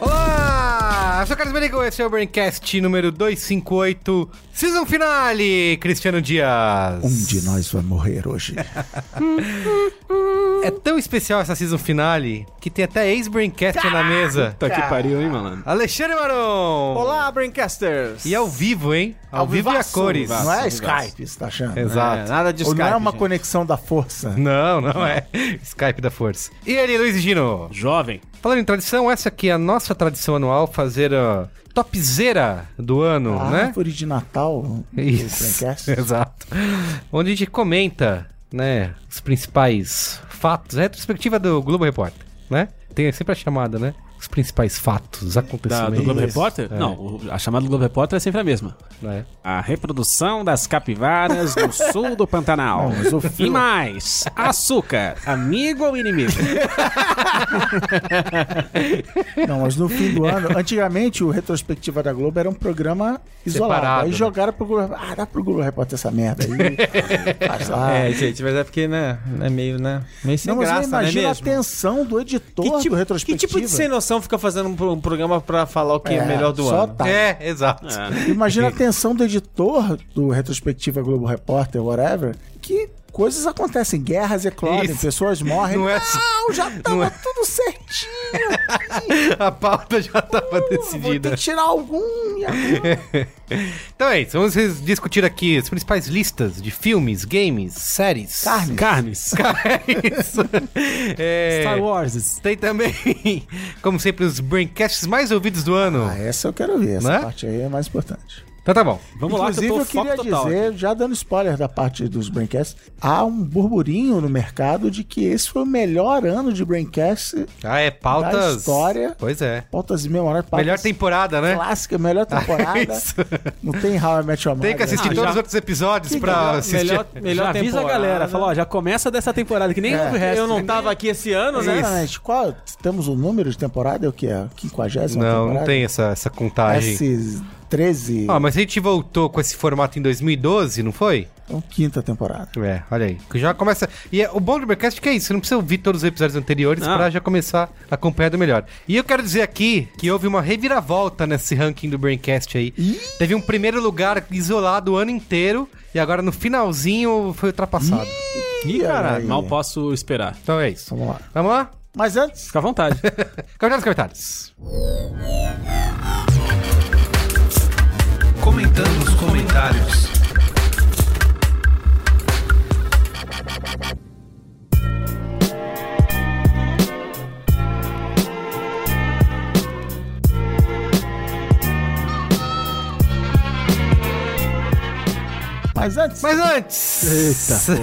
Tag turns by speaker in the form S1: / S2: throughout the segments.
S1: Olá! Eu sou o Carlos Benigo, esse é o Braincast número 258, Season Finale, Cristiano Dias.
S2: Um de nós vai morrer hoje.
S1: É tão especial essa Season Finale que tem até ex-Braincaster na mesa.
S3: Tá que pariu, hein, malandro?
S1: Alexandre Maron!
S3: Olá, Braincasters!
S1: E ao vivo, hein? Ao, vivo e a
S3: vivaço.
S1: cores.
S2: Não é
S3: Nossa,
S2: Skype, você tá achando?
S1: Exato.
S3: É, nada de
S2: Ou
S3: Skype,
S2: não é uma
S3: gente.
S2: conexão da força?
S1: Não, não é. Skype da Força. E ele, Luiz Gino.
S3: Jovem.
S1: Falando em tradição, essa aqui é a nossa tradição anual, fazer a topzera do ano,
S2: A
S1: né?
S2: árvore de Natal. um do
S1: Isso.
S2: Braincast.
S1: Exato. Onde a gente comenta, né, os principais fatos, é a retrospectiva do Globo Repórter, né? Tem sempre a chamada, né? Os principais fatos, os
S3: Da,
S1: acontecimentos. É,
S3: do Globo
S2: Isso.
S3: Repórter? Não, o- a chamada do Globo Repórter é sempre a mesma.
S1: né?
S3: A reprodução das capivaras do sul do Pantanal.
S2: Não, mas o
S3: e
S2: fio-
S3: mais, açúcar, amigo ou inimigo?
S2: Não, mas no fim do ano, antigamente o Retrospectiva da Globo era um programa isolado.
S1: Separado,
S2: aí
S1: né?
S2: jogaram pro Globo. Ah, dá pro Globo Repórter essa merda aí. Faz lá.
S4: É, gente, mas é porque, né? É meio, né? Meio sem
S2: não, mas eu
S4: graça, né
S2: imagino a
S4: mesmo?
S2: tensão do editor
S4: Que
S2: do
S4: tipo, que
S2: Retrospectiva.
S4: tipo de sem noção fica fazendo um, pro- um programa pra falar o que é,
S2: É,
S4: melhor do
S2: só
S4: ano?
S2: Tá.
S1: É, exato.
S2: Imagina a tensão do editor do Retrospectiva Globo Repórter, whatever, que coisas acontecem, guerras eclodem,
S1: Isso.
S2: pessoas morrem. Ah,
S1: Não é-
S2: Não, já
S1: não
S2: tava
S1: é-
S2: tudo certinho.
S1: A pauta já estava
S3: Uh,
S2: Vou ter
S1: decidida.
S2: que tirar algum. e agora?
S1: Então é isso, vamos res- discutir aqui as principais listas de filmes, games, séries.
S2: Carne.
S3: Carnes.
S1: É isso. É,
S3: Star Wars.
S1: Tem também, como sempre, os braincasts mais ouvidos do ano.
S2: Ah, essa eu quero ver. Essa
S1: Né?
S2: parte aí é mais importante.
S1: Então tá bom.
S3: Vamos
S2: Inclusive,
S3: lá,
S2: eu,
S3: que eu tô
S2: queria
S3: foco total.
S2: dizer, já dando spoiler da parte dos Braincasts, há um burburinho no mercado de que esse foi o melhor ano de Braincast,
S1: Ah, é pautas.
S2: Da história.
S1: Pois é.
S2: pautas e memórias, pautas
S1: Melhor temporada, né?
S2: clássica, melhor temporada.
S1: Isso.
S2: Não tem How I Met Your Mother.
S1: Tem que assistir
S3: Ah,
S1: todos
S3: já-
S1: os outros episódios pra assistir.
S4: melhor, melhor
S3: já avisa a
S4: temporada.
S3: galera, fala, ó, já começa dessa temporada, que nem
S2: É.
S3: houve o resto.
S4: Eu não tava aqui esse ano, né?
S2: Exatamente. Qual? Temos o número de temporada? É o que? É? 50
S1: Não,
S2: temporada? É
S1: não tem essa, essa contagem.
S2: Esses 13
S1: Ah, mas a gente voltou com esse formato em 2012, não foi?
S2: então, quinta temporada.
S1: É, olha aí. Que já começa. E é- o bom do Ubercast é que é isso, você não precisa ouvir todos os episódios anteriores
S3: Não.
S1: pra já começar acompanhando melhor. E eu quero dizer aqui que houve uma reviravolta nesse ranking do Braincast aí. Teve um primeiro lugar isolado o ano inteiro e agora no finalzinho foi ultrapassado.
S3: Ih, cara,
S2: Aí.
S3: mal posso esperar.
S1: Então é isso.
S2: Vamos lá.
S1: Vamos lá?
S2: Mas antes,
S3: Fica à vontade.
S1: Capitão dos comentários.
S5: Comentando os comentários.
S2: mas antes.
S1: Mas antes!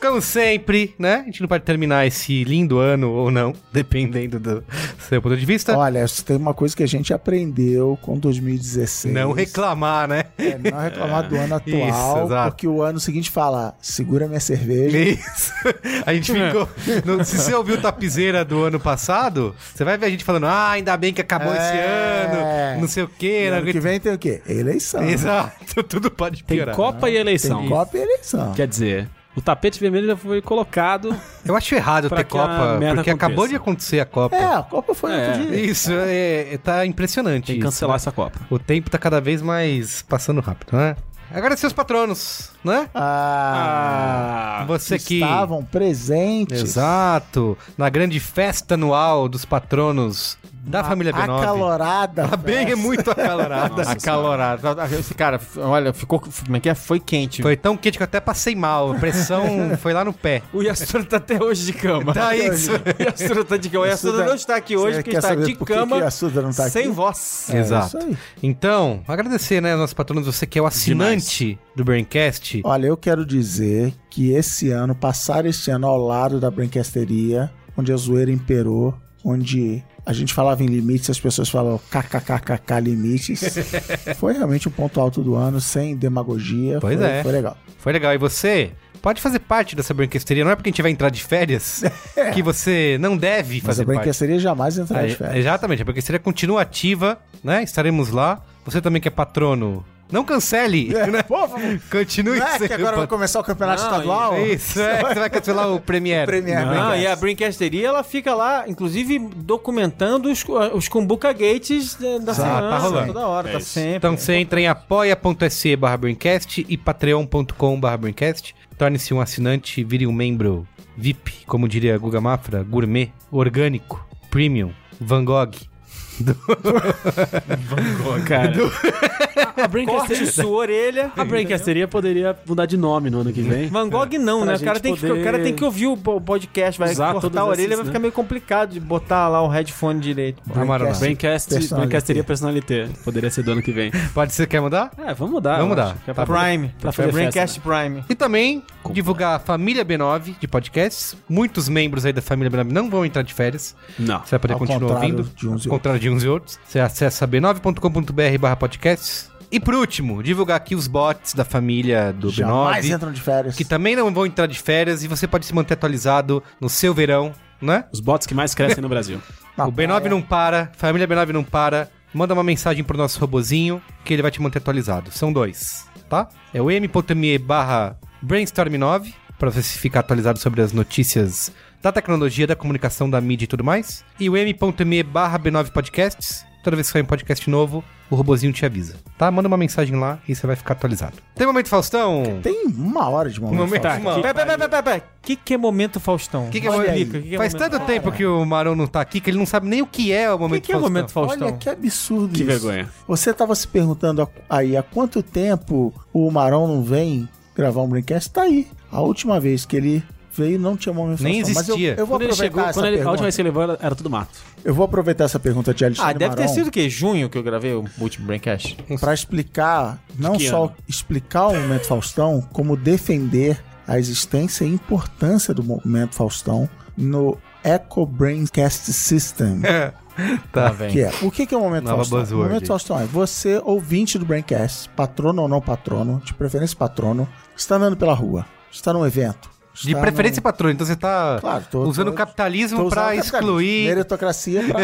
S1: Como sempre, né? A gente não pode terminar esse lindo ano ou não, dependendo do seu ponto de vista.
S2: Olha, isso tem uma coisa que a gente aprendeu com 2016.
S1: não reclamar, né?
S2: É, não reclamar do ano atual,
S1: Isso, exato.
S2: porque o ano seguinte fala, segura minha cerveja.
S1: É Isso. A gente
S3: É.
S1: ficou. no- se você ouviu tapizeira do ano passado, você vai ver a gente falando: ah, ainda bem que acabou
S2: É.
S1: esse ano, não sei o quê.
S2: E
S1: não
S2: ano que
S1: aguento-
S2: vem tem o quê? Eleição.
S1: Exato, tudo pode
S3: Tem
S1: piorar.
S3: Copa e eleição.
S2: né? Tem Copa e eleição.
S1: é
S3: Quer dizer, o tapete vermelho já foi colocado.
S1: Eu acho errado
S3: Pra
S1: ter
S3: que a
S1: Copa,
S3: merda
S1: porque acabou
S3: aconteça.
S1: de acontecer a Copa.
S2: É, a Copa foi
S3: É.
S2: outro dia.
S1: Isso, é, é- tá impressionante.
S3: Tem que
S1: isso,
S3: cancelar
S1: né?
S3: essa Copa.
S1: O tempo tá cada vez mais passando rápido, né? Agradecer os patronos, né?
S2: Ah,
S3: Ah,
S1: Você que.
S2: estavam presentes.
S1: Exato. Na grande festa anual dos patronos da família B9.
S2: Acalorada.
S4: Tá
S1: A bem é muito acalorada.
S4: Acalorado. Esse cara, olha, ficou. Como é que é? Foi quente.
S1: Foi tão quente que eu até passei mal. A pressão foi lá no pé.
S4: O Yasura tá até hoje de cama.
S1: Tá isso.
S4: O Yasura tá de cama. O Yasura não está aqui hoje
S2: Você
S4: porque
S2: quer
S1: tá
S4: está
S2: saber
S4: de
S2: por que
S4: cama
S2: que a Suda não tá aqui?
S4: sem voz.
S2: É,
S1: Exato.
S2: isso aí.
S1: Então, agradecer, né, aos nossos patronos, você que é o assinante do Braincast.
S2: Olha, eu quero dizer que esse ano, passar esse ano ao lado da branquesteria, onde a zoeira imperou, onde A gente falava em limites, as pessoas falavam kkkk limites. foi realmente um ponto alto do ano, sem demagogia.
S1: Pois
S2: foi,
S1: é.
S2: Foi legal.
S1: Foi legal. E você pode fazer parte dessa branquesteria. Não é porque a gente vai entrar de férias que você não deve
S2: Mas a
S1: fazer parte.
S2: branqueceria jamais entrará
S1: Aí,
S2: de férias.
S1: Exatamente, a branquesteria continua ativa, né? Estaremos lá. Você também que é patrono, não cancele, né?
S2: Pô, vamos-
S1: Continue
S2: não é
S1: sendo
S2: que agora vai
S1: patrono.
S2: começar o campeonato
S4: Não,
S2: estadual?
S1: Isso, é, que você vai cancelar o Premiere.
S2: Premier.
S4: Não, Ah, e a Brincasteria, ela fica lá, inclusive, documentando os, os Cumbuca Gates da, da semana.
S1: tá rolando.
S4: Toda hora, tá sempre.
S1: Então você entra em apoia.se barra Braincast e patreon.com barra Braincast. Torne-se um assinante e vire um membro VIP, como diria Guga Mafra, gourmet, orgânico, premium, Van Gogh.
S6: Cara. A, a
S4: Corte
S6: Brancasteria,
S4: sua orelha.
S6: a Brancasteria poderia mudar de nome no ano que vem.
S4: Van Gogh não, né?
S6: Pra
S4: O cara,
S6: gente
S4: tem que,
S6: poder
S4: o cara tem que ouvir o po- podcast, vai
S6: usar todos
S4: cortar a orelha,
S6: esses,
S4: vai
S6: né?
S4: ficar meio complicado de botar lá o headphone direito. pô.
S1: Amaro,
S2: Braincast.
S1: Bem,
S6: Braincast,
S2: Personalité.
S6: Brancasteria Personalité. Poderia ser do ano que vem.
S1: pode ser, quer mudar?
S6: É, vamos mudar.
S1: Vamos
S6: eu
S1: mudar.
S6: acho, que é
S1: Tá
S6: pra-
S4: Prime.
S6: pra fazer
S4: Braincast Prime.
S1: E também divulgar a família B9 de podcasts. Muitos membros aí da família B9 não vão entrar de férias.
S6: Não.
S1: Você vai poder
S2: Ao
S1: continuar
S2: contrário
S1: ouvindo.
S2: de uns e
S1: ao contrário de uns e outros. Você acessa b9.com.br barra podcasts. E por último, divulgar aqui os bots da família do
S2: Jamais
S1: B9,
S2: entram de férias.
S1: que tá também não vão entrar de férias e você pode se manter atualizado no seu verão, né?
S6: Os bots que mais crescem no Brasil.
S2: Na
S1: o B9
S2: praia.
S1: não para, família B9 não para. Manda uma mensagem pro nosso robozinho que ele vai te manter atualizado. São dois, tá? É o m.me barra brainstorm9 pra você ficar atualizado sobre as notícias da tecnologia, da comunicação, da mídia e tudo mais. E o m.me barra b9 podcasts. Toda vez que sair um podcast novo, o robozinho te avisa, tá? Manda uma mensagem lá e você vai ficar atualizado. Tem momento, Faustão?
S2: Tem uma hora de momento.
S1: momento.
S2: Fausto.
S1: Uma-
S4: Pera, pera, pera, pera, pera. Que que é momento Faustão?
S1: Que que é
S4: Explica,
S1: momento?
S4: que que é
S1: Faz
S4: momento-
S1: tanto tempo que o Marão não tá aqui que ele não sabe nem o que é o
S4: O que
S1: momento
S4: que é o momento Faustão?
S2: Olha que absurdo
S6: Que
S2: isso.
S6: vergonha.
S2: Você tava se perguntando há- aí há quanto tempo o Marão não vem gravar um Braincast? Tá aí. A última vez que ele veio não tinha momento
S1: Nem
S2: Faustão.
S1: existia.
S2: Mas eu, eu vou
S6: Quando ele
S2: aproveitar
S6: chegou,
S2: essa
S6: quando ele, a última
S2: pergunta.
S6: vez que ele levou era, era tudo mato.
S2: Eu vou aproveitar essa pergunta de
S4: Ah,
S2: Alexandre
S4: deve ter
S2: Marão
S4: sido o quê? Junho que eu gravei o último Braincast?
S2: pra explicar, não
S6: que
S2: só
S6: ano?
S2: explicar o Momento Faustão, como defender a existência e importância do Momento Faustão no Eco Braincast System.
S4: Tá, vem.
S2: Que é, o que, que é o Momento
S1: Nova
S2: Faustão?
S1: buzzword.
S2: O Momento Faustão é você, ouvinte do Braincast, patrono ou não patrono, de preferência patrono, está andando pela rua, está num evento.
S1: De
S2: está
S1: preferência
S2: num...
S1: patrão, então você tá
S2: Claro, tô-
S1: usando
S2: tô-
S1: o capitalismo
S2: Tô usando
S1: pra
S2: o capitalismo.
S1: excluir.
S2: Meritocracia pra...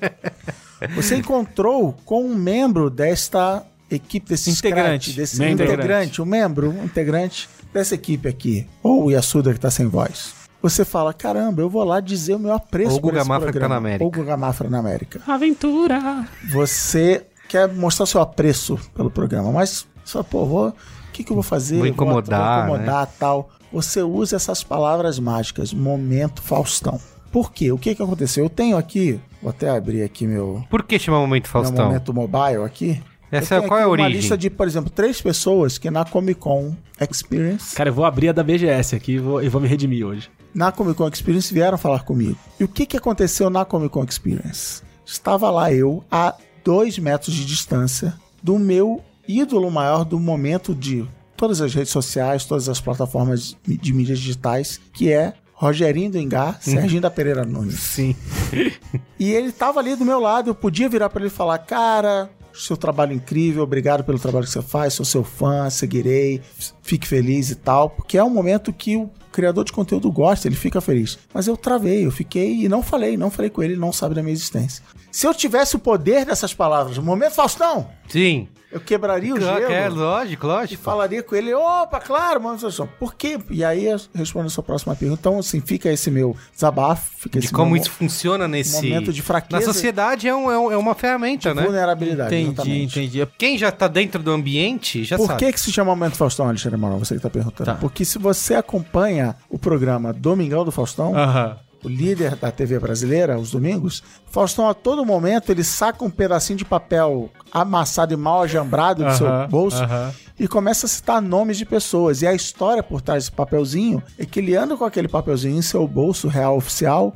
S2: Você encontrou com um membro desta equipe, desse
S4: Integrante.
S2: scratch, desse
S6: Membro.
S2: integrante, um membro, um integrante dessa equipe aqui. Ou o Yasuda que tá sem voz. Você fala, caramba, eu vou lá dizer o meu apreço
S1: Ou o
S2: por
S1: Guga
S2: esse
S1: Mafra que tá
S2: programa.
S1: na América.
S2: Ou o Guga Mafra na América.
S6: Aventura.
S2: Você quer mostrar seu apreço pelo programa, mas você fala, pô, vou- o que, que eu vou fazer?
S1: Vou incomodar, né?
S2: Vou, incomodar, tal. Você usa essas palavras mágicas, momento Faustão. Por quê? O que, que aconteceu? Eu tenho aqui, vou até abrir aqui meu,
S1: Por que chamar momento
S2: meu
S1: Faustão?
S2: momento mobile aqui.
S1: Essa
S2: Eu
S1: é-
S2: tenho
S1: qual é a
S2: aqui
S1: origem?
S2: Uma lista de, por exemplo, três pessoas que na Comic Con Experience
S6: Cara, eu vou abrir a da BGS aqui e vou, e vou me redimir hoje.
S2: na Comic Con Experience vieram falar comigo. E o que, que aconteceu na Comic Con Experience? Estava lá eu, a dois metros de distância, do meu ídolo maior do momento de todas as redes sociais, todas as plataformas de mídias digitais, que é Rogerinho do Engar, Serginho da Pereira Nunes.
S1: Sim.
S2: E ele tava ali do meu lado, eu podia virar pra ele e falar: "Cara, seu trabalho é incrível, obrigado pelo trabalho que você faz, sou seu fã, seguirei, f- fique feliz e tal", porque é um momento que o criador de conteúdo gosta, ele fica feliz. Mas eu travei, eu fiquei e não falei, não falei com ele, ele não sabe da minha existência. Se eu tivesse o poder dessas palavras, momento Faustão,
S1: Sim.
S2: eu quebraria o gelo.
S1: É, lógico,
S2: E
S1: lógico.
S2: falaria com ele, opa, claro, mano, Faustão, por quê? E aí eu respondo a sua próxima pergunta. Então, assim, fica esse meu desabafo, fica
S1: De
S2: esse
S1: como
S2: meu
S1: isso funciona nesse.
S2: momento de
S1: Na
S2: fraqueza. Tipo,
S1: sociedade é, um- é um- é uma ferramenta, né?
S2: Vulnerabilidade,
S4: Entendi,
S2: exatamente.
S4: entendi. É
S1: Quem já tá dentro do ambiente já
S2: Por
S1: sabe.
S2: que, que se chama Momento Faustão, Alexandre Mourão? Você que tá perguntando. Porque se você acompanha o programa Domingão do Faustão,
S4: Ah.
S2: o líder da TV brasileira, aos domingos, Faustão a todo momento ele saca um pedacinho de papel amassado e mal ajambrado do seu bolso e começa a citar nomes de pessoas. E a história por trás desse papelzinho é que ele anda com aquele papelzinho em seu bolso real oficial.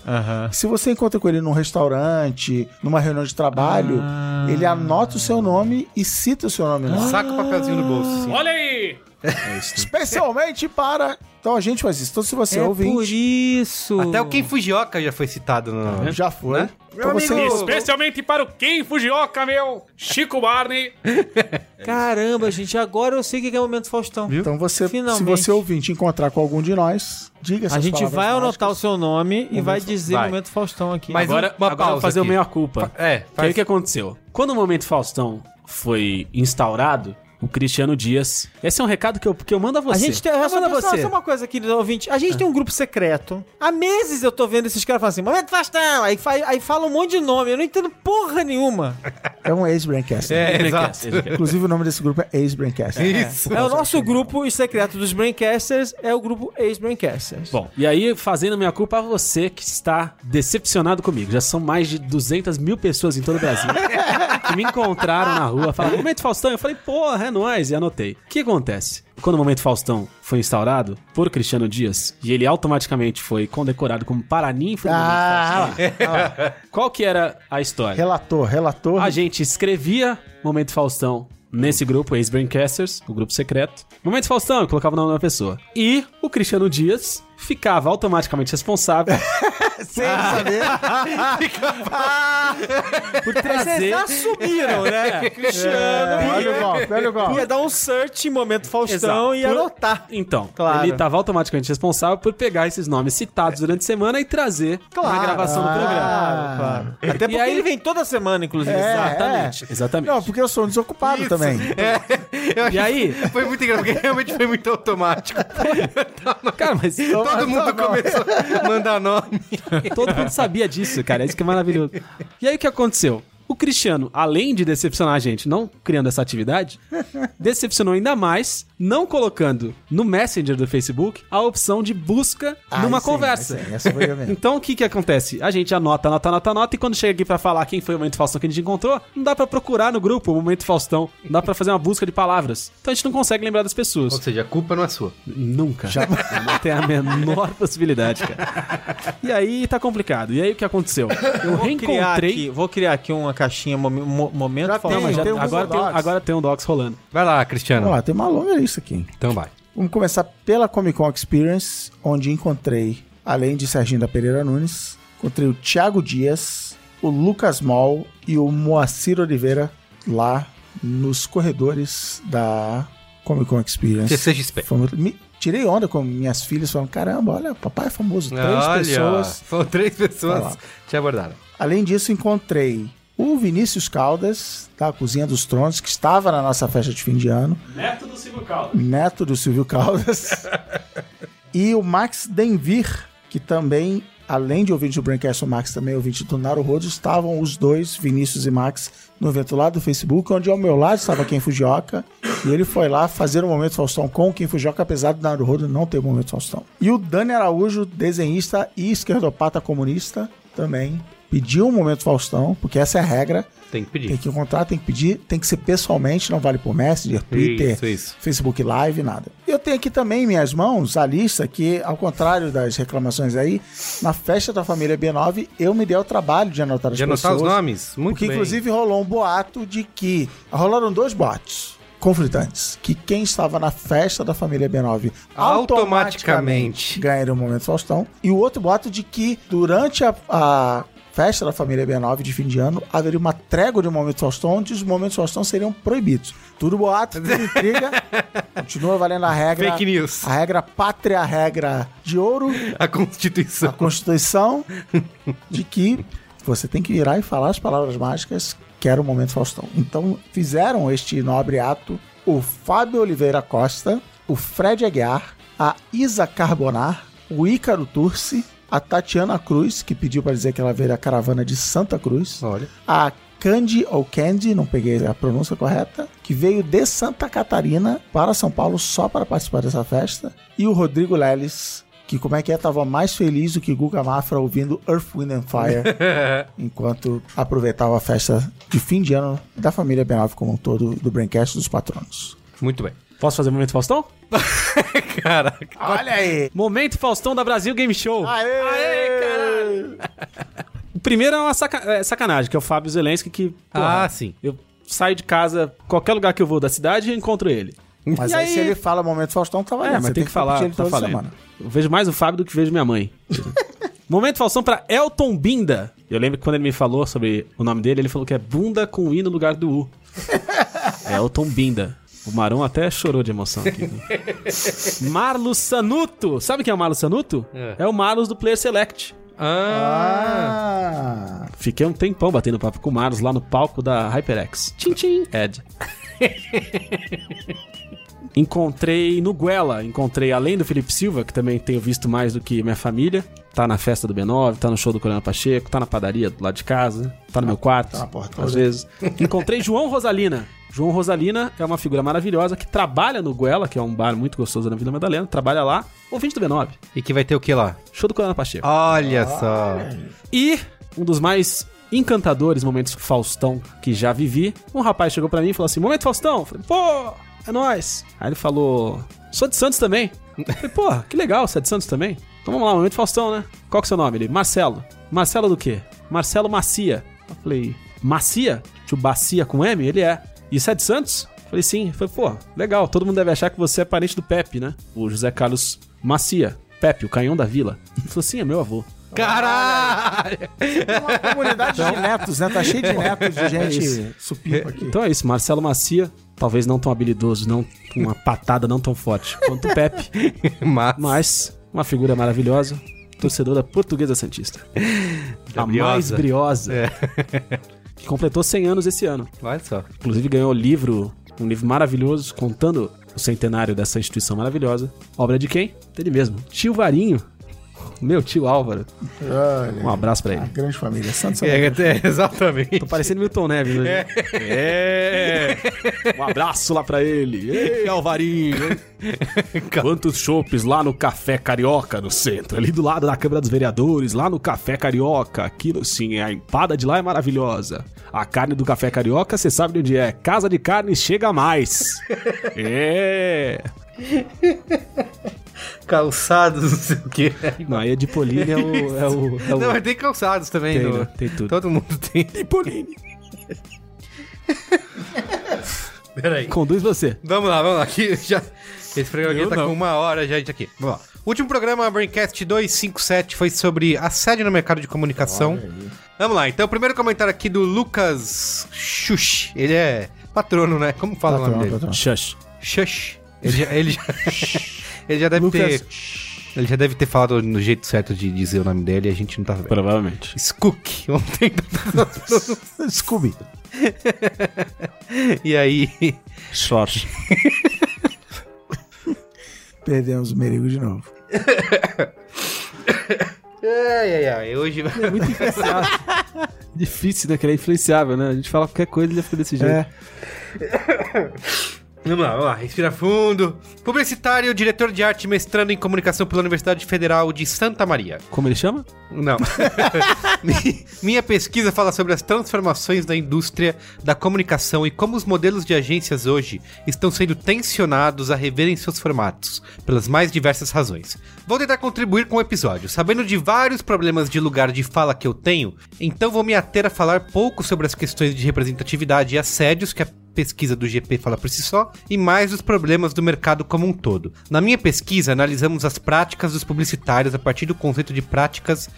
S2: Se você encontra com ele num restaurante, numa reunião de trabalho, ele anota o seu nome e cita o seu nome lá. Ah.
S1: Saca o papelzinho do bolso. assim. sim.
S6: Olha aí!
S1: Oi!
S2: Especialmente para. Então a gente faz isso. Então se você é
S4: Por
S2: ouvinte,
S4: isso.
S1: Até o Ken Fujioka já foi citado no.
S2: já foi.
S4: Né?
S2: Então você
S7: Especialmente para o Kim Fujioka, meu! Chico Barney!
S4: Caramba, gente, agora eu sei o que é o momento Faustão.
S2: Então você, se
S4: Finalmente.
S2: você ouvinte encontrar com algum de nós, diga essas
S4: A gente
S2: palavras
S4: vai anotar o
S2: mágicas.
S4: seu nome e vai dizer
S1: Vai.
S4: momento Faustão aqui.
S1: Mas
S6: Agora,
S1: um- uma
S6: agora eu vou
S1: pausa
S6: fazer
S1: aqui.
S6: o meia-culpa.
S1: É,
S6: Foi o
S1: faz...
S6: que aconteceu. Quando o Momento Faustão foi instaurado, o Cristiano Dias... Esse é um recado que eu, que eu mando a
S4: A
S6: você.
S4: gente tem.
S6: eu mando a
S4: Só, só,
S6: você.
S4: só uma coisa, querido ouvinte. A gente tem um grupo secreto. Há meses eu tô vendo esses caras falando assim: Momento Faustão! Aí, fa- aí fala um monte de nome. Eu não entendo porra nenhuma.
S2: É um ex-braincast.
S1: É, exato.
S6: Braincast, ex-braincast.
S2: Inclusive o nome desse grupo é ex-braincast.
S1: Isso.
S4: É o nosso grupo secreto dos Braincasters, é o grupo ex-Braincasters.
S6: Bom, e aí, fazendo minha culpa a você que está decepcionado comigo. Já são mais de 200 mil pessoas em todo o Brasil que me encontraram na rua, falaram, Momento Faustão. Eu falei, porra, é nóis, e anotei. O que acontece? Quando o Momento Faustão foi instaurado por Cristiano Dias, e ele automaticamente foi condecorado como paraninfo do
S2: Ah,
S6: Momento
S4: É.
S6: Faustão, qual que era a história?
S2: Relator, relator.
S6: A
S4: Ah,
S6: gente escrevia Momento Faustão nesse grupo, ex-Braincasters, o grupo secreto. Momento Faustão, eu colocava o nome da pessoa. E o Cristiano Dias ficava automaticamente responsável
S2: Sem saber.
S6: por trazer...
S4: Ah! assumiram, né? Cristiano.
S2: É, Olha o
S4: ia-
S2: golpe, olha o golpe.
S4: Ia dar um search em momento Faustão
S6: Exato.
S4: e ia
S6: Por-
S4: anotar.
S6: Então,
S4: Claro. É.
S6: ele estava automaticamente responsável por pegar esses nomes citados durante a semana e trazer na gravação
S4: Ah,
S6: do programa.
S2: claro.
S4: Até porque
S6: aí-
S4: ele vem toda semana, inclusive.
S2: É,
S6: Exatamente, exatamente.
S2: Não, porque eu sou um desocupado também.
S1: Eu acho
S6: E aí?
S1: que Foi muito engraçado, porque realmente foi muito automático.
S2: Então
S6: Cara, mas
S1: Todo mundo começou a mandar nome.
S6: Todo mundo sabia disso, cara. Isso que é maravilhoso. E aí o que aconteceu? O Cristiano, além de decepcionar a gente não criando essa atividade, decepcionou ainda mais não colocando no Messenger do Facebook a opção de busca
S2: Ah,
S6: numa
S2: sim,
S6: conversa.
S2: sim, essa foi eu mesmo.
S6: Então o que que acontece? A gente anota, anota, anota, anota e quando chega aqui pra falar quem foi o Momento Faustão que a gente encontrou, não dá pra procurar no grupo o Momento Faustão, não dá pra fazer uma busca de palavras. Então a gente não consegue lembrar das pessoas.
S1: Ou seja, a culpa não é sua.
S6: Nunca. Não tem a menor possibilidade, cara. E aí tá complicado. E aí o que aconteceu? Eu
S4: Criar aqui,
S6: reencontrei.
S4: vou criar aqui uma caixinha mo- mo- momento
S2: Já
S4: Faustão.
S2: tem,
S4: Mas já-
S2: tem um
S6: Agora tem,
S2: Docs.
S6: agora tem um Docs rolando.
S1: Vai lá,
S2: Vamos
S1: Cristiano.
S2: lá, tem uma longa lista aqui.
S1: Então vai.
S2: Vamos começar pela Comic Con Experience, onde encontrei, além de Serginho da Pereira Nunes, encontrei o Thiago Dias, o Lucas Mol e o Moacir Oliveira lá nos corredores da Comic Con Experience.
S1: CCXP.
S2: Foi muito- me- tirei onda com minhas filhas falando: caramba, olha, papai é famoso, três pessoas.
S1: Foram três
S2: Vai
S1: pessoas
S2: lá.
S1: te abordaram.
S2: Além disso, encontrei o Vinícius Caldas, da Cozinha dos Tronos, que estava na nossa festa de fim de ano. Neto do Silvio Caldas. e o Max Denvir, que também, além de ouvinte do Braincast, o Max também é ouvinte do Naruhodo, estavam os dois, Vinícius e Max, no evento lá do Facebook, onde ao meu lado estava Ken Fujioka, e ele foi lá fazer o Momento Faustão com o Ken Fujioka, apesar do Naruhodo não ter o Momento Faustão. E o Dani Araújo, desenhista e esquerdopata comunista, também pediu um Momento Faustão, porque essa é a regra,
S1: Tem que
S2: tem
S1: pedir.
S2: que encontrar, tem que pedir, tem que ser pessoalmente, não vale por Messenger, Twitter,
S1: Isso, isso.
S2: Facebook Live, nada. Eu tenho aqui também em minhas mãos a lista que, ao contrário das reclamações aí, na festa da família B9, eu me dei o trabalho de anotar as
S1: Já
S2: pessoas.
S1: anotar os nomes? Muito
S2: Porque,
S1: bem.
S2: inclusive, rolou um boato de que. Rolaram dois boatos conflitantes. Que quem estava na festa da família B9
S1: Automaticamente.
S2: automaticamente ganharia o Momento Faustão. E o outro boato de que, durante a. a Festa da família B9 de fim de ano, haveria uma trégua de Momento Faustão, onde os Momentos Faustão seriam proibidos. Tudo boato, tudo intriga. Continua valendo a regra.
S1: Fake news.
S2: A regra pátria, a regra de ouro
S1: A
S2: a
S1: Constituição.
S2: Constituição de que você tem que virar e falar as palavras mágicas que era o momento Faustão. Então fizeram este nobre ato o Fábio Oliveira Costa, o Fred Aguiar, a Isa Carbonar, o Ícaro Turci, a Tatiana Cruz, que pediu para dizer que ela veio da caravana de Santa Cruz,
S1: Olha.
S2: a Candy ou Candy, não peguei a pronúncia correta, que veio de Santa Catarina para São Paulo só para participar dessa festa, e o Rodrigo Leles, que como é que é, tava mais feliz do que Guga Mafra ouvindo Earth, Wind and Fire, enquanto aproveitava a festa de fim de ano da família B9 como um todo, do Braincast dos patronos.
S1: Muito bem.
S6: Posso fazer o Momento Faustão?
S1: Caraca.
S2: Olha aí!
S6: Momento Faustão da Brasil Game Show.
S2: Aê!
S6: Ah, O primeiro é uma saca- é, sacanagem, que é o Fábio Zelensky, que. porra,
S1: Ah, sim.
S6: Eu saio de casa, qualquer lugar que eu vou da cidade, eu encontro ele.
S2: Mas
S6: E
S2: aí,
S6: aí-
S2: se ele fala Momento Faustão, tá valendo.
S6: É, mas
S2: Você
S6: tem, que falar,
S2: repetir ele
S6: tá
S2: toda
S6: falando.
S2: semana.
S6: Eu vejo mais o Fábio do que vejo minha mãe. Momento Faustão pra Elton Binda. Eu lembro que quando ele me falou sobre o nome dele, ele falou que é bunda com i no lugar do u. Elton Binda. O Marão até chorou de emoção aqui. Né? Marlos Sanuto. Sabe quem é o Marlos Sanuto? É, o Marlos do Player Select.
S1: Ah,
S2: Ah,
S6: Fiquei um tempão batendo papo com o Marlos lá no palco da HyperX. Tchim, tchim, Ed. encontrei no Guela, encontrei além do Felipe Silva, que também tenho visto mais do que minha família. Tá na festa do B9, tá no show do Coronel Pacheco, tá na padaria do lado de casa, tá no meu quarto,
S2: na porta. tá.
S6: às vezes. Encontrei João Rosalina. João Rosalina é uma figura maravilhosa que trabalha no Guela, que é um bar muito gostoso na Vila Madalena, trabalha lá, ouvinte do B9,
S1: e que vai ter o que lá?
S6: show do Coronel Pacheco.
S1: Olha
S2: Ah.
S1: só.
S6: E um dos mais encantadores momentos Faustão que já vivi. Um rapaz chegou pra mim e falou assim: Momento Faustão? Eu falei, pô, é nóis. Aí ele falou: Sou de Santos também. Eu falei, porra, que legal, você é de Santos também? Então vamos lá, Momento Faustão, né? Qual que é o seu nome? Ele, Marcelo. Marcelo do quê? Marcelo Macia. Eu falei, Macia? Tipo, bacia com M? Ele é. E você é de Santos? Eu Falei, sim. Eu Falei, pô, legal, todo mundo deve achar que você é parente do Pepe, né? O José Carlos Macia. Pepe, o canhão da vila. Ele falou, sim, é meu avô.
S1: Caralho!
S2: Tem uma comunidade de netos, né? Tá cheio de netos de gente supimpa aqui.
S6: Então é isso, Marcelo Macia, talvez não tão habilidoso, não com uma patada não tão forte quanto o Pepe,
S1: Mas,
S6: mas uma figura maravilhosa, torcedora portuguesa santista. A mais
S1: briosa.
S6: briosa.
S1: É.
S6: Que completou 100 anos esse ano.
S1: olha só.
S6: Inclusive ganhou livro, um livro maravilhoso contando o centenário dessa instituição maravilhosa. Obra de quem? Dele mesmo, tio Varinho. Meu tio Álvaro.
S2: Olha,
S6: Um abraço pra
S2: a
S6: ele.
S2: grande família. Santos é uma
S1: É, é, exatamente.
S6: Tô parecendo Milton Neves hoje. É. Um abraço lá pra ele. Ei, Alvarinho. Quantos chopes lá no Café Carioca, no centro. Ali do lado da Câmara dos Vereadores, lá no Café Carioca. Aqui, no, sim, a empada de lá é maravilhosa. A carne do Café Carioca, você sabe de onde é. Casa de carne chega mais. É.
S1: Calçados, não sei o quê.
S2: Tá
S6: Não, aí é de Polini, é o... É o, é o-
S1: Não, mas tem calçados também. é?
S6: Tem,
S1: no-
S6: né? Tem tudo.
S1: Todo mundo tem.
S6: De Polini. Peraí. Conduz você.
S1: Vamos lá, vamos lá. Aqui, já... Esse programa aqui tá com uma hora já, gente, aqui. Vamos lá. O último programa, Braincast 257, foi sobre assédio no mercado de comunicação. Vamos lá, então, o primeiro comentário aqui do Lucas Xuxi. Ele é patrono, né? Como fala o nome
S2: patrona,
S1: dele?
S2: patrona.
S6: Shush.
S1: Shush. Ele já, ele já, ele já deve
S6: Lucas.
S1: ter. Ele já deve ter falado no jeito certo de dizer o nome dele e a gente não tá vendo.
S6: Provavelmente.
S1: Skook, ontem.
S2: Scooby.
S1: e aí.
S6: Sorte.
S2: Perdemos o Merigo de novo.
S1: Ai, ai, ai. Hoje.
S6: Difícil, né? Que ele é influenciável, né? A gente fala qualquer coisa e ele fica desse jeito.
S1: É. Vamos lá, vamos lá, respira fundo. Publicitário, diretor de arte, mestrando em comunicação pela Universidade Federal de Santa Maria.
S6: Como ele chama?
S1: Não. Mi- Minha pesquisa fala sobre as transformações da indústria da comunicação e como os modelos de agências hoje estão sendo tensionados a reverem seus formatos, pelas mais diversas razões. Vou tentar contribuir com o episódio, sabendo de vários problemas de lugar de fala que eu tenho, então vou me ater a falar pouco sobre as questões de representatividade e assédios que a pesquisa do GP fala por si só, e mais os problemas do mercado como um todo. Na minha pesquisa, analisamos as práticas dos publicitários a partir do conceito de práticas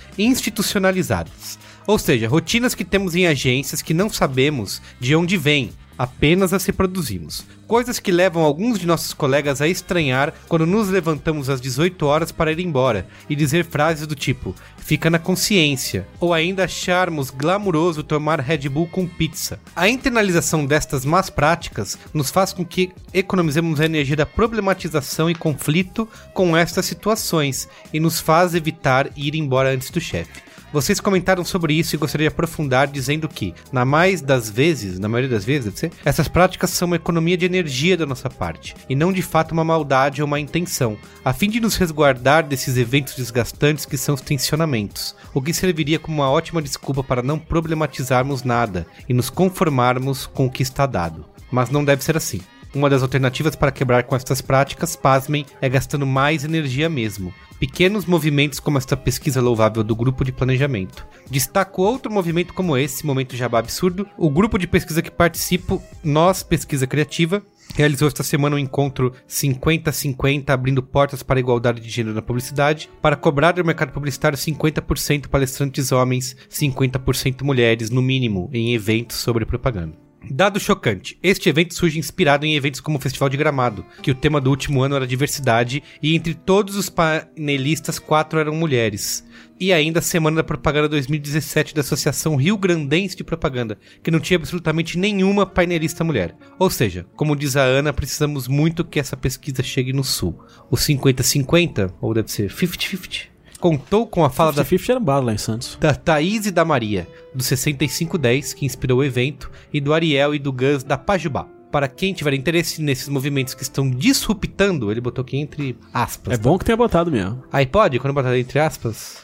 S1: institucionalizadas. Ou seja, rotinas que temos em agências que não sabemos de onde vêm, apenas as reproduzimos. Coisas que levam alguns de nossos colegas a estranhar quando nos levantamos às 18 horas para ir embora e dizer frases do tipo fica na consciência, ou ainda acharmos glamuroso tomar Red Bull com pizza. A internalização destas más práticas nos faz com que economizemos a energia da problematização e conflito com estas situações e nos faz evitar ir embora antes do chefe. Vocês comentaram sobre isso e gostaria de aprofundar dizendo que, na mais das vezes, na maioria das vezes, deve ser, essas práticas são uma economia de energia da nossa parte, e não de fato uma maldade ou uma intenção, a fim de nos resguardar desses eventos desgastantes que são os tensionamentos, o que serviria como uma ótima desculpa para não problematizarmos nada e nos conformarmos com o que está dado. Mas não deve ser assim. Uma das alternativas para quebrar com estas práticas, pasmem, é gastando mais energia mesmo. Pequenos movimentos como esta pesquisa louvável do grupo de planejamento. Destaco outro movimento como esse, Momento Jabá Absurdo, o grupo de pesquisa que participo, Nós Pesquisa Criativa, realizou esta semana um encontro 50-50, abrindo portas para a igualdade de gênero na publicidade, para cobrar do mercado publicitário 50% palestrantes homens, 50% mulheres, no mínimo, em eventos sobre propaganda. Dado chocante, este evento surge inspirado em eventos como o Festival de Gramado, que o tema do último ano era diversidade, e entre todos os panelistas, quatro eram mulheres. E ainda a Semana da Propaganda 2017 da Associação Rio Grandense de Propaganda, que não tinha absolutamente nenhuma painelista mulher. Ou seja, como diz a Ana, precisamos muito que essa pesquisa chegue no Sul. O 50-50, ou deve ser 50-50, contou com a fala da
S6: Fifth era um bar lá em Santos.
S1: da Thaís e da Maria, do 6510, que inspirou o evento, e do Ariel e do Gus da Pajubá. Para quem tiver interesse nesses movimentos que estão disruptando, ele botou aqui entre aspas.
S6: É bom que tenha botado mesmo.
S1: Aí pode, quando botar entre aspas,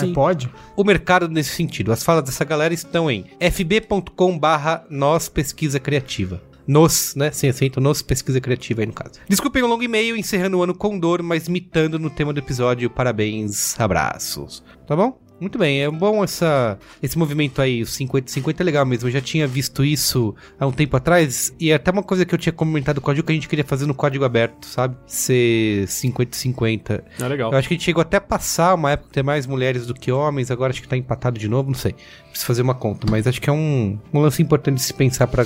S4: iPod?
S1: o mercado nesse sentido. As falas dessa galera estão em fb.com barra nós pesquisa criativa. Nos, né? Sem acento, nos pesquisa criativa aí no caso. Desculpem o longo e-mail, encerrando o ano com dor, mas mitando no tema do episódio. Parabéns, abraços. Tá bom? Muito bem, é bom essa, esse movimento aí, o 50-50 é legal mesmo. Eu já tinha visto isso há um tempo atrás, e é até uma coisa que eu tinha comentado com o código que a gente queria fazer no código aberto, sabe? Ser 50-50.
S6: É legal.
S1: Eu acho que a gente chegou até a passar uma época ter mais mulheres do que homens, agora acho que tá empatado de novo, não sei. Preciso fazer uma conta, mas acho que é um, um lance importante de se pensar pra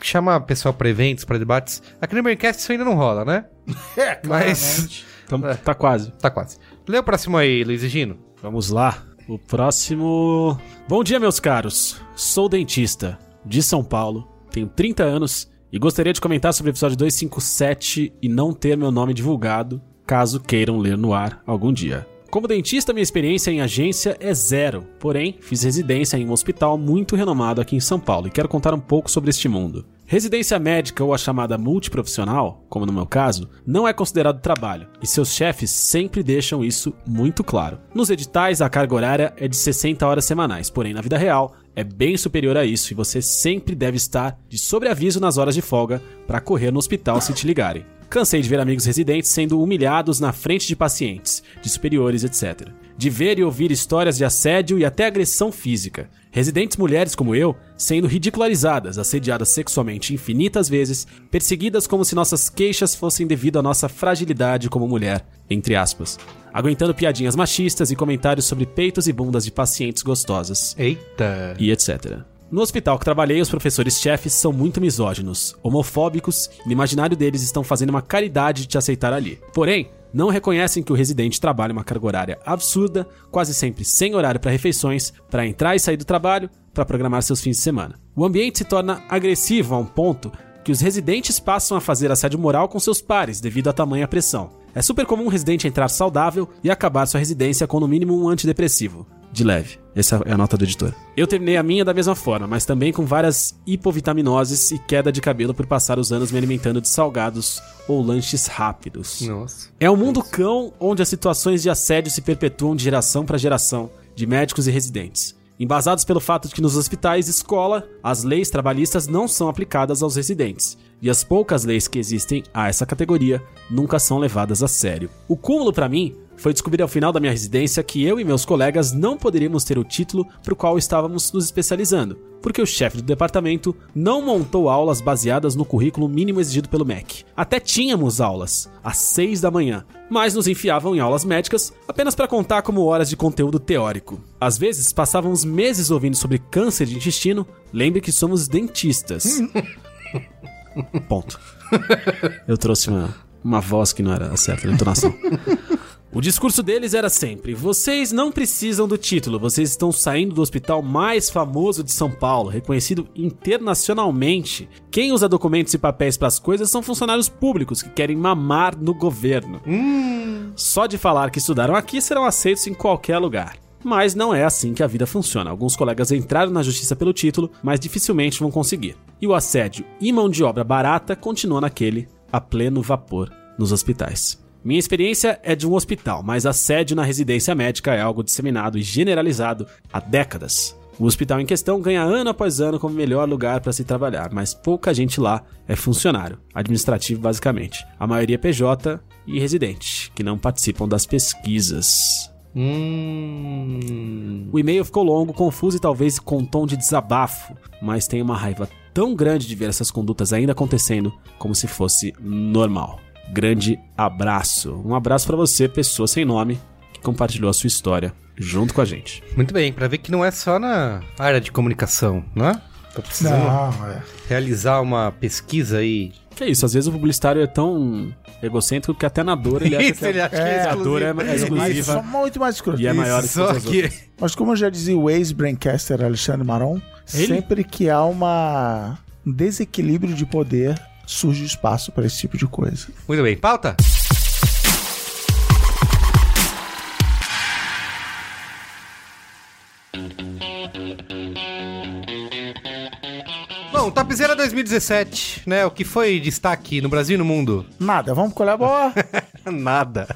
S1: chamar pessoal pra eventos, pra debates. Aqui no Braincast isso ainda não rola, né? É, Mas
S6: Então, Tá quase.
S1: tá quase. Lê o próximo aí, Luiz e Gino.
S6: Vamos lá. O próximo. Bom dia, meus caros. Sou dentista de São Paulo, tenho 30 anos e gostaria de comentar sobre o episódio 257 e não ter meu nome divulgado, caso queiram ler no ar algum dia. Como dentista, minha experiência em agência é zero, porém, fiz residência em um hospital muito renomado aqui em São Paulo e quero contar um pouco sobre este mundo. Residência médica ou a chamada multiprofissional, como no meu caso, não é considerado trabalho, e seus chefes sempre deixam isso muito claro. Nos editais, a carga horária é de 60 horas semanais, porém na vida real é bem superior a isso e você sempre deve estar de sobreaviso nas horas de folga para correr no hospital se te ligarem. Cansei de ver amigos residentes sendo humilhados na frente de pacientes, de superiores, etc. De ver e ouvir histórias de assédio e até agressão física. Residentes mulheres como eu sendo ridicularizadas, assediadas sexualmente infinitas vezes, perseguidas como se nossas queixas fossem devido à nossa fragilidade como mulher, entre aspas. Aguentando piadinhas machistas e comentários sobre peitos e bundas de pacientes gostosas
S1: Eita.
S6: e etc. No hospital que trabalhei, os professores-chefes são muito misóginos, homofóbicos e no imaginário deles estão fazendo uma caridade de te aceitar ali. Porém, não reconhecem que o residente trabalha uma carga horária absurda, quase sempre sem horário para refeições, para entrar e sair do trabalho, para programar seus fins de semana. O ambiente se torna agressivo a um ponto que os residentes passam a fazer assédio moral com seus pares devido à tamanha pressão. É super comum um residente entrar saudável e acabar sua residência com no mínimo um antidepressivo. De leve. Essa é a nota do editor. Eu terminei a minha da mesma forma, mas também com várias hipovitaminoses e queda de cabelo por passar os anos me alimentando de salgados ou lanches rápidos.
S1: Nossa.
S6: É um mundo cão onde as situações de assédio se perpetuam de geração para geração, de médicos e residentes. Embasados pelo fato de que nos hospitais e escola, as leis trabalhistas não são aplicadas aos residentes, e as poucas leis que existem a essa categoria nunca são levadas a sério. O cúmulo para mim foi descobrir ao final da minha residência que eu e meus colegas não poderíamos ter o título para o qual estávamos nos especializando, porque o chefe do departamento não montou aulas baseadas no currículo mínimo exigido pelo MEC. Até tínhamos aulas, às 6 da manhã, mas nos enfiavam em aulas médicas apenas para contar como horas de conteúdo teórico. Às vezes passávamos meses ouvindo sobre câncer de intestino, lembre que somos dentistas. Ponto. Eu trouxe uma, uma voz que não era a certa, a entonação. O discurso deles era sempre: vocês não precisam do título, vocês estão saindo do hospital mais famoso de São Paulo, reconhecido internacionalmente. Quem usa documentos e papéis para as coisas são funcionários públicos que querem mamar no governo. Só de falar que estudaram aqui serão aceitos em qualquer lugar. Mas não é assim que a vida funciona. Alguns colegas entraram na justiça pelo título, mas dificilmente vão conseguir. E o assédio e mão de obra barata continua naquele a pleno vapor nos hospitais. Minha experiência é de um hospital, mas assédio na residência médica é algo disseminado e generalizado há décadas. O hospital em questão ganha ano após ano como melhor lugar para se trabalhar, mas pouca gente lá é funcionário, administrativo basicamente. A maioria é PJ e residente, que não participam das pesquisas.
S1: Hum.
S6: O e-mail ficou longo, confuso e talvez com um tom de desabafo, mas tem uma raiva tão grande de ver essas condutas ainda acontecendo como se fosse normal. Grande abraço. Um abraço pra você, pessoa sem nome, que compartilhou a sua história junto com a gente.
S1: Muito bem, pra ver que não é só na área de comunicação, né? Tô precisando
S2: Não, é.
S1: realizar uma pesquisa aí.
S6: Que é isso, às vezes o publicitário é tão egocêntrico que até na dor ele acha que é-
S1: acha
S6: que a dor é, é
S2: Mas
S6: exclusiva
S2: são muito mais escroto.
S6: e é maior que
S1: Só
S6: todas as outras.
S1: que...
S2: Mas como eu já dizia o ex-braincaster Alexandre Maron, sempre que há uma um desequilíbrio de poder, surge espaço para esse tipo de coisa.
S1: Muito bem, pauta? Bom, Topzera 2017, né? O que foi destaque no Brasil e no mundo?
S2: Nada, vamos colaborar.
S1: Nada.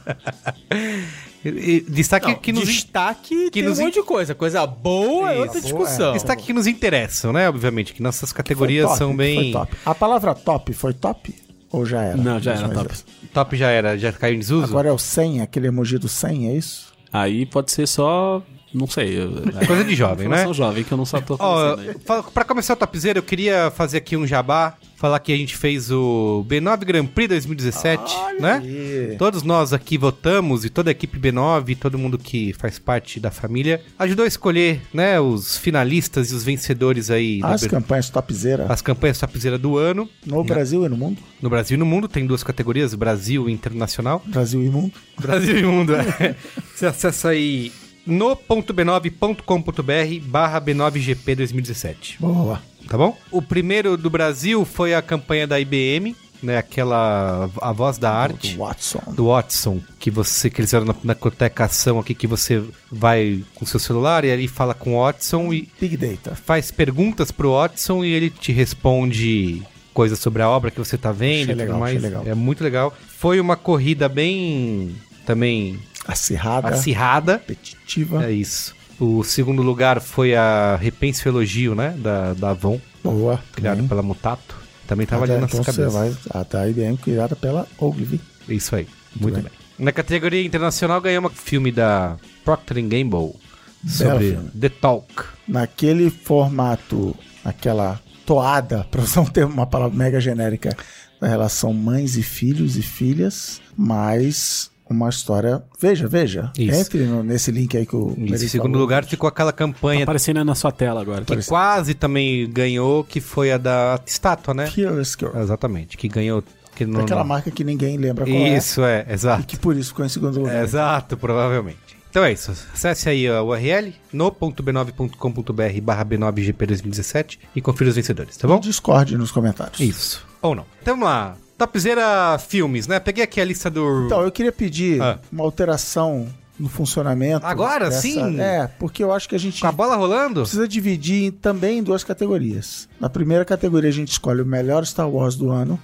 S1: E- e destaque que nos
S4: destaque
S1: que
S4: tem
S1: nos
S4: um
S1: in-
S4: monte de coisa. Coisa boa é
S1: Isso.
S4: outra discussão.
S1: destaque que nos interessam, né? Obviamente, que nossas categorias
S2: Foi top,
S1: são bem
S2: Foi top. A palavra top foi top? Ou já era?
S6: Não, já
S2: Mais
S6: era
S2: ou menos
S6: top.
S2: essa.
S1: top já era, já caiu em desuso.
S2: Agora é o 100, aquele emoji do 100, é isso?
S6: Aí pode ser só. Não sei. É
S1: Coisa de jovem, né?
S6: São jovem que eu não só tô
S1: Ó,
S6: conhecendo aí.
S1: fala- pra começar o topzera, eu queria fazer aqui um jabá, falar que a gente fez o B9 Grand Prix 2017, né?
S2: aí.
S1: Todos nós aqui votamos e toda a equipe B9, todo mundo que faz parte da família, ajudou a escolher, né, os finalistas e os vencedores aí
S2: Ah, As
S1: do B-
S2: campanhas topzera
S1: as campanhas topzera do ano.
S2: no Brasil e no mundo.
S1: No Brasil e no mundo tem duas categorias, Brasil e Internacional.
S2: Brasil e mundo.
S1: Brasil e Mundo, é. Você acessa aí no.b9.com.br barra B9GP 2017
S2: Boa.
S1: tá bom? O primeiro do Brasil foi a campanha da IBM, né? Aquela a voz da arte
S2: Watson.
S1: do Watson, que você que eles fizeram na, na coteca ação aqui que você vai com seu celular e ali fala com o Watson e
S2: Big Data.
S1: faz perguntas pro Watson e ele te responde coisas sobre a obra que você tá vendo
S2: Achei
S1: e tudo
S2: legal, achei
S1: mais.
S2: legal.
S1: É muito legal. Foi uma corrida bem também
S2: Acirrada.
S1: acirrada.
S2: Competitiva.
S1: É isso. O segundo lugar foi a Repense o Elogio, né? Da, da Avon
S2: Boa.
S1: criado
S2: Hum.
S1: pela Mutato, também tava
S2: Até
S1: ali nas
S2: então você
S1: cabeças.
S2: vai- Ah, tá. A IBM criada pela Ogilvy.
S1: É Isso aí, muito bem. Na categoria internacional ganhou um filme da Procter Gamble sobre
S2: filme.
S1: The Talk.
S2: Naquele formato, aquela toada, pra usar um termo, uma palavra mega genérica, da relação mães e filhos e filhas, mas uma história. Veja, veja.
S1: Isso.
S2: Entre no- nesse link aí que o.
S1: Em
S2: Merigo
S1: segundo
S2: falou.
S1: lugar ficou aquela campanha
S6: Tá Aparecendo na sua tela agora.
S1: que quase também ganhou, que foi a da estátua, né?
S2: Curious Girl.
S1: Exatamente, que ganhou. Que não,
S2: Daquela
S1: não-
S2: marca que ninguém lembra qual
S1: Isso é,
S2: é. Tipo, né? E
S1: exato.
S2: que por isso ficou em segundo lugar.
S1: Exato, provavelmente. Então é isso. Acesse aí a URL no.b9.com.br barra B9GP 2017 e confira os vencedores, tá bom?
S2: Discord Então, nos comentários.
S1: Isso.
S6: É
S1: Ou não. Então vamos lá. Topzera Filmes, né? Peguei aqui a lista do.
S2: Então, eu queria pedir
S1: Ah.
S2: uma alteração no funcionamento.
S1: Agora sim?
S2: É, porque eu acho que a gente
S1: Com a bola rolando?
S2: precisa dividir em- também em duas categorias. Na primeira categoria, a gente escolhe o melhor Star Wars do ano.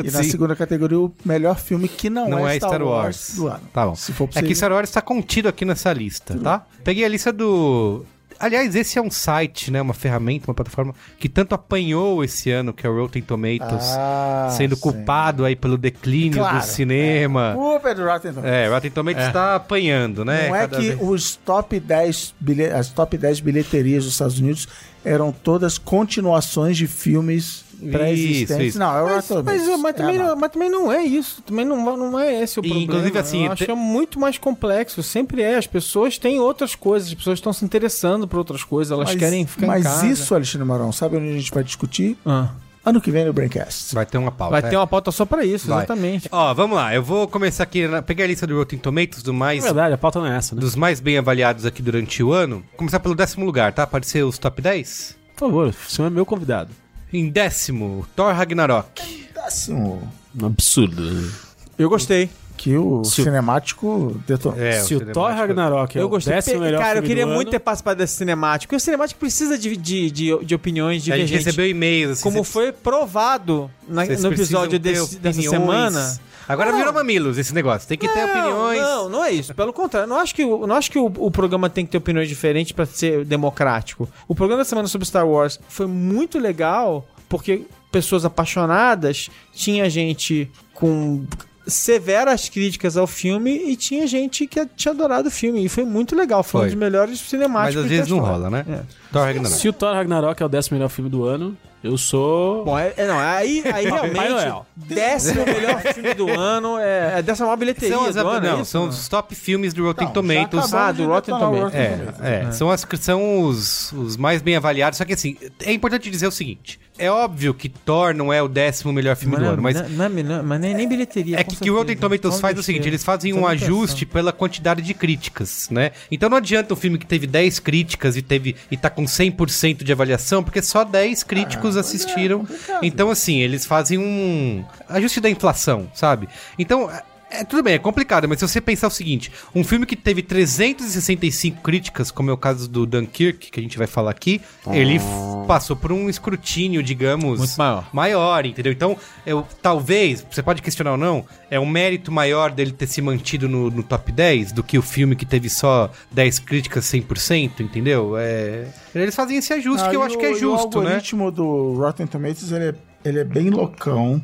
S2: E na
S1: Sim.
S2: segunda categoria, o melhor filme que não,
S1: Não é Star Wars.
S2: do ano.
S1: Tá bom.
S2: Se for
S1: É
S2: possível.
S1: que Star Wars está contido aqui nessa lista, tá? Peguei a lista do. Aliás, esse é um site, né? Uma ferramenta, uma plataforma que tanto apanhou esse ano, que é o Rotten Tomatoes,
S2: Ah,
S1: sendo
S2: sim.
S1: culpado aí pelo declínio
S2: Claro, é.
S1: do cinema.
S2: Culpa é do Rotten Tomatoes.
S1: É, o Rotten Tomatoes está apanhando, né?
S2: Não é
S1: Cada
S2: que
S1: vez-
S2: os top 10 bilhe- as top 10 bilheterias dos Estados Unidos eram todas continuações de filmes pré-existentes.
S1: isso.
S2: Não, é o
S4: Mas,
S2: Rotten
S4: mas-
S2: Tomatoes.
S4: mas também
S2: É a
S4: não, mas também não é isso. Também não, não é esse o
S1: E,
S4: problema.
S1: inclusive, assim,
S4: eu acho
S1: te-
S4: que é muito mais complexo. Sempre é. As pessoas têm outras coisas. As pessoas estão se interessando por outras coisas. Elas querem ficar
S2: mas
S4: em casa.
S2: isso, Alexandre Marão, sabe onde a gente vai discutir?
S4: Ah,
S2: Ano que vem no Braincast.
S1: Vai ter uma pauta.
S4: vai
S1: é.
S4: ter uma pauta só pra isso,
S1: Vai.
S4: exatamente.
S1: Ó, vamos lá. Eu vou começar aqui. Na... Peguei a lista do Rotten Tomatoes, do mais,
S6: Na verdade, a pauta não é essa, né?
S1: dos mais bem avaliados aqui durante o ano. Vou começar pelo décimo lugar, tá? Apareceu os top 10.
S6: Por favor, o senhor é meu convidado.
S1: Em décimo, Thor Ragnarok.
S2: Décimo.
S6: Um absurdo.
S4: Eu gostei.
S2: Que o
S6: Se o-
S2: cinemático detonou.
S1: É,
S6: Se o Thor
S1: cinemático-
S6: Ragnarok é
S4: Eu
S6: o
S4: gostei.
S6: décimo melhor
S4: Cara, eu
S6: filme
S4: queria
S6: do
S4: muito
S6: ano,
S4: ter participado desse cinemático. Porque o cinemático precisa de, de, de, de opiniões
S1: É, A gente
S4: divergentes.
S1: recebeu e-mails. assim,
S4: Como
S1: cê-
S4: foi provado na-
S1: vocês
S4: no
S1: precisam
S4: episódio
S1: ter
S4: desse- dessa
S1: opiniões.
S4: semana.
S1: Agora
S4: Não.
S1: virou mamilos esse negócio. Tem que ter opiniões.
S4: Não, não é isso. Pelo contrário, não acho que, o- não acho que o, o programa tem que ter opiniões diferentes pra ser democrático. O programa da semana sobre Star Wars foi muito legal porque pessoas apaixonadas tinha gente com severas críticas ao filme e tinha gente que tinha adorado o filme e foi muito legal, foi, um
S1: Foi.
S4: dos melhores cinemáticos.
S1: Mas às vezes
S4: da
S1: não
S4: história.
S1: rola, né?
S4: É.
S1: Thor Ragnarok.
S6: Se o Thor Ragnarok é o décimo melhor filme do ano, Eu sou.
S4: Bom, é, é não, aí, aí
S6: Papai
S4: realmente,
S6: Noel.
S4: décimo melhor filme do ano, é, é décima maior bilheteria
S1: São, as,
S4: do ano, é
S1: não,
S4: isso,
S1: são
S4: mano?
S1: os top filmes do Rotten
S2: Não, já
S1: Tomatoes.
S2: acabou
S4: Ah,
S2: de
S4: do Rotten
S2: detonar o
S4: Tomatoes.
S1: É,
S2: Rotten Tomatoes.
S1: é. São, as, são os, os mais bem avaliados. Só que assim, é importante dizer o seguinte: é óbvio que Thor não é o décimo melhor filme
S4: Mas
S1: do
S4: não-
S1: ano, mas
S4: não- não- não- mas nem, nem bilheteria.
S1: é
S4: com
S1: que, que
S4: certeza.
S1: o Rotten Tomatoes
S4: Só
S1: faz é o
S4: besteira.
S1: seguinte: eles fazem
S4: Só
S1: um
S4: manutenção.
S1: ajuste pela quantidade de críticas, né? Então não adianta um filme que teve 10 críticas e teve e tá com 100% de avaliação, porque só
S4: Ah,
S1: 10
S4: é,
S1: críticos assistiram. então assim, eles fazem um ajuste da inflação, sabe? Então é, tudo bem, é complicado, mas se você pensar o seguinte, um filme que teve 365 críticas, como é o caso do Dunkirk, que a gente vai falar aqui, ele f- passou por um escrutínio, digamos,
S4: Muito maior.
S1: maior, entendeu? Então, eu, talvez, você pode questionar ou não, é um mérito maior dele ter se mantido no, no top 10 do que o filme que teve só 10 críticas 100%, entendeu? É, eles fazem esse ajuste que eu
S2: Ah, e
S1: acho
S2: o-
S1: que é
S2: e
S1: justo,
S2: O
S1: né?
S2: algoritmo do Rotten Tomatoes, ele é, ele é bem loucão.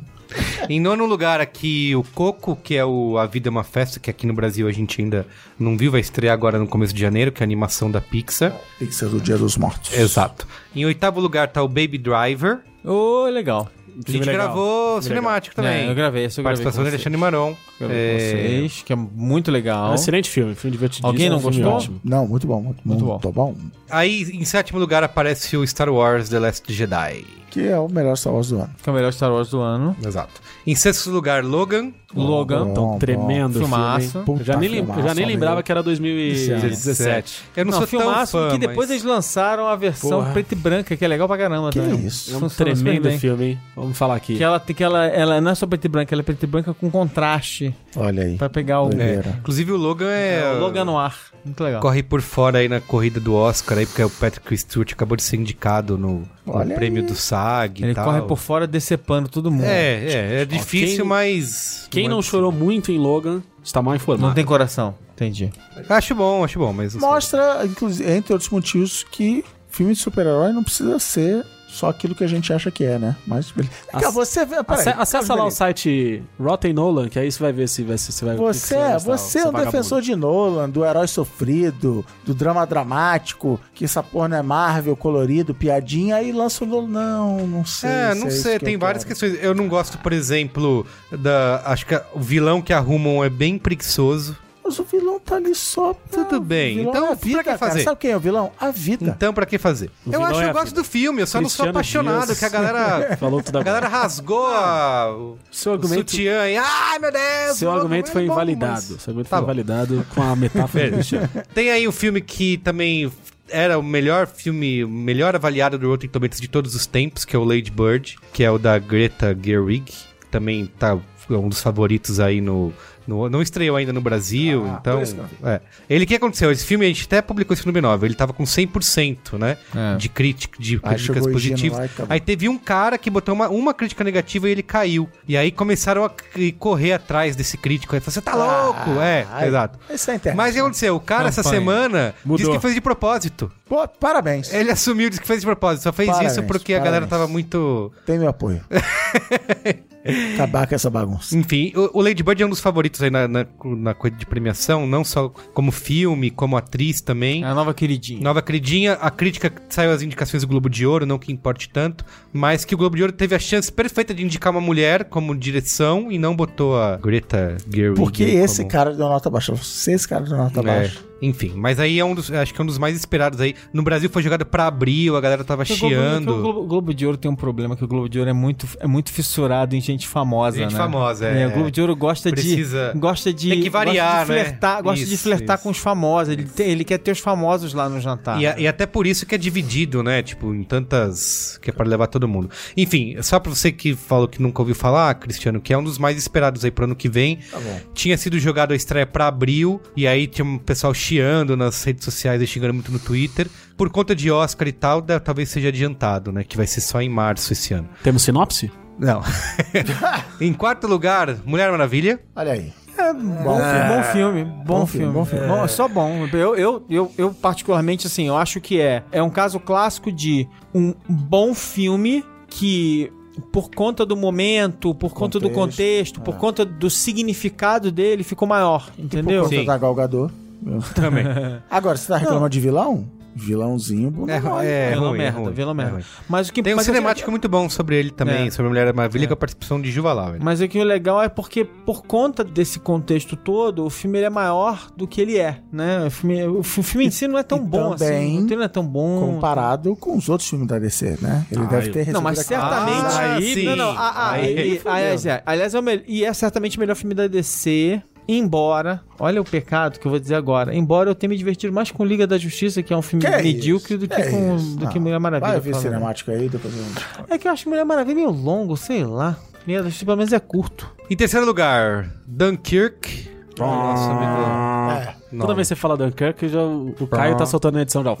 S1: Em nono lugar aqui, o Coco, que é o A Vida é uma Festa, que aqui no Brasil a gente ainda não viu, vai estrear agora no começo de janeiro, que é a animação da Pixar.
S2: Tem que ser do Dia dos Mortos.
S1: Exato. Em oitavo lugar tá o Baby Driver.
S4: Ô, legal.
S1: A gente gravou cinemático também.
S4: É, eu gravei, esse eu gravei
S1: Participação
S4: com
S1: do
S4: vocês.
S1: Alexandre Maron.
S4: Gravei com vocês, que é muito legal.
S6: É um excelente filme, filme divertidíssimo.
S4: Alguém não
S6: filme
S4: gostou?
S6: ótimo.
S2: Não, muito bom, muito,
S4: Muito bom.
S2: bom. Tá bom.
S1: Aí, em sétimo lugar, aparece o Star Wars The Last Jedi.
S2: Que é o melhor Star Wars do ano.
S4: Que é o melhor Star Wars do ano.
S1: Exato. Em sexto lugar, Logan.
S4: Logan.
S2: Bom,
S6: Então,
S2: bom.
S6: tremendo
S4: Filmaço.
S6: filme. hein? Eu já nem, lem- eu já nem
S2: Puta
S6: lembrava
S2: filmaço,
S6: que era 2017.
S1: Eu não, sou
S4: filmaço
S1: tão fã,
S4: que depois
S1: mas...
S4: eles lançaram a versão
S6: Porra.
S4: preta e branca, que é legal pra caramba
S2: Que
S4: também.
S2: isso?
S6: É um
S4: Funciona super
S6: tremendo
S4: bem.
S6: filme, hein? Vamos falar aqui.
S4: Que ela, que ela, ela não é só preta e branca, ela é preta e branca com contraste
S2: Olha aí.
S4: pra pegar o,
S2: É.
S1: É, Inclusive, o Logan é...
S4: é, o Logan no ar. Muito legal.
S1: Corre por fora aí na corrida do Oscar, aí, porque o Patrick Stewart acabou de ser indicado no, no
S2: Olha
S1: prêmio do SAG
S4: Ele
S1: e tal.
S4: corre por fora decepando todo mundo.
S1: É, é, é difícil,
S6: quem-
S1: mas...
S6: Quem
S1: mas-
S6: não é chorou muito em Logan está mal informado.
S4: Não tem coração. Entendi.
S1: Acho bom, acho bom, mas... assim, não sei.
S2: é, Mostra, inclusive, entre outros motivos, que filme de super-herói não precisa ser só aquilo que a gente acha que é, né? Mas. beleza. Vem cá,
S6: Ac-
S2: você vê. peraí.
S6: Ace- acessa lá o
S2: Beleza.
S6: site Rotten Nolan, que aí você vai ver se vai se, se vai
S2: Você,
S6: vai gostar,
S2: você é
S6: seu
S2: um
S6: vagabundo.
S2: defensor de Nolan, do herói sofrido, do drama dramático, que essa porra não é Marvel, colorido, piadinha, aí lança o Nolan. Não, não sei.
S1: É,
S2: se
S1: não
S2: isso
S1: sei,
S2: que
S1: tem
S2: eu
S1: várias
S2: quero.
S1: questões. Eu não gosto, por exemplo, da. Acho que a- o vilão que arrumam é bem preguiçoso.
S2: Mas o vilão tá ali só. pra-
S1: Tudo bem,
S2: o vilão
S1: então
S2: é a
S1: pra
S2: vida,
S1: que
S2: cara.
S1: fazer?
S2: Sabe quem é o vilão? A vida.
S6: Tá.
S1: Então, pra que fazer?
S6: O
S1: eu
S6: vilão
S1: acho
S6: é
S1: que
S6: a
S1: eu gosto
S6: vida.
S1: do filme, eu só
S6: Cristiano
S1: não sou apaixonado,
S6: Dias.
S1: que a galera.
S6: Falou tudo
S1: A galera
S6: agora.
S1: rasgou a, o
S6: Seu argumento,
S1: sutiã e. Ai, meu Deus!
S6: seu
S1: o outro
S6: argumento
S1: é
S6: foi
S1: bom,
S6: invalidado.
S1: mas-
S6: Seu argumento
S1: Tá
S6: foi
S1: bom.
S6: invalidado com a metáfora do Cristiano.
S1: Tem aí um filme que também era o melhor filme, o melhor avaliado do Rotten Tomatoes de todos os tempos, que é o Lady Bird, que é o da Greta Gerwig, que também tá é um dos favoritos aí no, no- não estreou ainda no Brasil,
S2: Ah,
S1: então
S2: por isso que eu não vi.
S1: é. Ele o que aconteceu, esse filme a gente até publicou esse filme 9, ele tava com 100%, né,
S4: É.
S1: de crítica, de
S2: Aí
S1: críticas
S2: chegou o Gino
S1: positivas.
S2: lá e acabou.
S1: Aí teve um cara que botou uma, uma crítica negativa e ele caiu. E aí começaram a c- correr atrás desse crítico. Aí falou, você tá louco? É,
S2: Ah, ai.
S1: exato.
S2: Isso é internet.
S1: Mas o que aconteceu? O cara essa
S4: Campanha.
S1: semana
S6: Mudou.
S1: disse que fez de propósito.
S2: Pô, parabéns.
S1: Ele assumiu, disse que fez de propósito. Só fez
S2: Parabéns,
S1: isso porque a galera
S2: parabéns.
S1: tava muito.
S2: Tem meu apoio. Acabar com essa bagunça.
S1: Enfim, o o Lady Bird é um dos favoritos aí na, na, na coisa de premiação, não só como filme, como atriz também.
S4: É a nova queridinha.
S1: Nova queridinha, a crítica saiu as indicações do Globo de Ouro, não que importe tanto, mas que o Globo de Ouro teve a chance perfeita de indicar uma mulher como direção e não botou a Greta Gerwig.
S2: Porque esse
S1: como-
S2: cara tá deu nota baixa. Se esse cara deu nota
S1: tá É,
S2: baixa.
S1: Enfim, mas aí é um dos, acho que é um dos mais esperados aí. No Brasil foi jogado pra abril, a galera tava
S4: Porque o Globo-
S1: chiando.
S4: O Globo, o Globo de Ouro tem um problema, que o Globo de Ouro é muito, é muito fissurado em gente famosa,
S1: Gente
S4: né?
S1: famosa, é.
S4: O Globo de Ouro gosta
S1: Precisa-
S4: de... Gosta de...
S1: Tem que variar,
S4: gosta de
S1: né?
S4: flertar, Gosta de
S1: Isso,
S4: flertar
S1: isso.
S4: com os famosos. Ele, tem- ele quer ter os famosos lá no jantar.
S1: E, a- e até por isso que é dividido, né? Tipo, em tantas. que é pra levar todo mundo. Enfim, só pra você que falou que nunca ouviu falar, Cristiano, que é um dos mais esperados aí pro ano que vem.
S2: tá
S1: Tinha sido jogado a estreia pra abril, e aí tinha um pessoal chiando nas redes sociais e xingando muito no Twitter. Por conta de Oscar e tal, da- talvez seja adiantado, né? Que vai ser só em março esse ano.
S6: Temos sinopse?
S1: Não. em quarto lugar, Mulher Maravilha.
S2: Olha aí.
S1: É
S4: Bom, filme, bom filme, bom,
S2: É. Bom
S4: filme.
S2: filme, bom filme.
S4: Bom, só bom. Eu, eu, eu, eu, particularmente, assim, eu acho que é, é um caso clássico de um bom filme que, por conta do momento, por conta do
S2: Contexto, é.
S4: contexto, por conta do significado dele, ficou maior, entendeu?
S2: Por conta
S1: Sim.
S2: da Gal Gadot.
S1: Também.
S2: Agora, você tá reclamando de vilão? vilãozinho. bom,
S1: É,
S2: não,
S1: é,
S4: vilão
S1: ruim, é
S4: merda,
S1: ruim,
S4: vilão
S1: é
S4: merda.
S1: ruim.
S4: Mas o que
S1: Tem um
S4: mas
S1: cinemático muito bom sobre ele também,
S4: É.
S1: sobre a Mulher Maravilha, com a participação de Juva né? Lauer.
S4: Mas o que o legal é porque, por conta desse contexto todo, o filme ele é maior do que ele é, né? O filme, o fi- o filme em si não é tão
S2: e
S4: bom
S2: também
S4: assim. O roteiro não é tão
S1: um-
S4: bom.
S2: Comparado com os outros filmes da DC, né? Ele deve ter recebido
S4: Não, mas
S2: aquela-
S4: certamente.
S1: Ah, sim.
S4: não, não. ah, ah,
S1: Aí
S4: e- e- aliás, é, aliás, é o melhor, e é certamente o melhor filme da DC. Embora, olha o pecado que eu vou dizer agora. Embora eu tenha me divertido mais com Liga da Justiça, que é um filme
S2: Que
S4: medíocre,
S2: isso?
S4: do que,
S2: Que é
S4: com,
S2: isso?
S4: do que
S2: Não.
S4: Mulher Maravilha.
S2: Vai ver
S4: falando.
S2: cinemático aí, depois eu...
S4: É que eu acho Mulher Maravilha meio longo, sei lá. Liga da Justiça pelo menos é curto.
S1: Em terceiro lugar, Dunkirk.
S2: Ah.
S1: Nossa, amigo.
S6: Toda
S1: Não,
S6: vez que você fala Dunkirk, já, o o Caio tá soltando na edição já.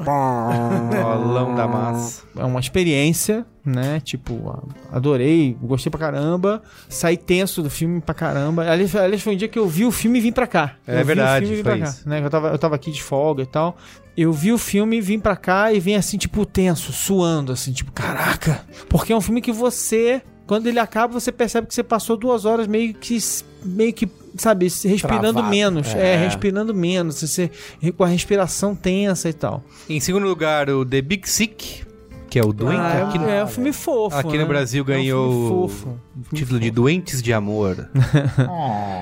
S1: Bolão da massa.
S4: é uma experiência, né? Tipo, a- adorei, gostei pra caramba. Saí tenso do filme pra caramba. Aliás, aliás, foi um dia que eu vi o filme e vim pra cá.
S1: É
S4: Eu vi o
S1: verdade,
S4: filme e vim
S1: foi
S4: pra cá,
S1: isso.
S4: né? Eu tava, eu tava aqui de folga e tal. Eu vi o filme, vim pra cá e vim assim, tipo, tenso, suando, assim, tipo, caraca. Porque é um filme que você, quando ele acaba, você percebe que você passou duas horas meio que. meio que. Sabe, se respirando
S2: Travado,
S4: menos. É. respirando menos. Você, com a respiração tensa e tal.
S1: Em segundo lugar, o The Big Sick, que é o Doente.
S4: Ah,
S1: aqui,
S4: é um filme fofo.
S1: aqui
S4: né?
S1: no Brasil
S4: É um
S1: ganhou
S4: filme fofo. Um
S1: o
S4: filme
S1: título de
S4: fofo.
S1: Doentes de Amor.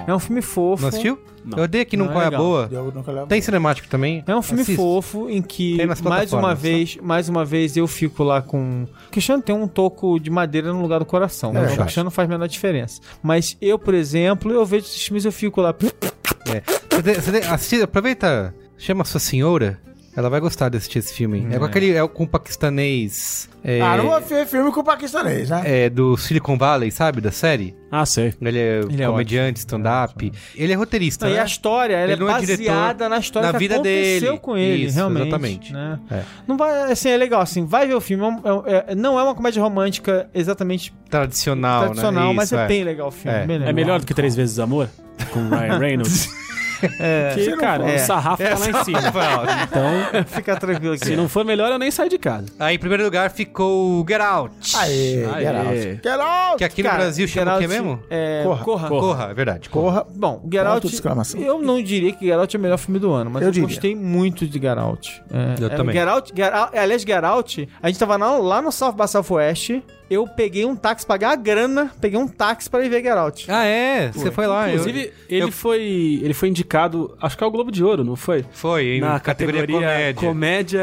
S4: É um filme fofo.
S1: Não assistiu?
S6: Não.
S1: Eu odeio aqui não
S4: Não é
S1: qual é a
S4: legal.
S1: boa.
S2: Ah. Diogo nunca leva-
S1: Tem cinemático também?
S4: É um filme
S1: Assiste.
S4: fofo em que
S1: Tem nas
S4: mais uma
S1: plataformas, né?
S4: vez, mais uma vez eu fico lá com Cristiano tem um toco de madeira no lugar do coração. né?
S1: chato.
S4: o Cristiano não faz a menor diferença. Mas eu, por exemplo, eu vejo esses filmes e eu fico lá.
S1: É. Você tem- você tem- assiste- aproveita, chama sua senhora. Ela vai gostar de assistir esse filme. É, com aquele. É com o paquistanês. É,
S2: Ah, não vou ver filme com o paquistanês, né?
S1: é, do Silicon Valley, sabe? Da série.
S6: Ah, sei.
S1: Ele é
S4: Ele é
S1: comediante, stand-up. ele é roteirista.
S4: Não,
S1: né?
S4: e a história, ela
S1: Ele
S4: é
S1: não é
S4: baseada
S1: diretor,
S4: na história
S1: na
S4: que
S1: vida
S4: aconteceu
S1: dele.
S4: com ele,
S1: Isso,
S4: realmente.
S1: exatamente.
S4: né?
S1: É.
S4: Não vai, assim, é legal, assim, vai ver o filme. é um- é- é- não é uma comédia romântica exatamente
S1: Tradicional,
S4: tradicional,
S1: né?
S4: mas
S1: Isso,
S4: é bem legal o filme.
S1: É.
S4: bem
S6: É
S4: legal.
S6: melhor do que Três Vezes Amor? Com Ryan Reynolds?
S4: É,
S6: Porque, cara,
S4: é.
S6: o sarrafo tá lá em cima. Então,
S4: fica tranquilo aqui.
S6: se não for melhor, eu nem saio de casa.
S1: Aí, em primeiro lugar, ficou o Get Out.
S2: Aê,
S6: Aê.
S2: Get Out. Get Out!
S1: que aqui no
S4: Cara,
S1: Brasil chama
S4: Get
S1: o quê
S4: Out,
S1: mesmo?
S4: É,
S2: Corra.
S4: Corra.
S1: Corra, é verdade. Corra.
S2: Porra,
S4: Bom, Geralt.
S2: Ponto de exclamação.
S4: Eu não diria que Geralt é o melhor filme do ano, mas
S2: Eu
S4: eu,
S2: diria.
S4: gostei muito de Geralt. É,
S1: Eu
S4: é,
S1: também.
S4: Geralt, Geralt, aliás, Geralt, a gente tava na- lá no South by Southwest. Eu peguei um táxi, pagar a grana, peguei um táxi pra ir ver Geralt.
S1: Ah, é? Você foi lá. eu-
S6: Inclusive, ele, Foi, ele foi indicado, acho que é o Globo de Ouro, não foi?
S1: Foi, em
S6: Na
S1: categoria,
S6: categoria,
S1: comédia.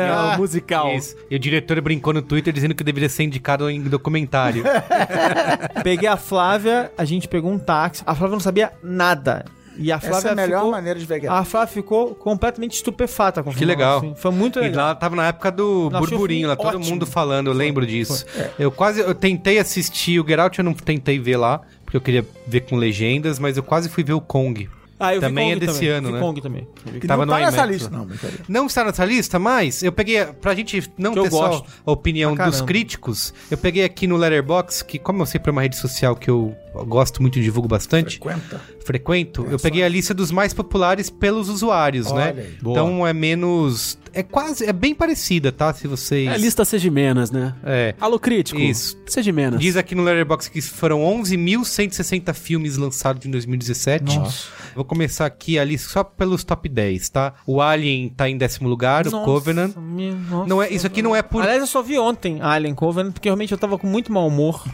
S6: comédia musical.
S1: Isso. E o diretor brincou no Twitter dizendo que deveria ser indicado em documentário.
S4: Peguei a Flávia, a gente pegou um táxi. A Flávia não sabia nada. E a Flávia
S2: essa é a melhor
S4: ficou,
S2: maneira de ver Get Out.
S4: A Flávia ficou completamente estupefata com o
S1: Que
S4: filme,
S1: legal.
S4: assim. Foi muito
S1: E
S4: legal.
S1: lá tava na época do
S4: Não, achei
S1: burburinho,
S4: o
S1: lá
S4: filme
S1: todo
S4: ótimo.
S1: mundo falando, eu lembro disso. Eu quase, eu tentei assistir o Geralt, eu não tentei ver lá, porque eu queria ver com legendas, mas eu quase fui ver o Kong.
S4: Ah, eu vi
S1: também é
S4: Kong
S1: desse ano,
S4: vi
S1: né?
S4: Kong também.
S2: Que
S1: tava
S2: não tá
S1: no
S2: nessa
S1: IMAX,
S2: lista,
S1: né?
S2: não, brincadeira.
S1: Não está nessa lista, mas eu peguei, pra gente não
S4: Que eu
S1: ter só
S4: gosto.
S1: a opinião
S4: Pra
S1: dos
S4: caramba.
S1: críticos, eu peguei aqui no Letterboxd, que como eu sempre é uma rede social que eu gosto muito e divulgo bastante,
S2: Frequenta.
S1: frequento, eu peguei a lista dos mais populares pelos usuários,
S2: Olha
S1: né?
S2: aí.
S1: Então é menos, é quase, é bem parecida, tá? Se vocês...
S6: É a lista seja de menos, né?
S1: É.
S6: Alô, crítico.
S1: Isso.
S6: Seja de menos.
S1: Diz aqui no Letterboxd que foram 11.160 filmes lançados em 2017. Vou começar aqui ali só pelos top 10, tá? O Alien tá em décimo lugar, o
S4: Nossa,
S1: Covenant.
S4: minha- nossa.
S1: Não é, isso aqui não é por.
S4: Aliás, eu só vi ontem Alien Covenant, porque realmente eu tava com muito mau humor.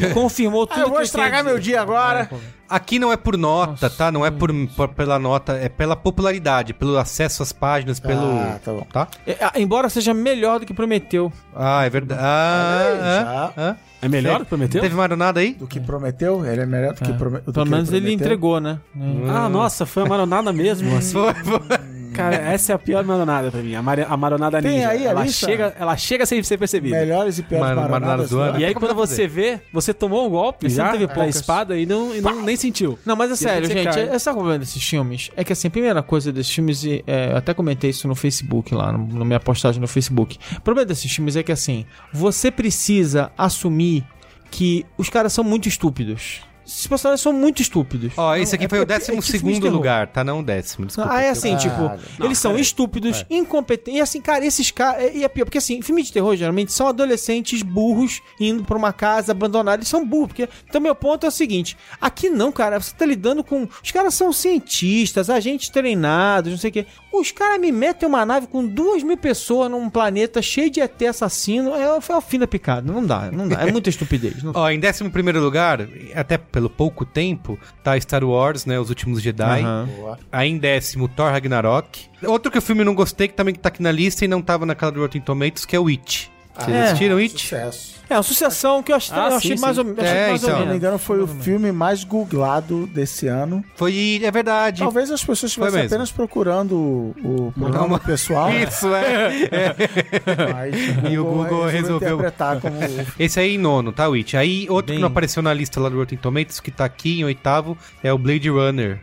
S4: E confirmou tudo
S2: Ah, eu vou
S4: que
S2: estragar
S4: tinha
S2: meu
S4: dito.
S2: dia agora.
S1: Aqui não é por nota, tá? Não é por, por- pela nota, é pela popularidade, pelo acesso às páginas, pelo.
S2: Ah, tá bom.
S1: Tá?
S4: É, ah, embora seja melhor do que prometeu.
S1: Ah, é verdade. Ah,
S2: já.
S1: ah, ah.
S6: É melhor que prometeu?
S1: Teve maronada aí?
S2: Do que prometeu, ele é melhor do que prome- do que é prometeu.
S4: Pelo menos ele entregou, né?
S6: Ah, nossa, foi a maronada mesmo.
S1: Foi, foi.
S6: Cara, essa é a pior maronada pra mim. A, mari- a maronada
S2: Tem
S6: ninja.
S2: aí a
S6: ela,
S2: lista?
S6: chega, ela chega sem ser percebida.
S2: Melhores e piores
S1: Mar- Maronadas
S2: maronadas.
S1: do ano.
S6: E
S2: né?
S6: aí, quando você vê, você tomou um golpe
S4: Esse
S6: já
S4: não teve
S6: com a
S4: poucas.
S6: espada e, não, e não- nem sentiu.
S4: Não, mas é sério,
S6: você
S4: gente.
S6: cai.
S4: Essa é o problema desses filmes. É que assim, a primeira coisa desses filmes, e, é, eu até comentei isso no Facebook lá, no- na minha postagem no Facebook. O problema desses filmes é que assim, você precisa assumir que os caras são muito estúpidos. esses personagens são muito estúpidos.
S1: Ó, esse aqui
S4: É
S1: foi o
S4: porque- é
S1: décimo
S4: tipo filme de
S1: segundo
S4: terror.
S1: lugar, tá? Não o décimo, desculpa.
S4: Ah, é assim, tipo, eles são estúpidos, incompetentes. E assim, cara, esses caras. E é pior, porque assim, filme de terror geralmente são adolescentes burros indo pra uma casa abandonada. Eles são burros, porque. Então, meu ponto é o seguinte: aqui não, cara, você tá lidando com. Os caras são cientistas, agentes treinados, não sei o quê. Os caras me metem uma nave com duas mil pessoas num planeta cheio de ET assassino. É, é o fim da picada. Não dá, não dá. É muita estupidez. Não
S1: Ó, em décimo primeiro lugar, até pelo pouco tempo, tá Star Wars, né? Os Últimos Jedi.
S4: Aham.
S1: Aí em décimo, Thor Ragnarok. Outro que o filme não gostei, que também tá aqui na lista e não tava naquela do Rotten Tomatoes, que é o It. Vocês
S4: é.
S1: assistiram It?
S2: Sucesso.
S4: É uma sucessão que eu achei,
S6: Ah,
S4: eu achei
S6: sim, sim.
S4: mais ou, eu achei
S1: É,
S4: mais ou
S1: então.
S2: Se não me
S4: menos.
S2: engano, foi o filme mais googlado desse ano.
S1: Foi, é verdade.
S2: Talvez as pessoas
S1: Foi
S2: estivessem
S1: mesmo.
S2: apenas procurando o, o programa
S1: uma-
S2: pessoal.
S1: Isso, é.
S2: mas é
S1: E o Google resolveu.
S2: interpretar como o
S1: Esse aí em nono, tá, Witch? Aí outro
S4: Bem-
S1: que não apareceu na lista lá do Rotten Tomatoes, que tá aqui em oitavo, é o Blade Runner.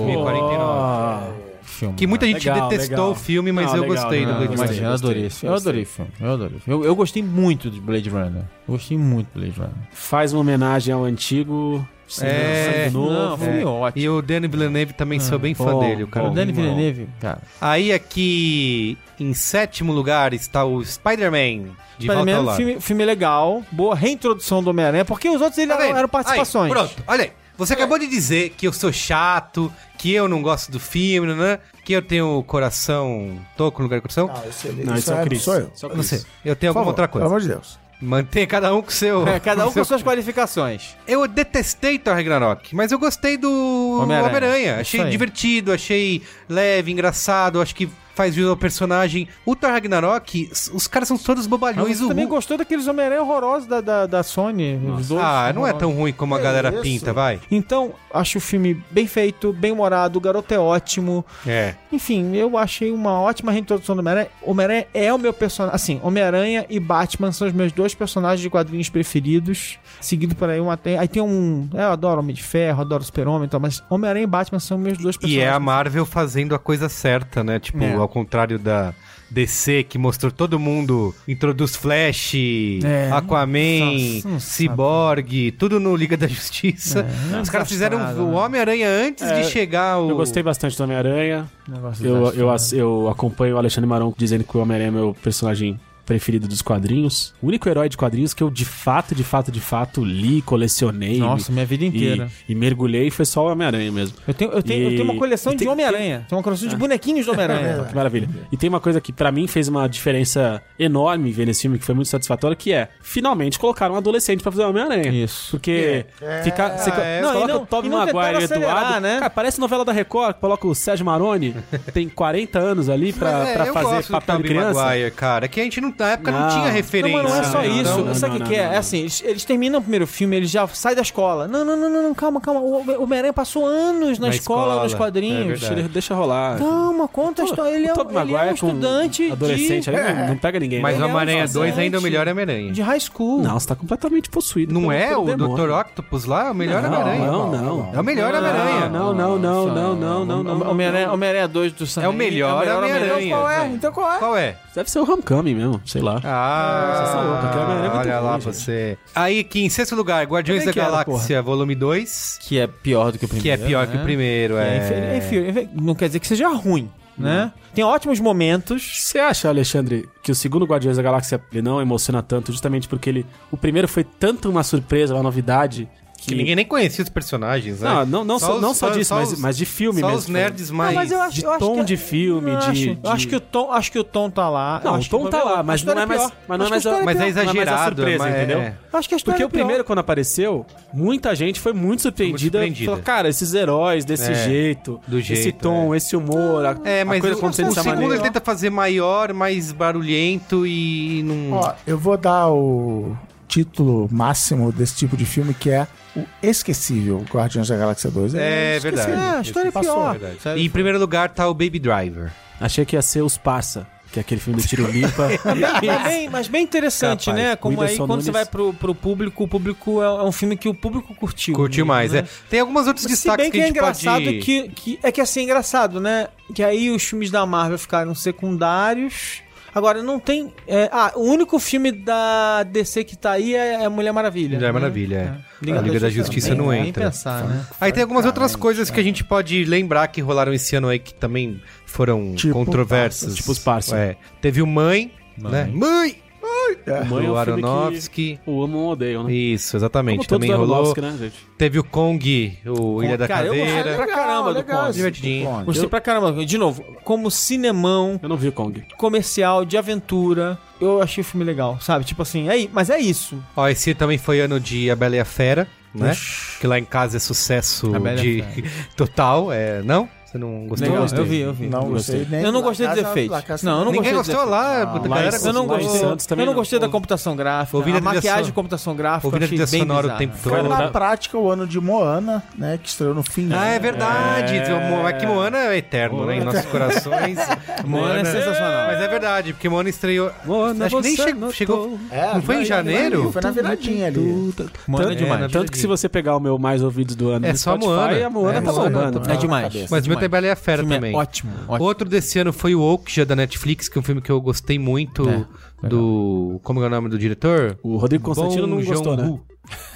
S1: 2049.
S8: Filme,
S1: Que muita
S8: cara.
S1: gente
S8: Legal,
S1: detestou
S8: legal.
S1: o filme, mas
S8: Não,
S1: eu
S8: legal,
S4: Ah,
S1: gostei
S8: não,
S1: do Blade
S8: gostei,
S1: Runner.
S8: Eu adorei esse filme, eu adorei o filme, eu adorei o filme. Eu, eu gostei muito de Blade Runner. Eu gostei muito de Blade Runner.
S6: Faz uma homenagem ao antigo.
S1: É.
S6: cinema novo.
S8: Não, filme
S1: é.
S8: ótimo.
S1: E o Danny Villeneuve também sou bem fã
S8: Ah, Bom,
S1: dele, o cara.
S8: bom.
S1: é
S8: O Danny
S1: muito bom.
S8: Villeneuve, cara.
S1: Aí aqui, em sétimo lugar, está o Spider-Man, de volta ao
S4: Spider-Man, é um
S1: lar.
S4: filme, filme legal, boa reintrodução do Homem-Aranha, porque os outros ele
S1: Tá vendo?
S4: eram participações.
S1: Aí, pronto, olha aí. Você acabou de dizer que eu sou chato, que eu não gosto do filme, né? que eu tenho o coração... Tô com lugar do coração?
S2: Não, esse,
S6: Não, esse é o Chris.
S2: Sou eu.
S6: Só
S1: não sei, eu tenho alguma
S2: Tá, Por favor,
S1: outra coisa.
S2: Pelo amor de Deus.
S1: Mantenha cada um com o seu...
S4: É, cada um
S1: seu-
S4: com suas qualificações.
S1: Eu detestei Thor Ragnarok, mas eu gostei do
S4: Homem-Aranha.
S1: Homem-Aranha.
S4: Isso
S1: achei
S4: aí.
S1: divertido, achei leve, engraçado, acho que faz jus ao personagem. O Thor Ragnarok, s- os caras são todos bobalhões.
S4: Mas você
S1: o
S4: também
S1: Hulk-
S4: gostou daqueles Homem-Aranha horrorosos da, da, da Sony. os dois
S1: Ah, não é
S4: horrorosos.
S1: tão ruim como a
S2: Que
S1: galera
S2: isso?
S1: pinta, vai.
S4: Então, acho o filme bem feito, bem humorado, o garoto é ótimo.
S1: É.
S4: Enfim, eu achei uma ótima reintrodução do Homem-Aranha. Homem-Aranha é o meu personagem. Assim, Homem-Aranha e Batman são os meus dois personagens de quadrinhos preferidos. Seguido por aí uma. tem- Aí tem um. Eu adoro Homem de Ferro, adoro Super-Homem e tal, mas Homem-Aranha e Batman são meus dois
S1: E
S4: personagens.
S1: é a Marvel fazendo a coisa certa, né? Tipo,
S4: É.
S1: ao contrário da DC, que mostrou todo mundo, introduz Flash, Aquaman,
S4: É. não- não sabe.
S1: Cyborg, tudo no Liga da Justiça. Os caras fizeram
S4: engraçado,
S1: o
S4: né?
S1: Homem-Aranha antes de chegar o...
S6: Eu gostei bastante do Homem-Aranha.
S4: Negócio
S6: Eu,
S4: desastroso.
S6: eu, ass- eu acompanho o Alexandre Maron dizendo que o Homem-Aranha é meu personagem preferido dos quadrinhos. O único herói de quadrinhos que eu de fato, de fato, de fato li, colecionei.
S4: Nossa, minha vida
S6: me-
S4: inteira.
S6: E, e mergulhei foi só o Homem-Aranha mesmo.
S4: Eu tenho, eu tenho, eu tenho
S6: E-
S4: uma coleção
S6: e
S4: de
S6: tem- Ah.
S4: Homem-Aranha. Tem uma coleção de bonequinhos do Homem-Aranha.
S6: Que maravilha.
S4: Uhum.
S6: E tem uma coisa que pra mim fez uma diferença enorme ver nesse filme, que foi muito satisfatória, que é finalmente colocaram um adolescente pra fazer o Homem-Aranha.
S4: Isso.
S6: Porque fica. Você, co-
S1: é,
S6: você
S4: não, e
S6: coloca
S4: não-
S6: o Tobey
S4: e não
S6: Maguire e
S4: tentaram
S6: o Eduardo.
S4: acelerar, né?
S6: Cara, parece novela da Record, que coloca o Sérgio Maroni, tem 40 anos ali pra,
S1: Mas, é,
S6: pra
S1: eu
S6: fazer
S1: gosto do
S6: papel de
S1: Tobey
S6: criança.
S1: Maguire, cara. É Que a gente não, na época não,
S6: Não.
S1: tinha
S4: Não,
S1: referência.
S4: mas não é só
S6: né?
S4: isso.
S1: Então,
S6: não,
S4: Sabe o que,
S6: não,
S4: que é?
S6: não,
S4: é assim, eles, eles terminam o primeiro filme, eles já saem da escola. Não, não, não, não, não, calma, calma. O Homem- o Homem-Aranha passou anos na,
S1: Na
S4: escola,
S1: escola.
S4: nos
S1: É
S4: quadrinhos.
S1: verdade.
S6: Deixa, deixa rolar.
S4: calma, conta a história. Ele é,
S6: o
S4: um-
S6: Tobey
S4: ele é um
S6: Maguire com
S4: estudante
S6: adolescente,
S4: de,
S6: aí não, não pega ninguém.
S1: mas
S6: né?
S1: o
S4: Ele é um
S1: Homem-Aranha 2
S4: fazante.
S1: ainda é o melhor Homem-Aranha.
S4: de high school.
S6: Não, você tá completamente possuído.
S1: Não
S6: pelo-
S1: é
S6: pelo
S1: o
S6: demônio.
S1: Dr. Octopus lá? É o melhor
S6: Não,
S1: Homem-Aranha.
S6: não, não.
S1: É o melhor Homem-Aranha.
S6: Não, não, não, não, não, não, não.
S4: Homem- Homem-Aranha Homem-Aranha 2 do Sam
S1: É o
S4: Raimi,
S1: melhor Homem-Aranha.
S4: Então qual é? Então qual é?
S1: Qual é?
S6: Deve ser o Homecoming mesmo, sei lá. vocês são loucos, aquele Homem-Aranha é
S1: Ah,
S6: muito
S1: olha
S6: bom,
S1: lá
S6: gente.
S1: você. Aí que em sexto lugar, Guardiões
S4: Eu nem
S1: da
S4: quero,
S1: Galáxia, volume 2,
S8: Que é pior do que o
S1: que
S8: primeiro.
S1: é pior que o
S8: né?
S1: primeiro, é.
S4: É, enfim, enfim, não quer dizer que seja ruim, né? Tem ótimos momentos.
S6: Você acha, Alexandre, que o segundo Guardiões da Galáxia ele não emociona tanto, justamente porque ele. O primeiro foi tanto uma surpresa, uma novidade. Que,
S1: Que ninguém nem conhecia os personagens, né?
S6: Não, não, não só,
S1: os-
S6: não só disso, mas,
S1: os-
S6: mas de filme
S1: só
S6: mesmo.
S1: os nerds mais...
S4: Ah, mas eu acho-
S6: De
S4: eu acho
S6: tom
S4: que-
S6: de filme,
S4: Eu
S6: de.
S4: acho,
S6: de-
S4: eu acho que o tom, acho que o tom tá lá. Eu
S6: Não, o
S4: acho
S6: tom
S4: que
S6: tá lá,
S4: a
S6: mas não
S4: história
S6: é mais.
S4: pior.
S6: Mas não é
S4: Acho
S6: mais.
S4: que a história
S1: Mas é
S4: pior.
S1: exagerado,
S6: Não é mais a surpresa,
S1: mas é-
S6: entendeu?
S1: é.
S4: Acho que a história
S6: Porque
S4: é
S6: o
S4: pior.
S6: primeiro, quando apareceu, muita gente foi muito surpreendida.
S1: Muito surpreendida.
S6: Falou, cara, esses heróis desse
S1: É,
S6: jeito,
S1: do
S6: esse
S1: jeito,
S6: tom, esse humor, a,
S1: É, mas
S6: a coisa
S1: o, o
S6: acontecendo
S1: segundo
S6: dessa maneira.
S1: ele tenta fazer maior, mais barulhento e não...
S2: Ó, eu vou dar o título máximo desse tipo de filme, que é o Esquecível Guardiões da Galáxia 2.
S1: É
S2: esquecível.
S1: verdade.
S4: É, a história é
S2: Passou.
S4: pior.
S6: né?
S1: E em primeiro lugar tá o Baby Driver.
S6: Achei que ia ser os Parça, que é aquele filme do Tiro Limpa.
S4: Mas é bem, mas bem interessante,
S6: Capaz.
S4: né? Como aí
S6: Whindersson
S4: quando você vai
S6: Nunes.
S4: pro, pro público, o público é, é um filme que o público curtiu.
S1: Curtiu mais,
S4: né?
S1: é. Tem algumas outros
S4: Mas se bem
S1: destaques
S4: que
S1: que a
S4: é
S1: gente
S4: engraçado
S1: pode...
S4: que, que. É que assim, é engraçado, né? Que aí os filmes da Marvel ficaram secundários. Agora, não tem. é, ah, o único filme da DC que tá aí é, é Mulher Maravilha.
S1: Mulher
S4: né?
S1: Maravilha, é.
S4: Liga
S1: A
S4: da
S1: Liga da
S4: Justiça
S1: Justiça
S4: também,
S1: não
S4: nem
S1: entra.
S4: pensar, né?
S1: Aí tem algumas outras coisas que a gente pode lembrar que rolaram esse ano aí que também foram
S2: Tipo
S1: controversas.
S2: Parsons.
S6: Tipo os Parsons.
S1: É. Teve o Mãe, né? Mãe!
S6: Mãe
S1: do
S6: é um filme que-
S1: Aronofsky.
S6: O amo ou odeiam, né?
S1: Isso,
S6: Como
S1: exatamente.
S6: todos
S1: Também
S6: do
S1: rolou.
S6: Aronofsky, né, gente?
S1: Teve o Kong, o Ilha da
S4: cara, eu gostei
S1: Caveira.
S4: pra caramba do Conde.
S1: Divertidinho.
S2: Conde.
S4: Gostei
S6: Eu-
S4: pra caramba. De novo, como cinemão,
S6: Eu não vi o Kong.
S4: comercial, de aventura, eu achei o filme legal, sabe? Tipo assim, é, i- mas é isso.
S1: Ó, esse também foi ano de A Bela e a Fera, né? Que lá em casa é sucesso
S8: A Bela e
S1: de
S8: a
S1: total. É, não? Você não gostou?
S4: Legal,
S1: Gostei.
S4: eu vi, eu vi.
S2: Não gostei nem
S4: Eu não
S2: La
S4: gostei de
S2: Casa-
S4: efeitos.
S2: La Casa-
S4: Não, eu não
S1: Ninguém
S4: gostei de
S1: gostou lá, a
S2: Não, lá em
S1: galera
S2: Santos-
S4: Eu não
S6: Lá em
S4: gostei,
S6: Santos também
S4: eu não
S6: não.
S4: gostei da computação gráfica,
S1: Ouvindo
S4: a
S1: a trilha
S4: maquiagem
S1: son-
S4: de computação gráfica, eu
S1: Ouvindo a
S4: achei
S1: trilha
S4: bem
S1: sonora o
S4: bizarro.
S1: tempo todo.
S6: Cara,
S2: Na
S6: tá-
S2: prática, o ano de Moana, né? Que estreou no fim.
S1: Ah, é verdade. É... que Moana é eterno, né? Em nossos corações.
S4: Moana é sensacional.
S1: Mas é verdade, porque Moana estreou.
S6: Moana,
S1: acho que nem
S6: você
S1: che-
S6: notou.
S1: chegou.
S2: É,
S1: não foi em
S2: na-
S1: janeiro?
S2: Foi na viradinha ali.
S4: Moana é demais.
S1: na
S6: Tanto que se você pegar o meu mais ouvidos do ano
S1: É
S6: no
S1: só a
S6: Spotify,
S1: Moana.
S6: a Moana
S1: É,
S6: tá
S1: Moana
S6: bombando.
S4: É demais.
S1: Mas o meu tem Bela e a Fera
S4: filme é
S1: também.
S4: ótimo, ótimo.
S1: Outro desse ano foi o Okja da Netflix, que é um filme que eu gostei muito do. Como é o nome do diretor?
S6: O Rodrigo Constantino não
S1: Bong
S6: gostou, né?
S1: Joon-ho.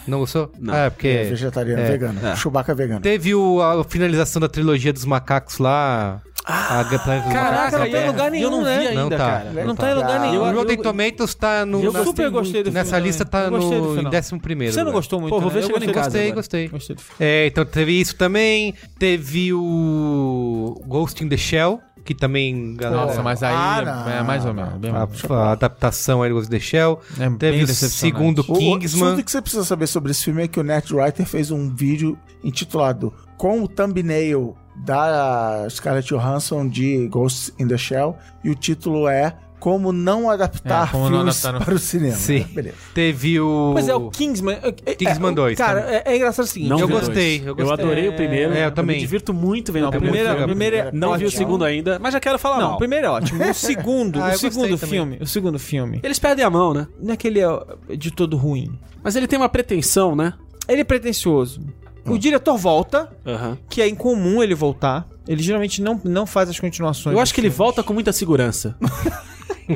S1: Não gostou?
S6: Não.
S1: Ah, porque.
S2: É, vegetariano,
S1: é.
S2: vegano. Chewbacca vegano.
S1: Teve o- a finalização da trilogia dos macacos lá. a Planeta dos
S4: Ah, Caraca,
S1: Macacos.
S4: não tem lugar
S6: eu
S4: nenhum,
S6: não vi
S4: né?
S6: ainda,
S1: Não tá.
S6: cara.
S4: Não tá em lugar nenhum.
S1: O
S4: Eu-
S1: Rotten
S4: eu-
S1: Tomatoes tá no.
S4: Eu
S1: na-
S4: super gostei do filme.
S1: Nessa lista tá
S4: Eu gostei do
S1: no, em
S4: final.
S1: 11.
S4: Você não gostou muito,
S6: Pô, vou
S4: né?
S6: ver
S4: Eu
S6: chegando
S4: gostei
S6: em casa.
S1: Gostei,
S6: agora.
S1: gostei.
S8: Gostei do filme.
S1: É, então teve isso também. Teve o Ghost in the Shell, que também, galera.
S8: Nossa, mas aí
S2: Ah, não.
S8: é mais ou menos.
S1: Ah,
S8: Bem mais.
S1: a, a adaptação aí do Ghost in the Shell.
S8: É
S1: Teve
S8: bem
S1: o
S8: decepcionante.
S1: segundo
S2: O- o-
S1: Kingsman.
S2: Tudo que você precisa saber sobre esse filme é que o Netwriter fez um vídeo intitulado Com o thumbnail da Scarlett Johansson de Ghost in the Shell e o título é Como Não Adaptar
S8: É, como não
S2: Filmes
S8: adaptar no-
S2: para o Cinema.
S1: Sim.
S2: Beleza.
S1: Teve o.
S4: Mas é o Kingsman. é- é-
S1: Kingsman
S4: é,
S1: 2,
S4: Cara,
S1: também.
S4: é, é engraçado o seguinte.
S6: Não
S1: Eu
S6: vi dois.
S1: gostei, eu gostei.
S6: adorei o primeiro.
S1: É, eu
S6: me
S1: também.
S6: divirto muito vendo
S1: Não,
S6: o
S1: o
S6: primeiro.
S4: primeiro-
S1: primeiro-
S4: o primeiro é-
S6: Não vi o
S2: ótimo.
S6: segundo ainda, mas já quero falar
S4: Não,
S6: mal.
S4: o primeiro é ótimo. O segundo,
S1: Ah,
S4: o
S1: eu gostei
S4: segundo
S1: também.
S4: filme, o segundo filme,
S6: Eles perdem a mão, né?
S4: não é que ele é de todo ruim.
S6: Mas ele tem uma pretensão, né?
S4: Ele é pretencioso. O diretor volta,
S6: Aham.
S4: que é incomum ele voltar. Ele geralmente não, não faz as continuações.
S6: Eu acho que ele
S4: dos filmes.
S6: volta com muita segurança.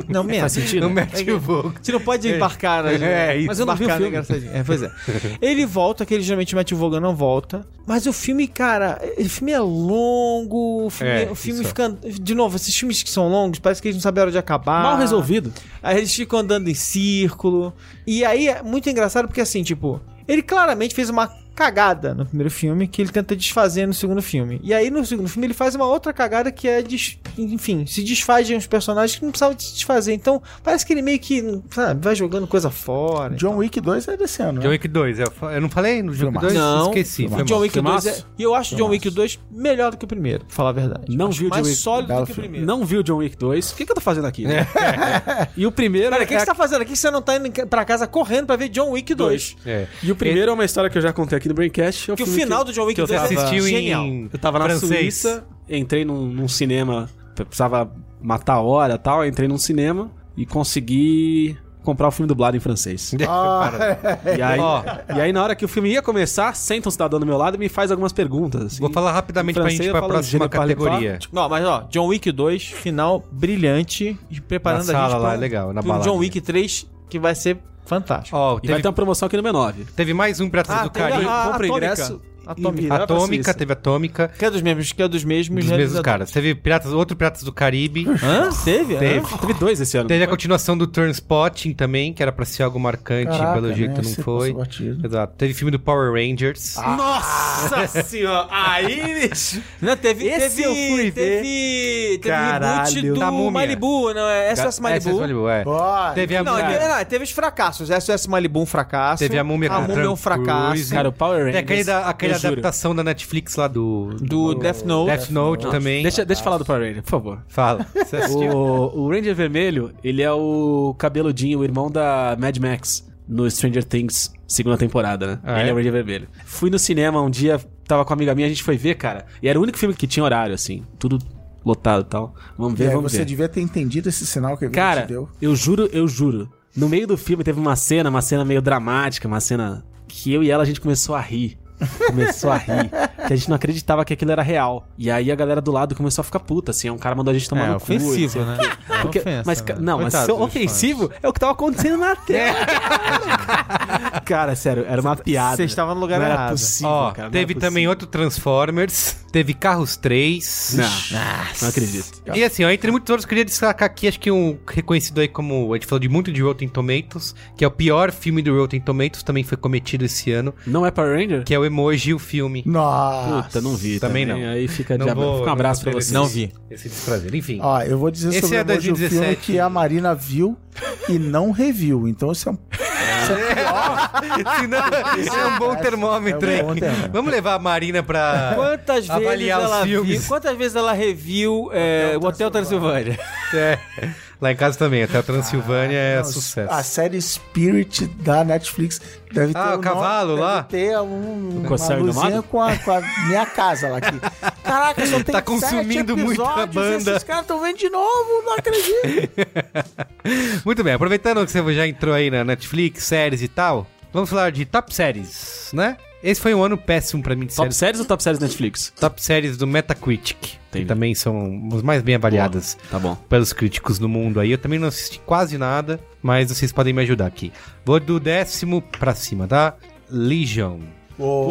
S4: Não, mesmo.
S6: Faz sentido?
S1: Não mete o vulgo.
S4: Você não pode embarcar, né?
S1: É, isso.
S4: mas eu não vi o
S6: Embarcar,
S4: filme.
S6: né,
S4: engraçadinho. É, pois é. Ele volta, que ele geralmente mete o Vogan, não volta. Mas o filme, cara, o filme é longo. O filme,
S1: É,
S4: o filme
S1: isso.
S4: fica. De novo, esses filmes que são longos, parece que eles não sabem a hora de
S1: Ah.
S4: acabar.
S6: Mal resolvido.
S4: Aí eles ficam andando em círculo. E aí é muito engraçado porque, assim, tipo, ele claramente fez uma cagada no primeiro filme que ele tenta desfazer no segundo filme. E aí no segundo filme ele faz uma outra cagada que é, des- enfim, se desfaz de uns personagens que não precisavam se desfazer. Então parece que ele meio que, sabe, vai jogando coisa fora.
S2: John Wick 2 é desse ano, né?
S1: John Wick 2. Eu, fa- eu não falei no John Wick
S2: Filmaço.
S1: 2?
S4: Não,
S1: Esqueci.
S4: O
S1: foi
S4: John
S1: mal.
S4: Wick 2 é,
S6: Filmaço.
S4: E eu acho o John Wick
S2: Filmaço.
S4: 2 melhor do que o primeiro, pra falar a verdade.
S6: Não
S4: Acho
S6: vi o
S4: mais
S6: John Wick.
S4: sólido do
S2: Belo
S4: que o
S2: filme.
S4: primeiro.
S6: Não viu John Wick 2. O que, que eu tô fazendo aqui? né? e o primeiro
S4: Cara,
S6: é
S4: o que, que você tá fazendo aqui? Você não tá indo em ca- pra casa correndo pra ver John Wick 2.
S1: É.
S6: E o primeiro é uma história que eu já contei aqui no Braincast. é
S4: Que o
S6: filme
S4: final do John Wick
S6: que eu
S4: 2
S6: tava-
S4: é
S1: Assistiu
S4: genial.
S1: em.
S6: Eu tava na
S1: francês.
S6: Suíça, entrei num, num cinema, eu precisava matar a hora e tal, entrei num cinema e consegui comprar o filme dublado em francês.
S2: Ah,
S6: e, aí,
S1: Ó.
S6: e aí, na hora que o filme ia começar, senta um cidadão do meu lado e me faz algumas perguntas. assim.
S1: Vou falar rapidamente
S6: Em
S1: pra
S6: francês
S1: gente ir
S6: eu
S1: pra
S6: falo
S1: próxima
S6: je ne parle pas.
S1: categoria.
S4: Não, mas ó, John Wick 2, final brilhante e preparando
S1: Na
S4: a gente
S1: sala lá,
S4: pra, um-
S1: legal,
S4: pra
S1: na
S4: um
S1: balada.
S4: John Wick 3 que vai ser fantástico.
S1: Ó,
S6: E vai
S1: teve,
S6: ter uma promoção aqui no B9.
S1: teve mais um Piratas do
S4: Ah, tem a- é
S1: Caribe.
S4: a
S6: compra o
S4: Atômica.
S6: ingresso
S4: Atômica.
S6: e- vai pra
S1: Atômica,
S6: Suíça.
S1: teve Atômica.
S4: Que é dos mesmos, que é dos mesmos
S1: Dos mesmos
S4: realizadores.
S1: caras. Teve Piratas, outro Piratas do Caribe.
S4: Hã? Teve?
S1: Teve.
S4: Hã?
S6: Teve dois esse ano.
S1: Teve a continuação do Turnspotting também, que era pra ser algo marcante,
S2: Caraca,
S1: pelo jeito
S2: né?
S1: não
S2: Esse
S1: foi.
S2: passou batido.
S1: Exato. Teve filme do Power Rangers.
S6: Ah, Nossa senhora! Aí, bicho!
S4: Não, teve,
S6: Esse
S4: teve,
S6: eu fui ver.
S4: teve, teve
S1: Caralho.
S4: reboot do
S1: Da múmia.
S4: Malibu, não é? SOS
S1: Ga-
S4: Malibu.
S1: SS Malibu, é.
S2: Bora.
S1: Teve a
S4: Não,
S1: múmia.
S4: teve, não, teve os fracassos. SOS Malibu um fracasso.
S1: Teve a múmia com
S4: A múmia um
S1: Tom Cruise.
S4: fracasso.
S6: Cara, o Power Rangers.
S1: Tem É aquele da, aquela
S6: eu juro.
S1: adaptação da Netflix lá do,
S4: Do Death Note.
S1: Death Note também.
S6: Deixa, deixa eu falar do Power Ranger, por favor.
S1: Fala. Você assistiu?
S6: O, o Ranger Vermelho, ele é o cabeludinho, o irmão da Mad Max no Stranger Things, segunda temporada, né?
S1: Ah,
S6: ele é?
S1: é?
S6: o Ranger Vermelho. Fui no cinema um dia, tava com uma amiga minha, a gente foi ver, cara. E era o único filme que tinha horário, assim, tudo lotado e tal. Vamos
S2: E
S6: ver,
S2: aí
S6: vamos
S2: É, você
S6: ver.
S2: devia ter entendido esse sinal que a vida
S6: Cara,
S2: te deu.
S6: eu juro, eu juro. No meio do filme teve uma cena, uma cena meio dramática, uma cena que eu e ela a gente começou a rir. começou a rir, que a gente não acreditava que aquilo era real. E aí a galera do lado começou a ficar puta, assim, um cara mandou a gente tomar
S8: É,
S6: no cu.
S8: ofensivo,
S6: etc.
S8: né?
S6: Porque-
S8: É ofensa,
S6: mas, ca-
S8: né?
S6: Não, mas
S8: Coitado
S6: ser
S8: dos
S6: ofensivo é o que tava acontecendo na tela. cara. cara, sério, era uma piada.
S4: Você estava no lugar
S6: não
S4: errado.
S6: Era possível,
S1: Ó,
S6: cara, não era
S1: teve
S6: possível.
S1: também outro Transformers, teve Carros 3.
S6: Não, não acredito.
S1: E assim, ó, entre muitos outros, eu queria destacar aqui, acho que um reconhecido aí como. A gente falou de muito de Rotten Tomatoes, que é o pior filme do Rotten Tomatoes, também foi cometido esse ano,
S6: Não é Power Ranger?
S1: que é o Emoji, o filme.
S2: Nossa.
S6: Puta, não vi.
S1: Também
S6: Também,
S1: não.
S6: não. Aí fica,
S1: Não
S6: de abra-
S1: vou-
S6: fica um abraço
S1: não
S6: pra
S1: vou
S6: vocês.
S8: Não vi.
S1: Esse desprazer, enfim.
S2: Ó, eu vou dizer
S1: Esse
S2: sobre
S1: é
S2: o emoji do
S1: 2017.
S2: filme que a Marina viu e não reviu. Então isso é um. Isso é pior.
S1: Se não, isso é um bom termômetro,
S2: É
S1: hein?
S2: um bom termômetro.
S1: Vamos levar a Marina pra.
S4: Quantas vezes,
S1: Avaliar os
S4: ela
S1: filmes.
S4: viu, quantas vezes ela reviu é, o Hotel Transilvânia?
S1: É, lá em casa também, até a Transilvânia
S6: Ah,
S1: é
S2: Não,
S1: sucesso.
S2: A série Spirit da Netflix deve ter.
S1: Ah, o
S2: nome-
S1: cavalo lá?
S2: Deve ter um, uma
S6: Conselho do
S2: luzinha
S6: Mato?
S2: com a, com a minha casa lá aqui. Caraca, só tem
S1: Tá consumindo
S2: sete
S1: muito a
S2: episódios,
S1: banda.
S2: Esses caras estão vendo de novo, não acredito.
S1: Muito bem, aproveitando que você já entrou aí na Netflix, séries e tal, vamos falar de top séries, né? Esse foi um ano péssimo pra mim de
S6: Top
S1: séries.
S6: séries ou top séries Netflix?
S1: Top séries do Metacritic, que
S6: Entendi.
S1: também são as mais bem avaliadas
S6: Tá bom.
S1: pelos críticos no mundo aí. Eu também não assisti quase nada, mas vocês podem me ajudar aqui. Vou do décimo pra cima, tá? Legion.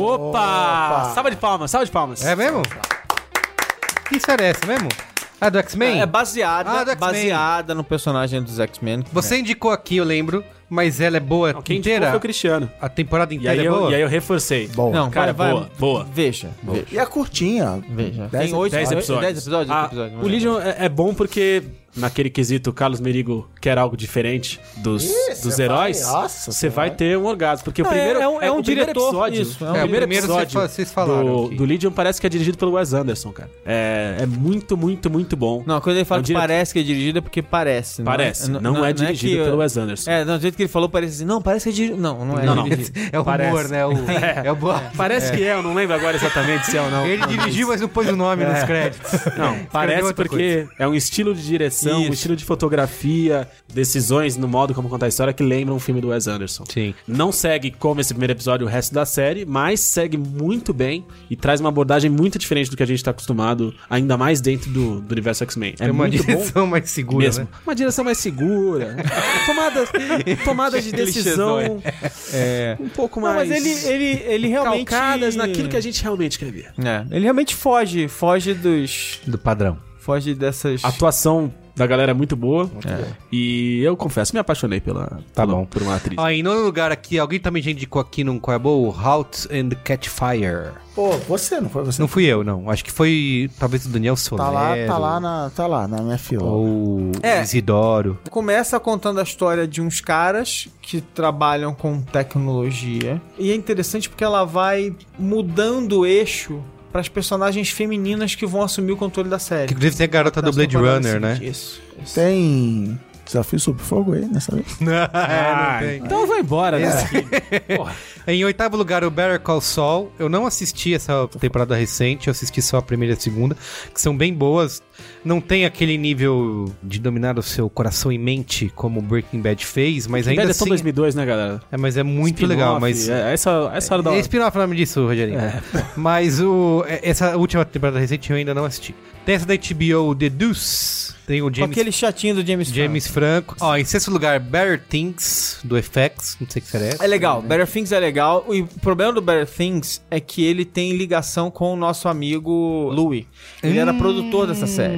S6: Opa!
S2: Opa!
S6: Salva de palmas, salva de palmas.
S1: É mesmo? Que série é essa mesmo? Ah, do X-Men?
S4: É baseada,
S1: Ah, do X-Men.
S4: baseada no personagem dos X-Men.
S1: Você indicou aqui, eu lembro, mas ela é boa
S6: Não, Quem indicou
S1: inteira?
S6: foi o Cristiano.
S1: A temporada
S6: E
S1: inteira
S6: aí,
S1: é boa?
S6: eu, e aí eu reforcei.
S2: Bom,
S4: Não, cara,
S6: Cara,
S4: vai,
S6: boa, boa.
S4: Veja, veja.
S2: e a curtinha?
S8: Veja.
S2: Dez
S4: Tem oito
S6: dez
S4: oito-
S6: episódios.
S4: dez episódios,
S6: Ah,
S4: oito episódios,
S6: o
S4: mas-
S6: Legion é, é bom porque, naquele quesito, o Carlos Merigo quer algo diferente dos,
S2: Isso,
S6: dos
S2: você
S6: heróis.
S2: vai- nossa,
S6: Você
S2: você
S6: vai
S2: vai.
S6: ter um orgasmo. Porque o
S4: Não, é-
S6: primeiro.
S4: é um- é um
S6: o primeiro
S4: diretor,
S6: episódio.
S4: isso, é um
S6: o primeiro
S1: primeiro vocês
S6: episódio
S1: fa- vocês falaram
S6: do,
S1: aqui.
S6: do Legion parece que é dirigido pelo Wes Anderson, cara. É, é muito, muito, muito bom.
S4: Não, quando ele fala
S6: É um
S4: que
S6: diretor.
S4: parece que é dirigido é porque parece.
S6: Parece. Não, é dirigido
S4: que-
S6: pelo Wes Anderson.
S4: É, não, do jeito que ele falou, parece assim. Não, parece que é dirigido. Não, não é
S6: Não, não.
S4: dirigido.
S1: É o humor,
S6: Parece.
S1: né? O, é o boa.
S6: Parece que é, eu não lembro agora exatamente se é ou não.
S1: Ele dirigiu, mas não pôs o nome nos créditos.
S6: É. Não, parece
S1: outra
S6: porque é um estilo de direção, um
S4: Isso.
S6: estilo de fotografia, decisões no modo como contar a história que lembram um filme do Wes Anderson.
S1: Sim.
S6: Não segue como esse primeiro episódio o resto da série, mas segue muito bem e traz uma abordagem muito diferente do que a gente tá acostumado, ainda mais dentro do, do universo X-Men.
S1: É
S6: É
S1: uma
S6: muito bom
S1: direção mais segura,
S6: mesmo.
S1: né?
S6: Uma direção mais segura, tomadas, tomadas de decisão um pouco
S4: Não,
S6: mais...
S4: mas ele, ele, ele realmente.
S6: Calcadas naquilo que é a gente realmente quer ver.
S4: É, ele realmente foge, foge dos.
S1: Do padrão.
S4: Foge dessas.
S6: A atuação da galera é muito boa. E eu confesso, me apaixonei pela,
S1: Tá
S6: pela-
S1: bom.
S6: por uma atriz.
S4: Ah,
S1: Ó, em nono lugar aqui, alguém também já indicou aqui num qual é boa, o Halt and Catch Fire.
S2: Pô, você, não foi você?
S1: Não fui eu, não. Acho que foi talvez o Daniel Solero.
S2: Tá lá, tá lá na, tá lá na minha fila.
S1: Ou o
S4: É.
S1: Isidoro.
S4: Começa contando a história de uns caras que trabalham com tecnologia. E é interessante porque ela vai mudando o eixo para as personagens femininas que vão assumir o controle da
S1: Que
S4: série.
S1: inclusive tem a garota do
S4: Nas
S1: Blade
S4: temporadas
S1: Runner, né?
S4: seguintes. Isso. isso.
S2: Tem desafio sob fogo aí nessa vez?
S1: Não, é, não
S6: Ah,
S1: tem.
S6: Então vai embora,
S4: É,
S6: né?
S1: Em oitavo lugar, o Better Call Saul. Eu não assisti essa temporada recente, eu assisti só a primeira e a segunda, que são bem boas. Não tem aquele nível de dominar o seu coração e mente como Breaking Bad fez, mas
S6: Ainda
S1: ainda
S6: é
S1: assim...
S6: só 2002, né, galera?
S1: É, mas é muito
S6: Spin-off,
S1: legal, mas... É...
S6: É, essa, essa hora da hora.
S1: spin-off o nome disso, Rogerinho. Mas o, é- essa última temporada recente eu ainda não assisti. Tem essa da HBO, The Deuce. Tem o
S4: Com
S1: James,
S4: aquele chatinho do James
S1: James Franco. Ó, em sexto lugar, Better Things, do FX. Não sei o que será.
S4: É legal, Better Things é legal. E o problema do Better Things é que ele tem ligação com o nosso amigo Louie. Ele era produtor dessa série.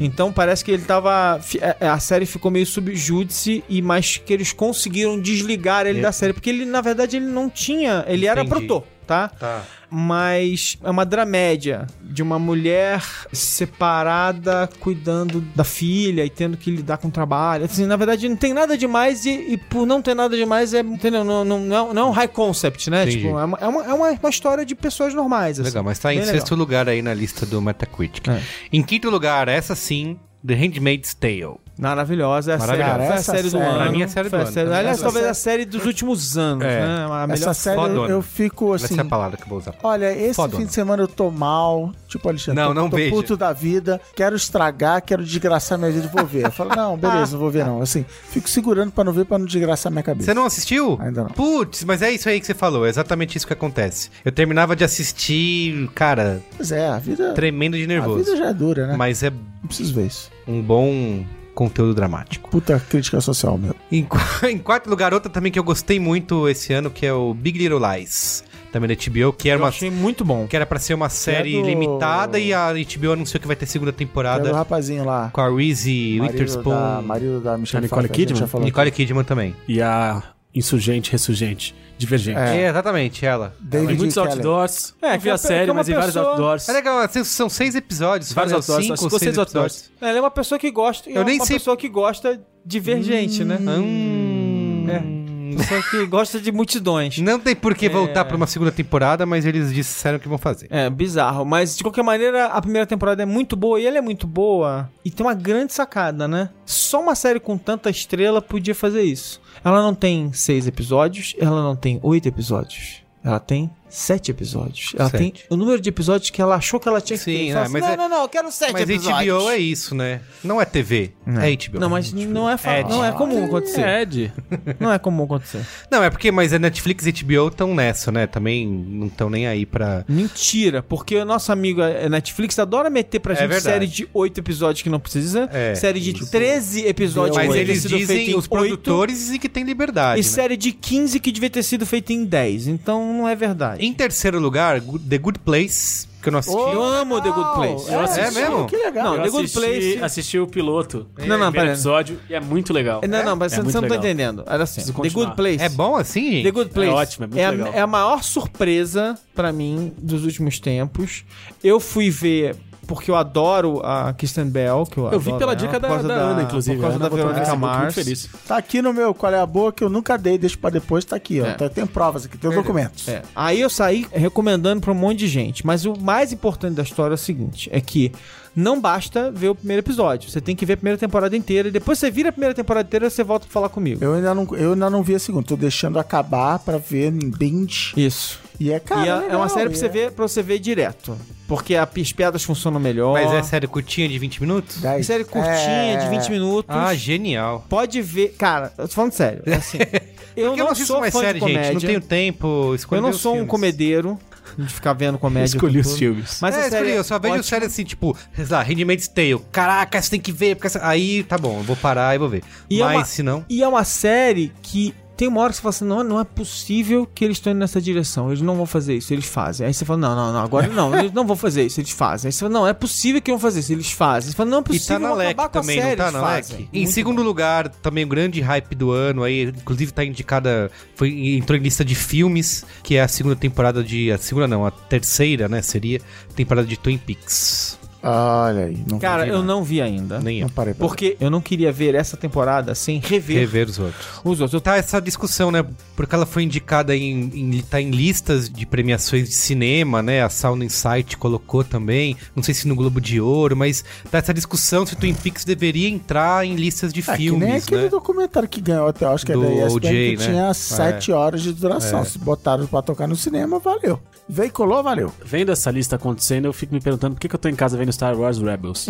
S4: Então parece que ele tava. fi- é- é, A série ficou meio subjúdice, e mas que eles conseguiram desligar ele
S1: É.
S4: da série. Porque ele, na verdade, ele não tinha. Ele era
S1: Entendi.
S4: produtor, tá?
S1: Tá.
S4: Mas é uma dramédia de uma mulher separada cuidando da filha e tendo que lidar com o trabalho. Assim, na verdade, não tem nada demais e, e por não ter nada demais é. Entendeu? Não, não, não, não é um high concept, né?
S1: Entendi.
S4: Tipo, é uma, é, uma, é uma- uma história de pessoas normais. Assim.
S1: Legal, mas tá em
S4: Bem
S1: sexto lugar aí na lista do Metacritic. Em quinto lugar, essa sim, The Handmaid's Tale.
S4: Maravilhosa. É a série,
S1: Maravilhosa.
S4: foi a
S2: Essa
S4: série do
S2: série-
S4: ano.
S1: Pra mim é a série
S4: Foi
S1: do ano.
S4: Aliás,
S2: Essa
S4: talvez
S2: série-
S4: a série dos últimos anos,
S1: É.
S4: né? A melhor
S2: Essa série eu,
S1: fodona.
S2: eu fico assim.
S1: Essa é a palavra que eu vou usar.
S2: Olha, esse
S1: Fodona.
S2: fim de semana eu tô mal, tipo Alexandre,
S1: né? Não,
S2: tô,
S1: não
S2: tô
S1: veja.
S2: puto da vida, quero estragar, quero desgraçar minha vida, vou ver. Eu falo, não, beleza, não vou ver não. Assim, fico segurando pra não ver, pra não desgraçar minha cabeça.
S1: Você não assistiu?
S2: Ainda não.
S1: Putz, mas é isso aí que você falou, é exatamente isso que acontece. Eu terminava de assistir, cara,
S2: Pois é, a vida,
S1: tremendo de
S2: a vida
S1: nervoso.
S2: já é dura, né?
S1: Mas é
S2: Não preciso ver isso.
S1: um bom conteúdo dramático.
S2: Puta crítica social, meu.
S1: Em, qu- em quarto lugar, outra também que eu gostei muito esse ano, que é o Big Little Lies, também da HBO, que era
S4: Eu
S1: uma
S4: achei muito bom.
S1: que era pra ser uma série
S2: do-
S1: limitada e a HBO anunciou que vai ter segunda
S2: É do
S1: temporada
S2: rapazinho lá.
S1: com a Reese
S2: marido Da,
S1: Witherspoon,
S2: marido da Michelle
S6: A
S2: Pfeiffer, a
S6: Nicole
S2: gente
S6: Kidman?
S2: já falou.
S1: Nicole Kidman também.
S6: E a insurgente, ressurgente, divergente.
S2: É.
S1: É, exatamente, ela.
S6: Tem
S2: David
S6: muitos
S2: Kelly.
S6: outdoors.
S4: É,
S6: É,
S4: que
S6: vi
S4: é-
S6: a
S4: que é
S6: série,
S4: uma
S6: mas em vários
S4: pessoa-
S6: outdoors.
S1: É legal, assim, são seis episódios,
S6: Vários
S1: né?
S6: autores,
S1: cinco
S6: acho que
S1: ou
S6: ficou
S1: seis
S6: seis autores.
S1: episódios.
S4: Ela é uma pessoa que gosta.
S1: Eu
S4: Eu
S1: nem
S4: nem uma
S1: sei-
S4: pessoa que gosta divergente, né?
S1: Hum.
S4: É. Pessoa que gosta de multidões.
S1: Não tem por que
S4: É.
S1: voltar pra uma segunda temporada, mas eles disseram que vão fazer.
S4: É, bizarro. Mas, de qualquer maneira, a primeira temporada é muito boa e ela é muito boa. E tem uma grande sacada, né? Só uma série com tanta estrela podia fazer isso. Ela não tem seis episódios, ela não tem oito episódios. Ela tem sete episódios. Ela
S1: Sete.
S4: tem o número de episódios que ela achou que ela tinha que
S1: Sim,
S4: ter. Ela
S1: né,
S4: fala assim,
S1: mas é-
S4: não, não, não, eu quero sete
S1: Mas
S4: episódios.
S1: HBO é isso, né? Não é TV, é HBO.
S4: Não, mas não é, fa-
S1: Ed.
S4: não é comum acontecer.
S6: Ed.
S4: Não é comum acontecer.
S1: Não, é porque mas a Netflix e HBO estão nessa, né? Também não estão nem aí pra...
S4: Mentira, porque o nosso amigo é, Netflix adora meter pra
S1: É
S4: gente
S1: verdade.
S4: série de 8 episódios que não precisa,
S1: É,
S4: série de
S1: isso.
S4: 13 episódios que
S1: Mas
S4: devia ter
S1: eles
S4: sido feito
S1: dizem,
S4: em é-
S1: os
S4: 8,
S1: produtores dizem que tem liberdade,
S4: e
S1: né?
S4: série de 15 que devia ter sido feita em 10. Então não é verdade.
S1: Em terceiro lugar, Gu- The Good Place, que eu não assisti.
S4: Eu amo The Good Place.
S6: Eu
S2: É,
S6: assisti.
S1: mesmo?
S2: Que legal.
S4: Não,
S6: eu
S4: The Good
S6: assisti,
S4: Place-
S6: assisti o piloto.
S4: Não, não,
S6: primeiro
S4: pera.
S6: episódio e é muito legal.
S1: assim,
S4: Não, não, mas
S6: É
S4: você,
S6: muito
S4: você não tá
S6: legal.
S4: entendendo. Era assim,
S6: Preciso
S4: The Good
S6: continuar.
S4: Place.
S1: É bom assim, gente?
S4: The Good Place.
S6: É ótimo, é muito
S4: a-
S6: legal.
S4: é a maior surpresa pra mim dos últimos tempos. Eu fui ver porque eu adoro a Kristen Bell, que eu,
S6: Eu vi
S4: adoro
S6: pela
S4: ela,
S6: dica
S4: por
S6: da,
S4: causa
S6: da Ana, inclusive.
S4: Por causa
S6: A
S4: da
S6: Ana botou essa,
S4: Verônica
S6: eu fico muito
S4: Mars.
S6: feliz.
S2: Tá aqui no meu qual é a boa que eu nunca dei, deixa pra depois, tá aqui, ó.
S4: É.
S2: Tá- tem provas aqui, tem os documentos.
S4: É. Aí eu saí recomendando pra um monte de gente. Mas o mais importante da história é o seguinte: é que não basta ver o primeiro episódio. Você tem que ver a primeira temporada inteira. E depois você vira a primeira temporada inteira e você volta pra falar comigo.
S2: Eu ainda, não, eu ainda não vi a segunda, tô deixando acabar pra ver em binge.
S4: Isso.
S2: E é cara.
S4: e é, é
S2: legal,
S4: uma série pra
S2: e
S4: você
S2: é-
S4: ver pra você ver direto. Porque a- as piadas funcionam melhor.
S1: Mas é série curtinha de 20 minutos?
S2: Dez.
S4: série curtinha,
S2: É.
S4: de 20 minutos.
S1: Ah, genial.
S4: Pode ver. Cara, eu tô falando sério. é Assim, eu
S1: Porque eu
S4: não,
S1: não assisto
S4: sou
S1: mais
S4: fã
S1: série,
S4: de comédia.
S1: gente. Não tenho tempo. escolher
S4: eu não
S1: os
S4: sou um
S1: filmes.
S4: comedeiro de ficar vendo comédia.
S6: Escolhi
S4: com
S6: os
S4: tudo.
S6: filmes.
S4: Mas
S1: é,
S4: a série
S1: escolhi,
S4: é
S1: eu só vejo
S4: ótima.
S1: série assim, tipo, sei lá, Handmaid's Tale. Caraca, você tem que ver. Porque essa... Aí, tá bom, eu vou parar e vou ver.
S4: E é
S1: Mas
S4: uma-
S1: se não... tá
S4: E é uma série que tem uma hora que você fala assim: não, não é possível que eles estão indo nessa direção, eles não vão fazer isso, eles fazem. Aí você fala: não, não, não, agora não, eles não vão fazer isso, eles fazem. Aí você fala: não, é possível que vão fazer isso, eles fazem. Você fala: não, é
S1: E
S4: possível
S1: tá na
S4: vão
S1: LEC
S4: acabar com a
S1: também,
S4: série,
S1: não tá
S4: eles
S1: na
S4: fazem.
S1: LEC? Em segundo lugar, também o grande hype do ano, aí inclusive tá indicada, foi, entrou em lista de filmes, que é a segunda temporada de, a segunda não, a terceira, né, seria temporada de Twin Peaks.
S2: Olha aí. Não
S4: Cara,
S2: vi,
S4: eu
S2: não.
S4: não vi ainda.
S1: Nem eu.
S2: Não parei pra
S4: Porque eu não queria ver essa temporada sem rever
S1: Rever os outros.
S4: os outros. Eu
S1: Tá essa discussão, né, porque ela foi indicada em, em- tá em listas de premiações de cinema, né, a Sound Insight colocou também, não sei se no Globo de Ouro, mas tá essa discussão se Twin Peaks deveria entrar em listas de
S2: É, que nem
S1: filmes,
S2: aquele
S1: né.
S2: documentário que ganhou até, acho que
S1: Do
S2: é da ESPN,
S1: O.J.,
S2: que
S1: né?
S2: tinha 7 horas de duração. Se botaram pra tocar no cinema, valeu. Veiculou, valeu.
S6: Vendo essa lista acontecendo, eu fico me perguntando por que, que eu tô em casa vendo Star Wars Rebels.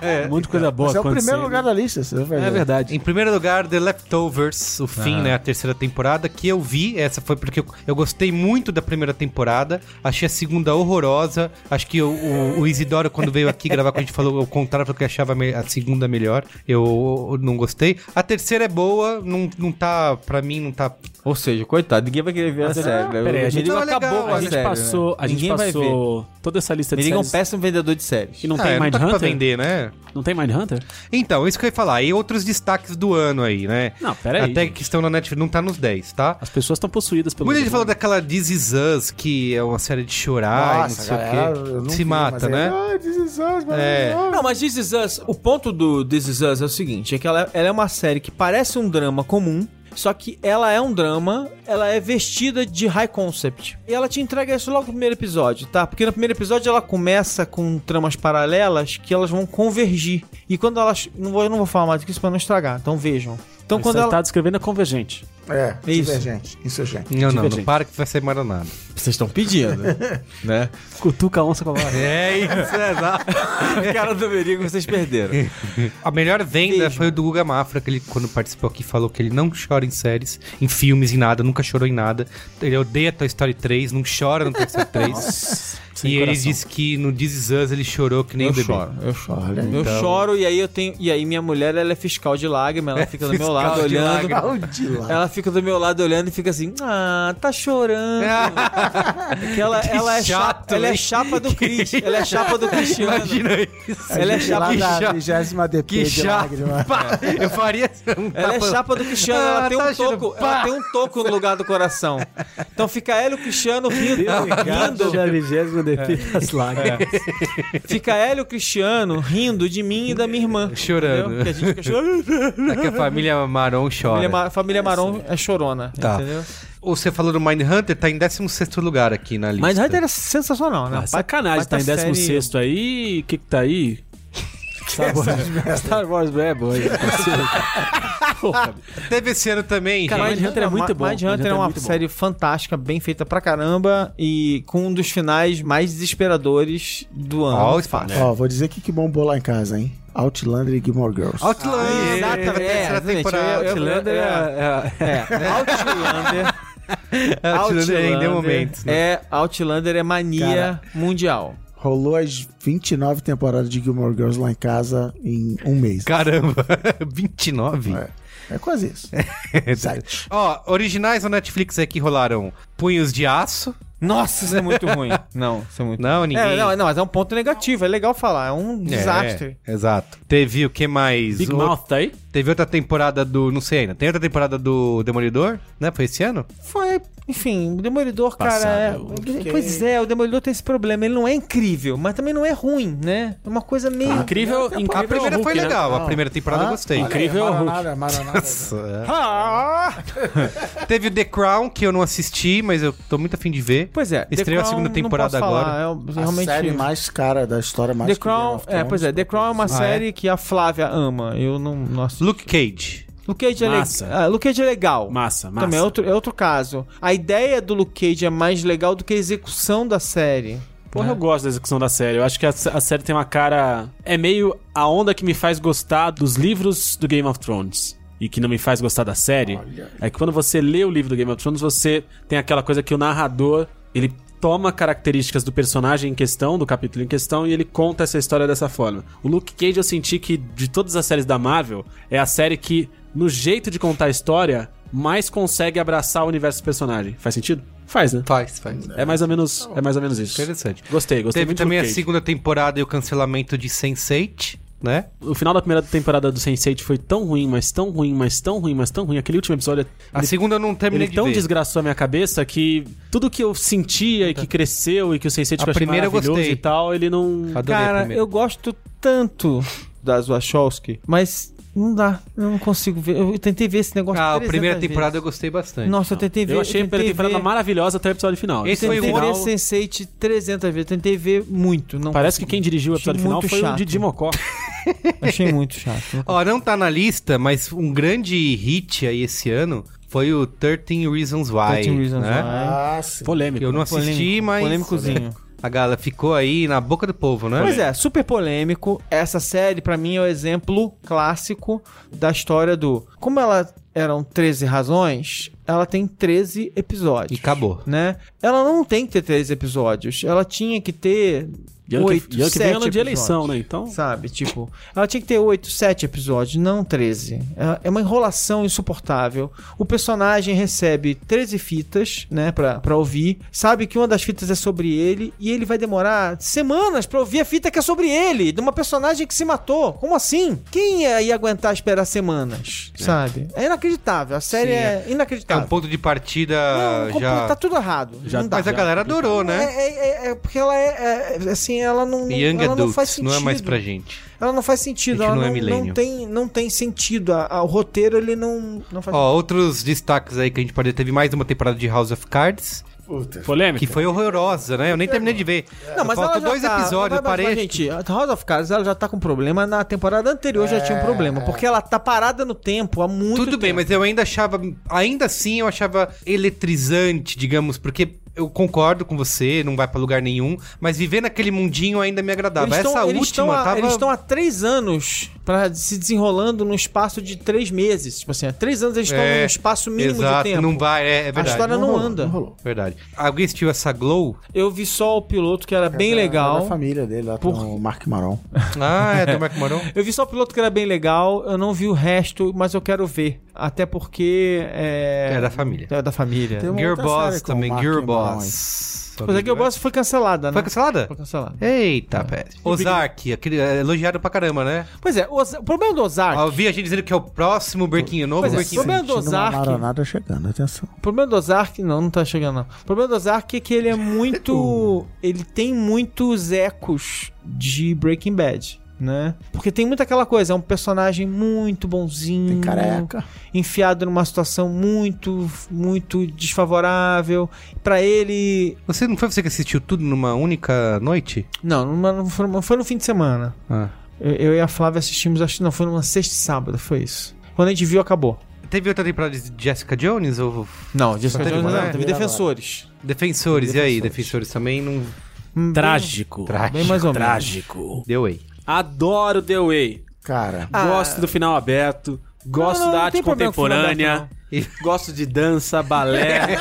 S6: É. Muita coisa boa
S2: Mas é o
S6: acontecendo.
S2: primeiro lugar da lista, você vai ver.
S6: É verdade. Ah.
S1: Em primeiro lugar, The Leftovers, o fim, né? A terceira temporada, que eu vi. Essa foi porque eu, eu gostei muito da primeira temporada. Achei a segunda horrorosa. Acho que o, o- o Isidoro, quando veio aqui gravar com a gente, falou o contrário, falou que achava me- a segunda melhor. Eu, eu não gostei. A terceira é boa, não, não tá, pra mim, não tá.
S4: Ou seja, coitado, ninguém vai querer ver a série. né?
S6: peraí, a
S4: O
S6: gente-
S4: Merigo
S1: Não, é legal,
S4: acabou com
S6: A
S1: a
S6: gente
S4: série, né?
S6: passou, a gente
S4: Ninguém vai ver.
S6: passou toda essa lista de
S4: Merigo é um
S6: séries.
S4: péssimo vendedor de séries.
S6: E não
S1: Ah,
S6: tem
S1: não tá pra
S6: Mindhunter?
S1: vender, né?
S6: não tem Mindhunter?
S1: Então, isso que eu ia falar. E outros destaques do ano aí, né?
S6: Não, peraí,
S1: Até
S6: gente.
S1: que estão na Netflix, não tá nos 10, tá?
S6: As pessoas estão possuídas pelo.
S1: Muita gente falou
S6: demônio.
S1: daquela This Is Us, que é uma série de chorar e não sei
S2: galera,
S1: o
S2: eu não
S1: quê. Se
S2: vi, mas
S1: mata,
S2: aí-
S1: né?
S2: Ah, This Is Us, mano.
S1: É.
S4: Não, mas This Is Us, o ponto do This Is Us é o seguinte, é que ela, ela é uma série que parece um drama comum, Só que ela é um drama, ela é vestida de high concept. E ela te entrega isso logo no primeiro episódio, tá? Porque no primeiro episódio ela começa com tramas paralelas que elas vão convergir. E quando elas. Não vou, eu não vou falar mais do que isso pra não estragar, então vejam. Então quando
S6: Você
S4: ela.
S6: tá descrevendo a convergente.
S2: É,
S4: Isso.
S2: divergente. Isso, gente.
S1: Não, não, não
S6: Divergente.
S1: para que vai ser maranada.
S8: Vocês estão pedindo, né?
S6: Cutuca a onça com a vara.
S1: É isso, exato.
S8: Cara do Merigo, vocês perderam.
S1: A melhor venda foi o do Guga Mafra, que ele, quando participou aqui, falou que ele não chora em séries, em filmes, em nada, nunca chorou em nada. Ele odeia Toy Story 3, não chora no Toy Story 3.
S6: sem
S1: e ele
S6: coração.
S1: disse que no This Is Us ele chorou que nem
S8: Eu
S1: o bebê.
S8: choro, eu choro.
S2: É.
S4: Eu
S1: Então-
S4: choro e aí eu tenho. E aí minha mulher, ela é fiscal de lágrima, ela fica do meu
S1: fiscal
S4: lado
S1: de
S4: olhando.
S1: lágrima.
S4: Ela fica do meu lado olhando e fica assim, ah, tá chorando. Porque ela,
S1: É. Que
S4: ela é
S1: chato,
S4: chapa, ela é
S1: hein?
S4: chapa do Cris, ela é chapa do Cristiano.
S1: Imagina isso.
S4: Ela é chapa,
S1: Que
S2: Lá da
S1: chato.
S2: 20 DP
S1: Que
S2: de
S1: chato.
S2: lágrima.
S1: Pá, Eu faria. um
S4: ela é
S1: tapa-
S4: chapa do Cristiano,
S1: Ah,
S4: ela tem
S1: tá
S4: um
S1: achando-
S4: toco, ela
S1: Pá!
S4: tem um toco no lugar do coração. Então fica ela e o Cristiano rindo, rindo.
S6: Já vigésimo DP das lágrimas.
S4: Fica ela e o Cristiano rindo de mim e da minha irmã.
S1: Chorando.
S4: Entendeu? Porque a gente fica chorando.
S1: É que a família Maron
S4: Família,
S1: chora.
S4: Ma- família Maron é chorona,
S1: Tá.
S4: entendeu?
S1: Ou você falou do Mindhunter, tá em 16 lugar aqui na lista.
S4: Mas Hunter é sensacional, né?
S6: Ah, sacanagem, tá em 16 aí. O que que tá aí? Star Wars, Star Wars Rebel. aí, parceiro. Porra,
S1: Teve esse ano também.
S6: Cara,
S1: gente.
S6: Mindhunter é muito bom.
S4: Mindhunter
S6: Mindhunter
S4: é
S6: é
S4: uma
S6: muito bom.
S4: série fantástica, bem feita pra caramba e com um dos finais mais desesperadores do ano.
S1: Ó, o
S4: fácil.
S6: É.
S2: Ó, vou dizer o que que bombou lá em casa, hein? Outlander e Gilmore Girls.
S1: Outlander.
S4: Exatamente,
S1: terceira
S4: É, exatamente.
S1: temporada.
S4: Eu- eu-
S6: Outlander é, é- é-
S4: É, Outlander.
S1: Outlander em nenhum momento. né?
S4: É, Outlander é mania mundial.
S2: Rolou as 29 temporadas de Gilmore Girls lá em casa em um mês.
S1: Caramba, 29?
S2: É quase isso.
S4: É.
S2: Sete.
S1: Ó, originais da Netflix aqui rolaram Punhos de Aço.
S4: Nossa, isso é muito ruim. Não, isso é muito
S1: Não, ninguém.
S4: É, não, não, mas é um ponto negativo, é legal falar, é um
S1: É,
S4: desastre.
S1: exato. Teve o que mais?
S6: Big
S1: O-
S6: Mouth tá aí?
S1: Teve outra temporada do. Não sei ainda. Tem outra temporada do Demolidor, né? Foi esse ano?
S4: Foi, enfim, o Demolidor,
S6: Passado,
S4: cara. É, pois é, o Demolidor tem esse problema. Ele não é incrível, mas também não é ruim, né? É uma coisa meio.
S1: Ah,
S6: Incrível, incrível.
S1: a primeira
S6: Hulk,
S1: foi
S6: né?
S1: legal. A primeira temporada
S4: Ah,
S1: eu gostei. é.
S6: Incrível é o Hulk.
S2: Maranada, Maranada.
S1: Ah! Teve o The Crown, que eu não assisti, mas eu tô muito afim de ver.
S4: Pois é, The
S1: Estreou a
S4: Crown,
S1: segunda
S4: não
S1: temporada
S4: posso falar,
S1: agora.
S4: é um-
S2: A
S4: realmente.
S2: série mais cara da história, mais
S4: The
S2: que
S4: Crown,
S2: Game of
S4: é, pois é,
S2: Thrones.
S4: The Crown é
S1: Ah,
S4: uma série que a Flávia ama. Eu não, não assisto.
S1: Luke Cage.
S4: Luke Cage é, le-
S6: Massa.
S4: ah, Luke Cage é legal.
S6: Massa, massa.
S4: Também é outro, é outro caso. A ideia do Luke Cage é mais legal do que a execução da série.
S6: Porra, eu gosto da execução da série. Eu acho que a, a série tem uma cara. É meio a onda que me faz gostar dos livros do Game of Thrones. E que não me faz gostar da série. É que quando você lê o livro do Game of Thrones, você tem aquela coisa que o narrador. Ele toma características do personagem em questão, do capítulo em questão, e ele conta essa história dessa forma. O Luke Cage, eu senti que de todas as séries da Marvel, é a série que, no jeito de contar a história, mais consegue abraçar o universo do personagem. Faz sentido? Faz, né?
S1: Faz, faz.
S6: É mais ou menos, é mais ou menos isso.
S1: Interessante.
S6: Gostei, gostei
S1: Teve
S6: muito
S1: também
S6: do
S1: a
S6: Cage.
S1: segunda temporada e o cancelamento de Sense8, né?
S6: O final da primeira temporada do Sense8 foi tão ruim, mas tão ruim, mas tão ruim, mas tão ruim. Aquele último episódio,
S1: A segunda eu não
S6: ele
S1: terminei de
S6: tão
S1: ver.
S6: desgraçou a minha cabeça que tudo que eu sentia e que cresceu e que o Sense8
S1: A
S6: que eu achei
S1: primeira eu
S6: maravilhoso
S1: gostei.
S6: e tal, ele não...
S1: Adorei a
S4: Cara,
S1: primeira.
S4: eu gosto tanto das Wachowski, mas não dá. Eu não consigo ver. Eu tentei ver esse negócio.
S1: Ah, a
S4: 300
S1: primeira
S4: vezes.
S1: temporada é eu gostei bastante.
S4: Nossa, eu tentei ver.
S6: Eu achei a
S4: tentei
S6: primeira temporada
S4: ver-
S6: maravilhosa até o episódio final.
S1: Esse
S4: Tentei
S1: foi um o
S4: ver
S1: único-
S4: Sense8 300 vezes. Tentei ver muito. Não
S6: Parece que quem dirigiu o
S4: Achei
S6: episódio final
S4: muito
S6: foi
S4: chato.
S6: o Didi Mocó.
S4: Achei muito chato.
S1: Ó, não tá na lista, mas um grande hit aí esse ano foi o 13 Reasons Why.
S4: 13 Reasons
S1: né?
S4: Why.
S2: Ah, sim.
S6: Polêmico.
S1: Eu não assisti, mas
S4: Polêmicozinho.
S1: a galera ficou aí na boca do povo, né?
S4: Pois é, super polêmico. Essa série, pra mim, é o exemplo clássico da história do. Como ela eram 13 razões, ela tem 13 episódios.
S1: E acabou. É um
S4: Né? Ela não tem que ter 13 episódios. Ela tinha que ter.
S6: E ano
S4: oito,
S6: que, e ano que vem é
S4: sete
S6: ano de
S4: episódios.
S6: eleição, né? Então...
S4: Sabe? Tipo, ela tinha que ter 8, 7 episódios, não 13. É- É uma enrolação insuportável. O personagem recebe 13 fitas, né, pra, pra ouvir. Sabe que uma das fitas é sobre ele e ele vai demorar semanas pra ouvir a fita que é sobre ele, de uma personagem que se matou. Como assim? Quem ia, ia aguentar esperar semanas? Sabe? É inacreditável. A série
S1: Sim,
S4: é,
S1: É
S4: inacreditável.
S1: um ponto de partida
S4: Não, compl-
S1: já... tá.
S4: Tá tudo errado.
S6: Já- tá.
S4: não dá.
S1: mas a galera adorou, né?
S4: É, é- é- é porque ela é, é- assim, ela não,
S1: Young
S4: ela não faz
S1: Adults,
S4: sentido.
S1: não é mais pra gente.
S4: ela não faz sentido.
S9: É que
S4: Ela
S9: não é
S4: não, não
S9: millennial.
S4: tem, não tem sentido. A- a- o roteiro, ele não, não faz
S1: Ó, outros destaques aí que a gente pode. Teve mais uma temporada de House of Cards.
S7: Polêmica.
S1: Que foi horrorosa, né? Eu nem terminei de ver.
S4: Não, mas ela
S1: faltam
S4: já
S1: dois
S4: tá- mas-
S1: episódios, eu
S4: mas,
S1: parei.
S4: mas, gente, a House of Cards ela já tá com problema. Na temporada anterior já
S1: É.
S4: tinha um problema. Porque ela tá parada no tempo há muito
S1: Tudo bem, mas eu ainda achava. Ainda assim, eu achava eletrizante, digamos, porque. Eu concordo com você, não vai pra lugar nenhum, mas viver naquele mundinho ainda me agradava.
S4: Eles
S1: Essa
S4: tão- eles tão
S1: última
S4: há-
S1: tava.
S4: Eles estão há três anos pra, se desenrolando num espaço de três meses. Tipo assim, há três anos eles estão
S1: É,
S4: num espaço mínimo
S1: exato,
S4: de tempo.
S1: Não vai, é, é
S4: a
S1: verdade.
S4: história não,
S2: Não rolou,
S4: anda.
S2: não rolou.
S1: Verdade. Alguém assistiu essa Glow?
S4: Eu vi só o piloto que era
S2: É,
S4: bem
S2: Da,
S4: legal.
S2: da família dele lá,
S4: Por-
S2: com o Mark Maron.
S1: Ah, é do Marco Moron?
S4: Eu vi só o piloto que era bem legal, eu não vi o resto, mas eu quero ver. Até porque. É,
S1: É da família.
S4: É da família.
S2: Tem um uma outra
S1: Gearboss
S2: série com o
S1: também,
S2: Mark
S1: Gearboss.
S4: Mas é que eu gosto foi cancelada, né?
S1: Foi cancelada? É.
S4: Foi cancelada.
S1: Eita, velho. Ozark, aquele é, elogiado pra caramba, né?
S4: Pois é, o, Oza- o problema do Ozark.
S1: Ah, eu vi a gente dizendo que é o próximo Breaking novo,
S4: Pois é,
S1: Breaking
S4: sobre a-
S1: Bad.
S4: Fernando
S2: Sentindo uma
S4: Ozark.
S2: maranada chegando, atenção.
S4: O problema do Ozark, não, não tá chegando não. O problema do Ozark é que ele é muito, ele tem muitos ecos de Breaking Bad, né? Porque tem muito aquela coisa, é um personagem muito bonzinho,
S2: Tem careca.
S4: enfiado numa situação muito, muito desfavorável. Pra ele,
S1: Você não foi você que assistiu tudo numa única noite?
S4: não, numa- não foi, não foi no fim de semana.
S1: Ah.
S4: Eu, eu e a Flávia assistimos, acho que não foi numa sexta e sábado, foi isso. Quando a gente viu, acabou.
S1: Teve outra temporada de Jessica Jones ou
S4: Não, Jessica
S1: teve
S4: Jones não,
S6: É,
S1: uma,
S4: teve
S1: né?
S4: defensores.
S1: Defensores? E aí, Defensores também não um
S6: Trágico.
S1: Trágico.
S4: Bem mais ou menos.
S6: Trágico.
S1: deu aí.
S6: Adoro The Way.
S2: Cara,
S4: Ah.
S6: Gosto do final aberto. Gosto
S4: Não, não,
S6: da
S4: não
S6: arte
S4: tem problema com o final
S6: contemporânea.
S4: aberto,
S6: e Gosto de dança, balé.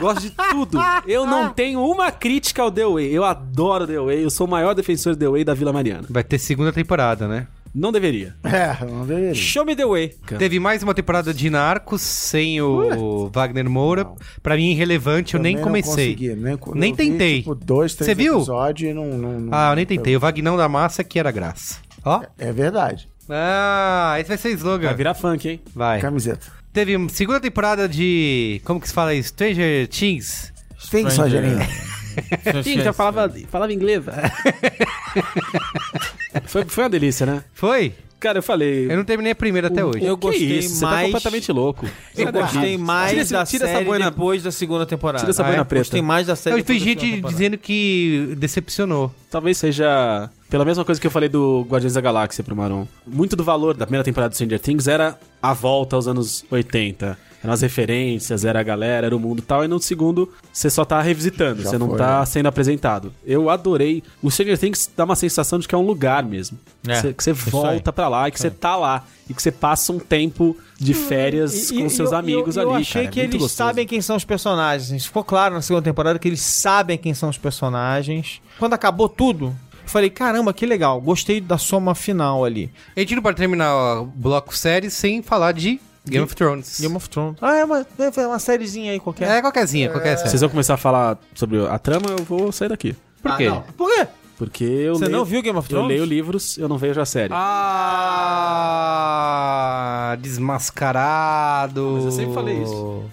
S6: gosto de tudo. Eu
S4: Ah.
S6: não tenho uma crítica ao The Way. Eu adoro The Way. Eu sou o maior defensor de The Way da Vila Mariana.
S1: Vai ter segunda temporada, né?
S6: Não deveria.
S2: é, não deveria.
S4: Show me the way.
S1: Teve mais uma temporada de Narcos sem o Wagner Moura. Pra mim, irrelevante, eu
S2: Também
S1: nem
S2: não
S1: comecei.
S2: consegui, nem, co-
S1: Nem
S2: eu vi,
S1: tentei.
S2: tipo, dois, três
S1: Você viu?
S2: episódios e não, não- não-
S1: Ah, eu nem tentei. O Vagnão da Massa que era graça. Ó.
S2: Hum, É verdade.
S1: Ah, esse vai ser slogan.
S6: Vai virar funk, hein?
S1: Vai.
S2: Camiseta.
S1: Teve uma segunda temporada de. Como que se fala aí? Stranger Things?
S2: Tem só, Janinho.
S6: Sim, já falava, falava inglês. né? foi, foi uma delícia, né?
S1: Foi?
S6: Cara, eu falei.
S1: Eu não terminei a primeira até hoje.
S4: Eu
S6: que
S4: gostei
S6: isso? Você tá
S4: mais-
S6: completamente louco.
S4: Eu gostei mais
S6: Tira essa-
S4: da
S6: tira essa
S4: série
S6: boina-
S4: depois da segunda temporada.
S6: Tira essa boina
S4: Ah, é?
S6: preta.
S4: Gostei mais da série
S1: Eu vi
S4: depois da segunda
S1: gente
S4: temporada.
S1: dizendo que decepcionou.
S6: Talvez seja pela mesma coisa que eu falei do Guardiões da Galáxia pro Maron. Muito do valor da primeira temporada do Stranger Things era a volta aos anos 80. Eram as referências, era a galera, era o mundo e tal. E no segundo, você só tá revisitando, você não
S2: foi,
S4: né?
S6: tá sendo apresentado. Eu adorei. O Stranger Things dá uma sensação de que é um lugar mesmo. Você- que você volta pra lá e que você tá lá. E que você passa um tempo de férias
S4: Hum, E-
S6: com
S4: e-
S6: seus
S4: eu-
S6: amigos
S4: eu, eu
S6: ali.
S4: achei
S6: cara.
S4: que
S6: É
S4: eles
S6: muito gostoso.
S4: sabem quem são os personagens. Ficou claro na segunda temporada que eles sabem quem são os personagens. Quando acabou tudo, eu falei, caramba, que legal. Gostei da soma final ali.
S1: A gente não pode terminar o bloco série sem falar de Game of Thrones.
S4: Game of Thrones. Ah, é uma, é uma sériezinha aí qualquer.
S1: É qualquerzinha, qualquer série.
S6: Vocês vão começar a falar sobre a trama, eu vou sair daqui.
S4: Ah,
S1: Por quê?
S4: Por quê?
S6: Porque eu
S4: Você
S6: leio-
S4: não viu Game of
S6: Eu
S4: Thrones?
S6: leio livros, eu não vejo a série.
S1: Ah, desmascarado.
S6: Mas eu sempre falei isso.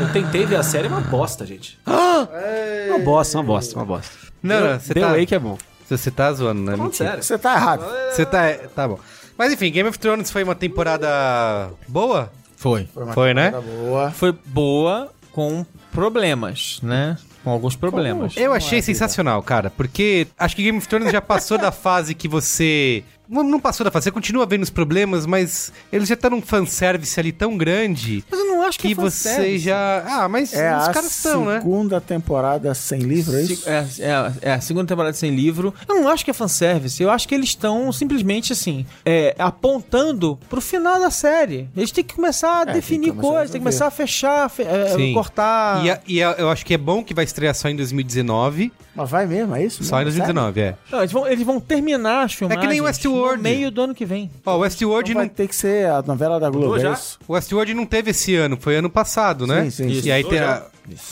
S6: Eu tentei ver a série, é uma bosta, gente. Uma bosta, uma bosta, uma bosta.
S1: Não, não, você
S6: Você The
S1: tá,
S6: Way que é bom.
S1: você tá zoando, né?
S6: Falando
S1: Mentira.
S6: sério.
S2: Você tá errado.
S1: Você tá. Tá bom. Mas enfim, Game of Thrones foi uma temporada boa?
S8: Foi.
S1: Foi, né?
S2: Boa.
S4: Foi boa com problemas, né? Com alguns problemas.
S2: é
S1: Eu achei sensacional, cara, porque acho que Game of Thrones já passou da fase que você. Não não passou da fase, você continua vendo os problemas, mas ele já tá num fanservice ali tão grande
S4: Mas eu não acho
S1: que você já. Ah, mas
S2: É
S1: os
S2: a
S1: caras estão, né?
S2: segunda temporada sem livro, é isso?
S4: Se- É, é, é, a segunda temporada sem livro. Eu não acho que é fanservice. Eu acho que eles estão simplesmente assim, é, apontando pro final da série. Eles têm que
S1: É,
S4: começar a
S2: tem que
S4: definir
S2: começar a
S4: coisas, tem que começar a fechar, fe- é,
S1: Sim.
S4: cortar.
S1: E, a- e a- eu acho que é bom que vai estrear só em 2019.
S2: Mas vai mesmo, é isso?
S1: Só em
S2: mesmo? Sério?
S1: 2019, é.
S4: Não, eles, vão, eles vão terminar as filmagens
S1: nem Westworld.
S4: no meio do ano que vem.
S1: Ó, Westworld
S2: Então vai
S1: não
S2: ter que ser a novela da Globo, é isso?
S1: O Westworld não teve esse ano, foi ano passado, né?
S2: Sim, sim,
S1: E
S2: sim.
S1: aí tem a-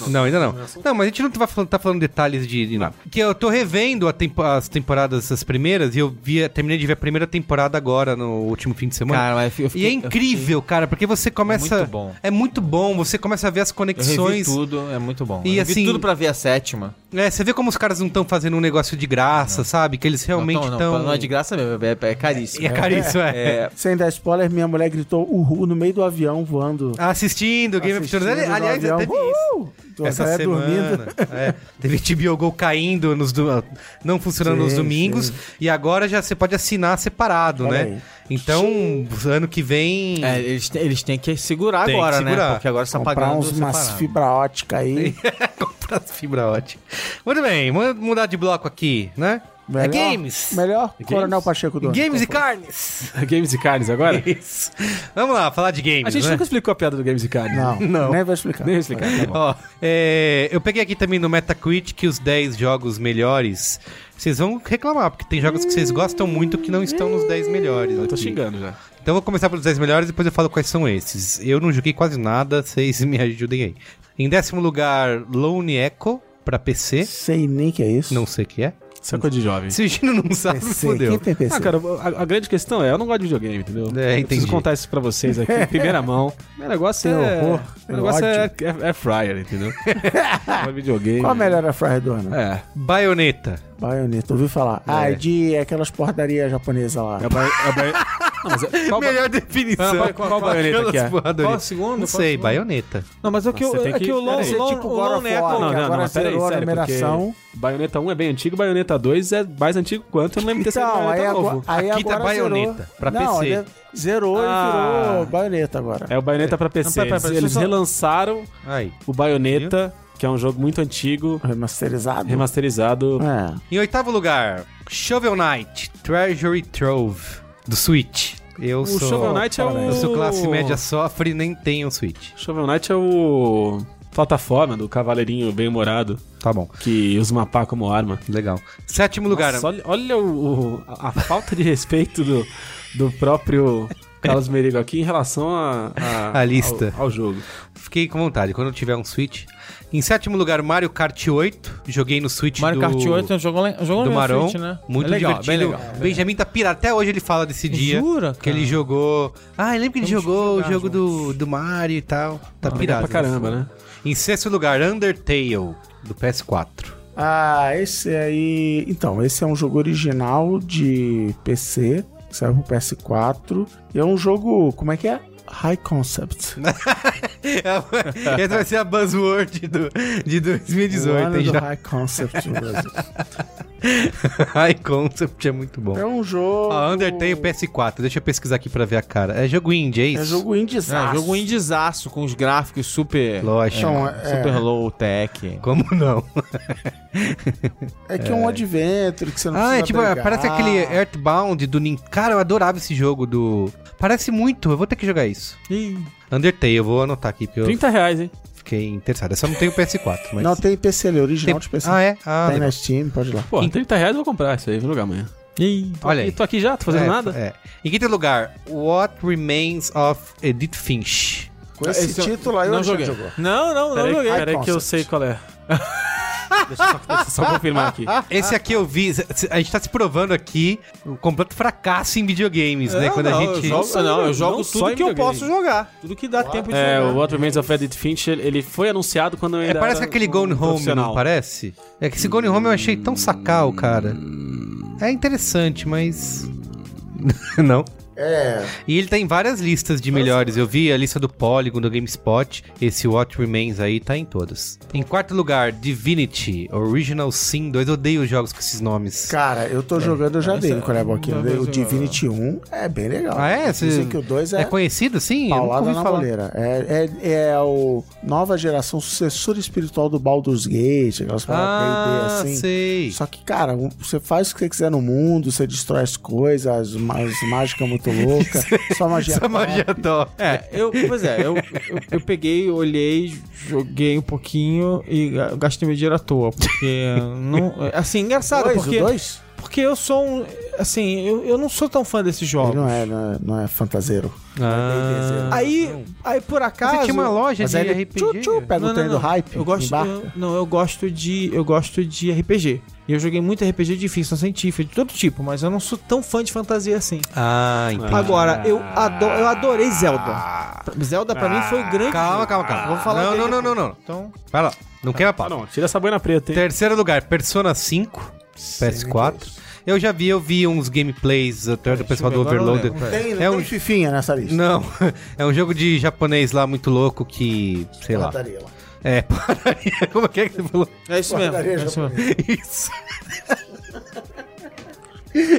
S1: Não, ainda não. Não, mas a gente não tá falando, tá falando detalhes de, de nada. Que eu tô revendo a tempo- as temporadas, as primeiras, e eu vi, terminei de ver a primeira temporada agora, no último fim de semana.
S8: Cara, mas eu
S1: e é incrível, cara, porque você começa.
S8: muito bom.
S1: É muito bom, você começa a ver as
S8: Eu revi
S1: conexões.
S8: tudo, é muito bom.
S1: E
S8: eu
S1: assim-
S8: vi tudo pra ver a sétima.
S1: É, você vê como os caras não estão fazendo um negócio de graça, sabe? Que eles realmente
S8: não, não,
S1: estão.
S8: não, não é de graça mesmo, é, é caríssimo.
S1: E é caríssimo, é.
S8: É,
S2: Sem dar spoiler, minha mulher gritou uhul no meio do avião voando.
S1: Assistindo Game of Thrones. Ali-
S2: Assistindo no
S1: Aliás,
S2: avião.
S1: até vi isso.
S2: Uhul! Tô
S1: Essa
S2: até
S1: semana. É, teve TBO Go caindo, nos do- não funcionando nos
S2: Sim,
S1: domingos.
S2: sim.
S1: E agora já você pode assinar separado, né?
S2: Olha aí.
S1: Então, ano que vem.
S8: é, eles, te- eles têm que segurar
S1: Tem que
S8: agora,
S1: segurar.
S8: né? Porque agora estão
S2: Comprar
S8: pagando
S2: uns, umas
S8: separado.
S2: fibra ótica aí.
S1: comprar fibra ótica. Muito bem, mu- mudar de bloco aqui, né? É
S2: Melhor-
S1: games. É
S2: Melhor Coronel Pacheco do Então
S1: Games e carnes.
S6: Games e Carnes agora?
S1: Isso. Vamos lá, falar de games.
S6: A gente
S1: né?
S6: nunca explicou a piada do Games e Carnes.
S2: Não,
S1: Não.
S2: nem vou explicar.
S6: Nem vou explicar. tá bom.
S1: Ó, é, eu peguei aqui também no Metacritic os 10 jogos melhores. Vocês vão reclamar, porque tem jogos que vocês gostam muito que não estão nos 10 melhores.
S6: Eu tô
S1: aqui.
S6: xingando já.
S1: Então eu vou começar pelos 10 melhores e depois eu falo quais são esses. Eu não joguei quase nada, vocês me ajudem aí. Em décimo lugar, Lone Echo pra PC.
S2: Sei nem que é isso.
S1: Não sei o que é.
S6: Isso é coisa de jovem.
S1: Se o Gino não sabe,
S2: PC. Quem
S1: fodeu.
S2: tem PC?
S6: Ah, cara, a, a grande questão é, eu não gosto de videogame, entendeu?
S1: É,
S6: Eu preciso
S1: entendi.
S6: contar isso pra vocês aqui, em primeira mão. Meu negócio
S2: Tem
S6: é...
S2: horror, tem
S6: meu negócio é,
S2: ódio.
S6: é, é fryer, entendeu? Não é videogame.
S2: Qual a melhor é a Fry Dona?
S6: É.
S1: Baioneta.
S2: Bayonetta, ouvi falar. Ah, é de aquelas portarias japonesas lá.
S6: É o ba- é o ba- Não, mas é- qual ba-
S1: Melhor definição.
S6: Ah, qual- qual baioneta que é?
S1: Qual
S4: o segundo?
S1: Não sei, baioneta.
S4: Não, mas é que
S6: Nossa,
S4: o
S6: tem
S4: é
S6: que-
S4: que o Lon
S6: peraí.
S4: Lon-
S2: Tipo
S4: o
S2: God
S4: Lon
S2: of
S4: Echo-
S2: War,
S4: Não,
S6: Não, não,
S2: que
S6: não,
S2: agora
S6: mas peraí,
S2: zerou a
S6: sério, porque-
S2: numeração.
S6: Baioneta 1 é bem antigo, Baioneta 2 é mais antigo quanto, eu não lembro de ter sido
S2: Então, aí,
S6: Baioneta
S2: agora,
S6: novo.
S2: aí
S1: Aqui tá
S2: agora
S1: Bayonetta,
S2: zerou.
S1: pra
S2: não,
S1: PC.
S2: ele é- zerou
S6: Ah.
S2: e virou baioneta agora.
S6: É o Baioneta pra PC.
S4: Não, pera, pera, pera,
S6: eles
S4: só-
S6: relançaram
S1: Aí.
S6: o Baioneta, que é um jogo muito antigo,
S2: Remasterizado.
S6: remasterizado.
S1: Ah,
S2: É.
S1: Em oitavo lugar, Shovel Knight Treasury Trove do Switch. Eu
S6: O
S1: sou.
S6: Shovel Knight é o...
S1: Eu sou classe média sofre e nem tenho Switch.
S6: Shovel Knight é o... Plataforma do cavaleirinho bem-humorado
S1: Tá bom.
S6: que usa uma pá como arma.
S1: Legal. Sétimo lugar.
S6: Nossa, olha olha o, o- a, a falta de respeito do, do próprio Carlos Merigo aqui em relação a, a-
S1: A lista.
S6: Ao, ao jogo.
S1: Fiquei com vontade. Quando eu tiver um Switch. Em sétimo lugar, Mario Kart 8. Joguei no Switch
S8: Mario
S1: do...
S8: Kart 8 é um jogo, le- um jogo
S1: do
S8: no
S1: Maron.
S8: Switch, né?
S1: Muito
S8: é legal,
S1: divertido.
S8: bem legal.
S1: Benjamin tá pirado. Até hoje ele fala desse dia.
S8: Jura,
S1: Que ele jogou. Ah, eu lembro que ele
S8: Vamos
S1: jogou o
S8: jogar
S1: jogo
S8: juntos.
S1: do, do Mario e tal. Tá
S6: Legal
S1: pirado.
S6: pra caramba, né?
S1: Em sexto lugar, Undertale, do PS4.
S2: Ah, esse aí. Então, esse é um jogo original de PC, que saiu pro PS4. E é um jogo. Como é que é? High Concept.
S1: Essa vai ser a buzzword do, de
S2: O ano
S1: 2018, hein,
S2: do
S1: já.
S2: High Concept no Brasil.
S1: High Concept é muito bom.
S2: É um jogo.
S1: Ó, Undertale PS4, deixa eu pesquisar aqui pra ver a cara. É jogo indie, é isso?
S2: É jogo um indie.
S1: Ah,
S8: É, jogo indizaço, com os gráficos super...
S1: Lógico.
S2: Então, é,
S8: Super low tech.
S1: Como não?
S2: é que é um adventure que você não
S1: Ah,
S2: precisa
S1: é tipo,
S2: brigar. Ah.
S1: parece aquele Earthbound do Nin... Cara, eu adorava esse jogo do... Parece muito, eu vou ter que jogar isso. Undertale, eu vou anotar aqui, porque
S6: 30 reais, hein?
S1: eu fiquei interessado. Eu só não tenho PS4, mas...
S2: Não, tá tem PC, ele é
S1: Tem-
S2: original de PC.
S1: Ah, é? Ah,
S2: tem
S1: legal.
S2: na Steam, pode ir lá.
S6: Pô, 30 reais eu vou comprar isso aí, vou jogar amanhã. Ih, tô
S1: Olha
S6: aqui,
S1: aí.
S6: tô aqui já, tô tá fazendo
S1: É,
S6: nada.
S1: É. Em quinto lugar, What Remains of Edith Finch.
S2: Com esse,
S8: Esse eu-
S2: título aí,
S8: não
S2: eu já
S8: joguei.
S2: jogou.
S4: Não, não, não
S6: Peraí,
S4: joguei.
S6: peraí que eu
S2: Concept.
S6: sei qual é. deixa, eu só, deixa eu só confirmar aqui.
S1: Esse aqui eu vi. A gente tá se provando aqui um completo fracasso em videogames,
S4: Ah,
S1: né? Quando a gente.
S8: jogo-
S6: só-
S8: não, eu
S6: não
S8: jogo
S6: só
S8: tudo
S6: em
S8: que eu
S6: videogame.
S8: posso jogar. Tudo que dá tempo de
S6: É,
S8: jogar.
S6: o What Remains of Edith Finch, ele- ele foi anunciado quando eu
S1: É,
S6: ainda
S1: parece
S6: era
S1: aquele
S6: um
S1: Gone Home,
S6: profissional.
S1: não parece? É que esse Gone Home eu achei tão sacal, cara. É interessante, mas. não.
S2: É,
S1: E ele tá em várias listas de melhores. Eu vi a lista do Polygon, do GameSpot. Esse What Remains aí tá em todas. Em quarto lugar, Divinity Original Sin 2. Eu odeio jogos com esses nomes.
S2: Cara, eu
S1: É,
S2: tô jogando, eu já dei no Coreia
S1: um
S2: Boquinha. Dei O Divinity 1 é bem legal.
S1: Ah, é?
S2: Dizem
S1: Cê-
S2: que o 2
S1: É
S2: é,
S1: conhecido, sim? Eu nunca
S2: paulada
S1: ouvi
S2: na
S1: falar.
S2: boleira. É, é, é o nova geração, sucessor espiritual do Baldur's Gate, aquelas paradas
S1: Ah,
S2: D&D, assim.
S1: sei.
S2: Só que, cara, um- você faz o que você quiser no mundo, você destrói as coisas, as, ma- as mágicas muito loucas, só magia.
S1: Essa magia top.
S8: É, eu, pois é, eu, eu, eu peguei, olhei, joguei um pouquinho e ga- gastei meu dinheiro à toa. Porque, não, assim, engraçado,
S2: Dois, o
S8: porque,
S2: dois?
S4: é porque eu sou um. Assim, eu, eu não sou tão fã desses jogos.
S2: Ele não é, não é, não é fantaseiro.
S1: Ah.
S4: Aí, aí por acaso.
S1: Você tinha uma loja
S2: Mas
S1: de
S2: aí ele
S1: RPG?
S2: tchu, tchu, pega
S4: Não,
S2: o trem
S4: não, não.
S2: do hype,
S4: Eu gosto,
S2: embarca.
S4: eu- não, eu gosto de eu gosto de RPG. E eu joguei muito RPG de ficção científica, de todo tipo, mas eu não sou tão fã de fantasia assim.
S1: Ah, entendi.
S4: Agora, eu, ado eu adorei Zelda. Ah. Zelda pra mim foi o grande.
S1: Ah, Calma,
S4: jogo.
S1: calma, calma.
S4: Vou falar
S1: não,
S4: dele
S1: não, não, não,
S4: depois.
S1: não.
S4: Então,
S1: Vai lá. Não queima
S6: Ah,
S1: pau.
S6: não, tira essa boina preta, hein?
S1: tá. Terceiro lugar, Persona 5, PS4. Eu já vi, eu vi uns gameplays até do pessoal do
S4: ver, agora eu
S1: Overloader.
S4: lembro,
S2: Tem,
S1: É
S2: tem
S1: um-
S2: fifinha nessa lista.
S1: Não, é um jogo de japonês lá muito louco que, sei lá.
S2: Pataria lá.
S1: É, padaria. Como é que é que você falou?
S4: é isso mesmo.
S2: Padaria
S4: é isso mesmo.
S1: Isso.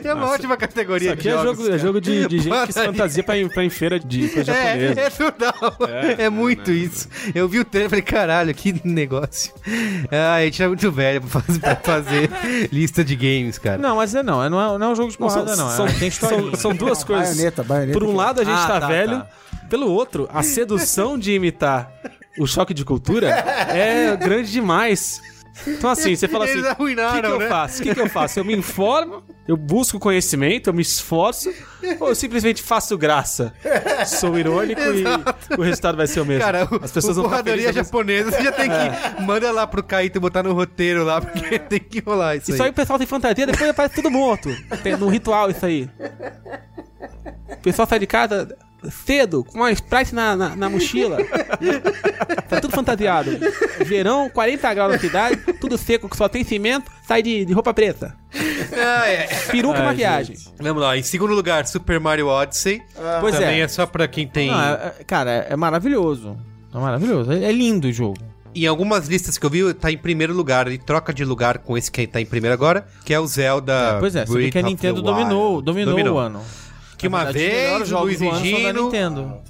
S1: É uma ótima categoria
S6: Isso
S1: de
S6: aqui é
S1: jogos,
S6: jogo, é
S1: cara.
S6: jogo de, de gente que se
S1: Para aí.
S6: fantasia pra, ir- pra em feira de coisa japonesa.
S1: É, é surreal. É, muito isso. Eu vi o trailer e falei, caralho, que negócio. Ah, a gente é muito velho pra fazer, pra fazer lista de games, cara.
S4: Não, mas é não, é- não é, não é um jogo de
S6: Não, são,
S4: porrada, não.
S6: são-
S4: é, tem
S6: são,
S4: historinha.
S6: são duas coisas.
S2: Baioneta, baioneta.
S6: Por um lado, a gente
S4: Ah,
S6: tá,
S4: tá,
S6: velho.
S4: tá.
S6: Pelo outro, a sedução de imitar o choque de cultura é grande demais. Então, assim, você fala assim:
S1: Eles
S6: o que, que
S1: arruinaram,
S6: eu
S1: né?
S6: faço? O que, que eu faço? Eu me informo, eu busco conhecimento, eu me esforço, ou eu simplesmente faço graça? Sou irônico e o resultado vai ser o mesmo.
S1: Cara, o-
S6: As pessoas
S1: o
S6: vão ficar
S1: porradaria
S6: felizes É. ao
S1: japonesa,
S6: mesmo
S1: você já tem que. Manda lá pro Caíto botar no roteiro lá, porque
S6: É.
S1: tem que rolar isso,
S6: Isso aí
S1: aí.
S6: o pessoal tem fantasia, depois aparece tudo morto. Tem num ritual isso aí. O pessoal sai de casa cedo, com uma Sprite na, na, na mochila. Tá tudo fantasiado. Verão, 40 graus na cidade, tudo seco, que só tem cimento, sai de, de roupa preta.
S1: Ah, é.
S6: Peruca e maquiagem.
S1: Vamos lá, em segundo lugar, Super Mario Odyssey.
S4: pois é.
S1: Também é. só pra quem tem.
S4: Não, é- é- cara, é, é maravilhoso. É maravilhoso. É, é lindo o jogo.
S1: Em algumas listas que eu vi, tá em primeiro lugar. Ele troca de lugar com esse que tá em primeiro agora, que é o Zelda.
S4: pois é, você vê
S1: Breath
S4: que a
S1: of the
S4: Nintendo
S1: Wild.
S4: dominou, dominou, o ano.
S1: Que
S4: Na
S1: uma
S4: verdade, os melhores
S1: vez o
S4: jogos
S1: Luiz
S4: do ano são da
S1: Egino
S4: Nintendo.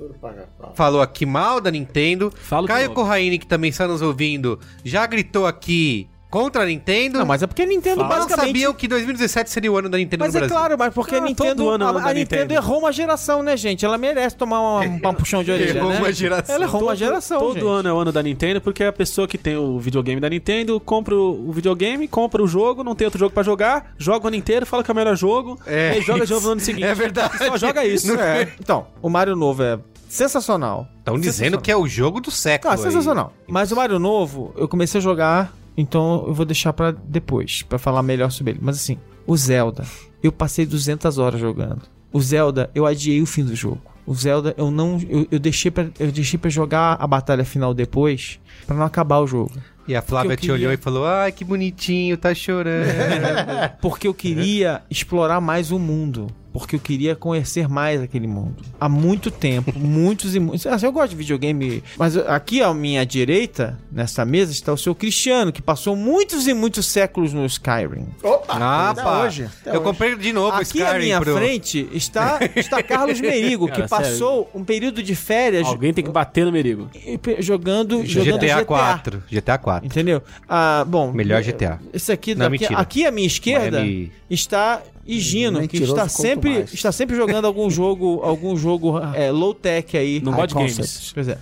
S1: falou aqui mal da Nintendo.
S6: Fala de
S1: Caio
S6: novo.
S1: Corraine, que também está nos ouvindo, já gritou aqui contra a Nintendo.
S4: Não, mas é porque a Nintendo
S1: Não
S4: basicamente
S1: sabiam que 2017 seria o ano da Nintendo
S4: Mas
S1: no
S4: é
S1: Brasil.
S4: claro, mas porque
S6: Ah,
S4: a Nintendo,
S6: todo ano
S4: a,
S6: ela
S4: a
S6: dá
S4: Nintendo,
S6: Nintendo.
S4: errou uma geração, né, gente? Ela merece tomar uma, uma puxão de orelha,
S1: Errou
S4: né?
S1: uma geração.
S4: Ela errou uma geração,
S6: Todo
S4: gente.
S6: ano é o ano da Nintendo, porque a pessoa que tem o videogame da Nintendo compra o videogame, compra o jogo, não tem outro jogo pra jogar, joga o ano inteiro, fala que é o melhor jogo,
S1: É,
S6: e aí joga de
S1: isso.
S6: novo no ano seguinte.
S1: É verdade.
S6: Só joga isso.
S4: É. Então, o Mario novo é sensacional.
S1: Estão dizendo que é o jogo do século.
S4: Não, é
S1: aí.
S4: sensacional. Mas o Mario novo, eu comecei a jogar, então eu vou deixar pra depois, pra falar melhor sobre ele. Mas assim, o Zelda, eu passei 200 horas jogando. O Zelda, eu adiei o fim do jogo. O Zelda, eu não, eu, eu deixei para, eu deixei para jogar a batalha final depois, pra não acabar o jogo.
S1: E a Flávia
S4: Que
S1: te
S4: eu queria.
S1: olhou e falou: ai, que bonitinho, tá chorando.
S4: Porque eu queria explorar mais o mundo. Porque eu queria conhecer mais aquele mundo. Há muito tempo, muitos e muitos. Assim, eu gosto de videogame, mas aqui à minha direita, nessa mesa, está o seu Cristiano, que passou muitos e muitos séculos no Skyrim.
S1: ah,
S2: até
S1: pá.
S2: hoje, até
S1: eu
S2: hoje.
S1: comprei de novo o
S4: Aqui
S1: Skyrim
S4: à minha
S1: pro-
S4: frente está, está Carlos Merigo, que
S6: Cara,
S4: passou um período de férias
S6: Alguém tem que bater no merigo.
S4: jogando, jogando
S1: GTA 4. GTA 4.
S4: Entendeu? Ah,
S2: Então,
S4: bom.
S1: Melhor GTA.
S4: Esse aqui,
S1: Não,
S4: daqui,
S1: mentira.
S4: aqui à minha esquerda
S1: Miami-
S4: está Higino, que
S2: Mentiroso
S4: está
S2: quanto
S4: sempre,
S2: mais.
S4: está sempre jogando algum jogo, algum jogo é, low tech aí.
S6: Não
S4: High
S6: gosta de games.
S4: concept. Pois é.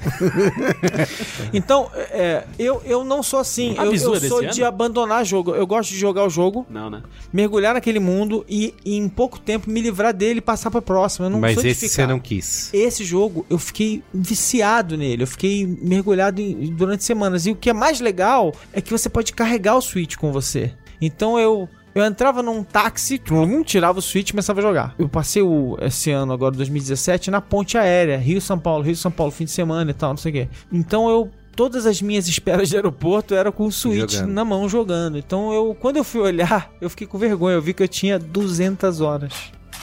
S4: então, é, eu, eu não sou assim. Eu, eu
S6: Absurdo
S4: sou
S6: esse
S4: de
S6: ano.
S4: abandonar jogo. Eu gosto de jogar o jogo,
S6: Não, né?
S4: mergulhar naquele mundo e, e em pouco tempo me livrar dele e passar para próximo. Eu não
S1: Mas
S4: sou de
S1: esse
S4: ficar.
S1: você não quis.
S4: Esse jogo eu fiquei viciado nele, eu fiquei mergulhado em- durante semanas. E o que é mais legal é que você pode carregar o Switch com você. Então eu eu entrava num táxi, trum, tirava o Switch e começava a jogar. Eu passei o, esse ano agora 2017 na ponte aérea, Rio São Paulo, Rio São Paulo fim de semana e tal, não sei o quê. Então eu todas as minhas esperas de aeroporto era com o Switch
S1: Jogando.
S4: na mão jogando. Então eu quando eu fui olhar, eu fiquei com vergonha, eu vi que eu tinha 200 horas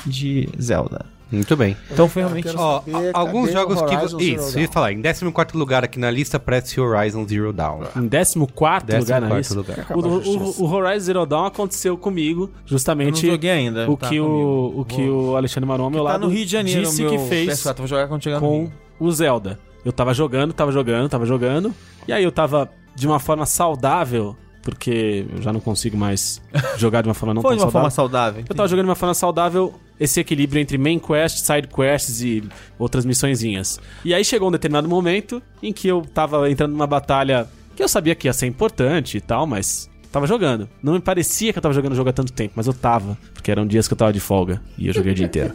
S4: de Zelda.
S1: Muito bem.
S4: Então foi realmente
S2: Quero
S1: Ó,
S2: saber,
S1: a- alguns
S2: cadê o
S1: jogos que. vo-
S2: Horizon Zero
S1: Isso,
S2: Dawn?
S1: ia falar. Em 14 lugar aqui na lista, parece Horizon Zero Dawn.
S6: Em 14 lugar na
S1: 14º
S6: lista.
S1: lugar.
S6: O, o- o Horizon Zero Dawn aconteceu comigo, justamente
S4: Eu não joguei ainda,
S6: o
S4: tá
S6: que, o,
S4: comigo.
S6: o, que o Alexandre Maron ao meu
S4: Tá
S6: lado
S4: no Rio de Janeiro,
S6: disse
S4: meu
S6: que fez
S4: PS4, vou jogar quando chegar no
S6: com
S4: Rio.
S6: o Zelda. Eu tava jogando, tava jogando, tava jogando. E aí eu tava de uma forma saudável, porque eu já não consigo mais jogar de uma forma não
S4: Foi
S6: tão
S4: de uma forma
S6: saudável.
S4: saudável.
S6: Eu tava jogando de uma forma saudável esse equilíbrio entre main quest, side quests e outras missõezinhas. E aí chegou um determinado momento em que eu tava entrando numa batalha que eu sabia que ia ser importante e tal, mas Tava jogando. Não me parecia que eu tava jogando o jogo há tanto tempo, mas eu tava. Porque eram dias que eu tava de folga. E eu joguei o dia inteiro.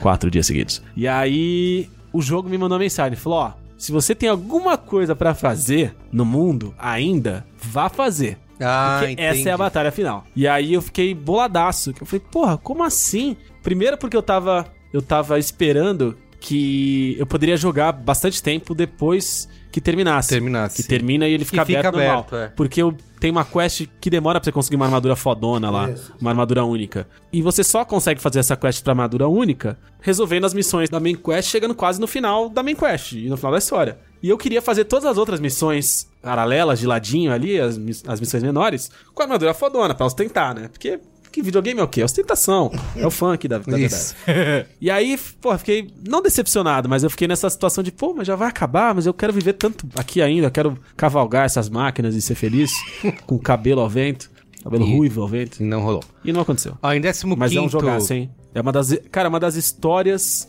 S6: Quatro dias seguidos. E aí, o jogo me mandou uma mensagem. Falou, ó, se você tem alguma coisa pra fazer no mundo ainda, vá fazer.
S1: Ah,
S6: Porque essa é a batalha final. E aí eu fiquei boladaço. que Eu falei, porra, como assim? Primeiro porque eu tava. Eu tava esperando que eu poderia jogar bastante tempo depois que terminasse.
S1: Terminasse.
S6: Que termina e ele fica
S1: E fica
S6: aberto, normal.
S1: aberto, é.
S6: Porque eu tenho uma quest que demora pra você conseguir uma armadura fodona lá. Uma armadura única. E você só consegue fazer essa quest pra armadura única resolvendo as missões da main quest, chegando quase no final da main quest e no final da história. E eu queria fazer todas as outras missões paralelas, de ladinho ali, as, miss- as missões menores, com a armadura fodona, pra ostentar, né? Porque que videogame é o quê? É ostentação. É o funk da, da
S1: Isso.
S6: verdade. E aí, pô, fiquei não decepcionado, mas eu fiquei nessa situação de, pô, mas já vai acabar, mas eu quero viver tanto aqui ainda, eu quero cavalgar essas máquinas e ser feliz, com cabelo ao vento, cabelo ruivo ao vento.
S1: Não rolou.
S6: E não aconteceu.
S1: Ó, em 15
S6: Mas é um jogaço, hein? É uma das, cara, uma das histórias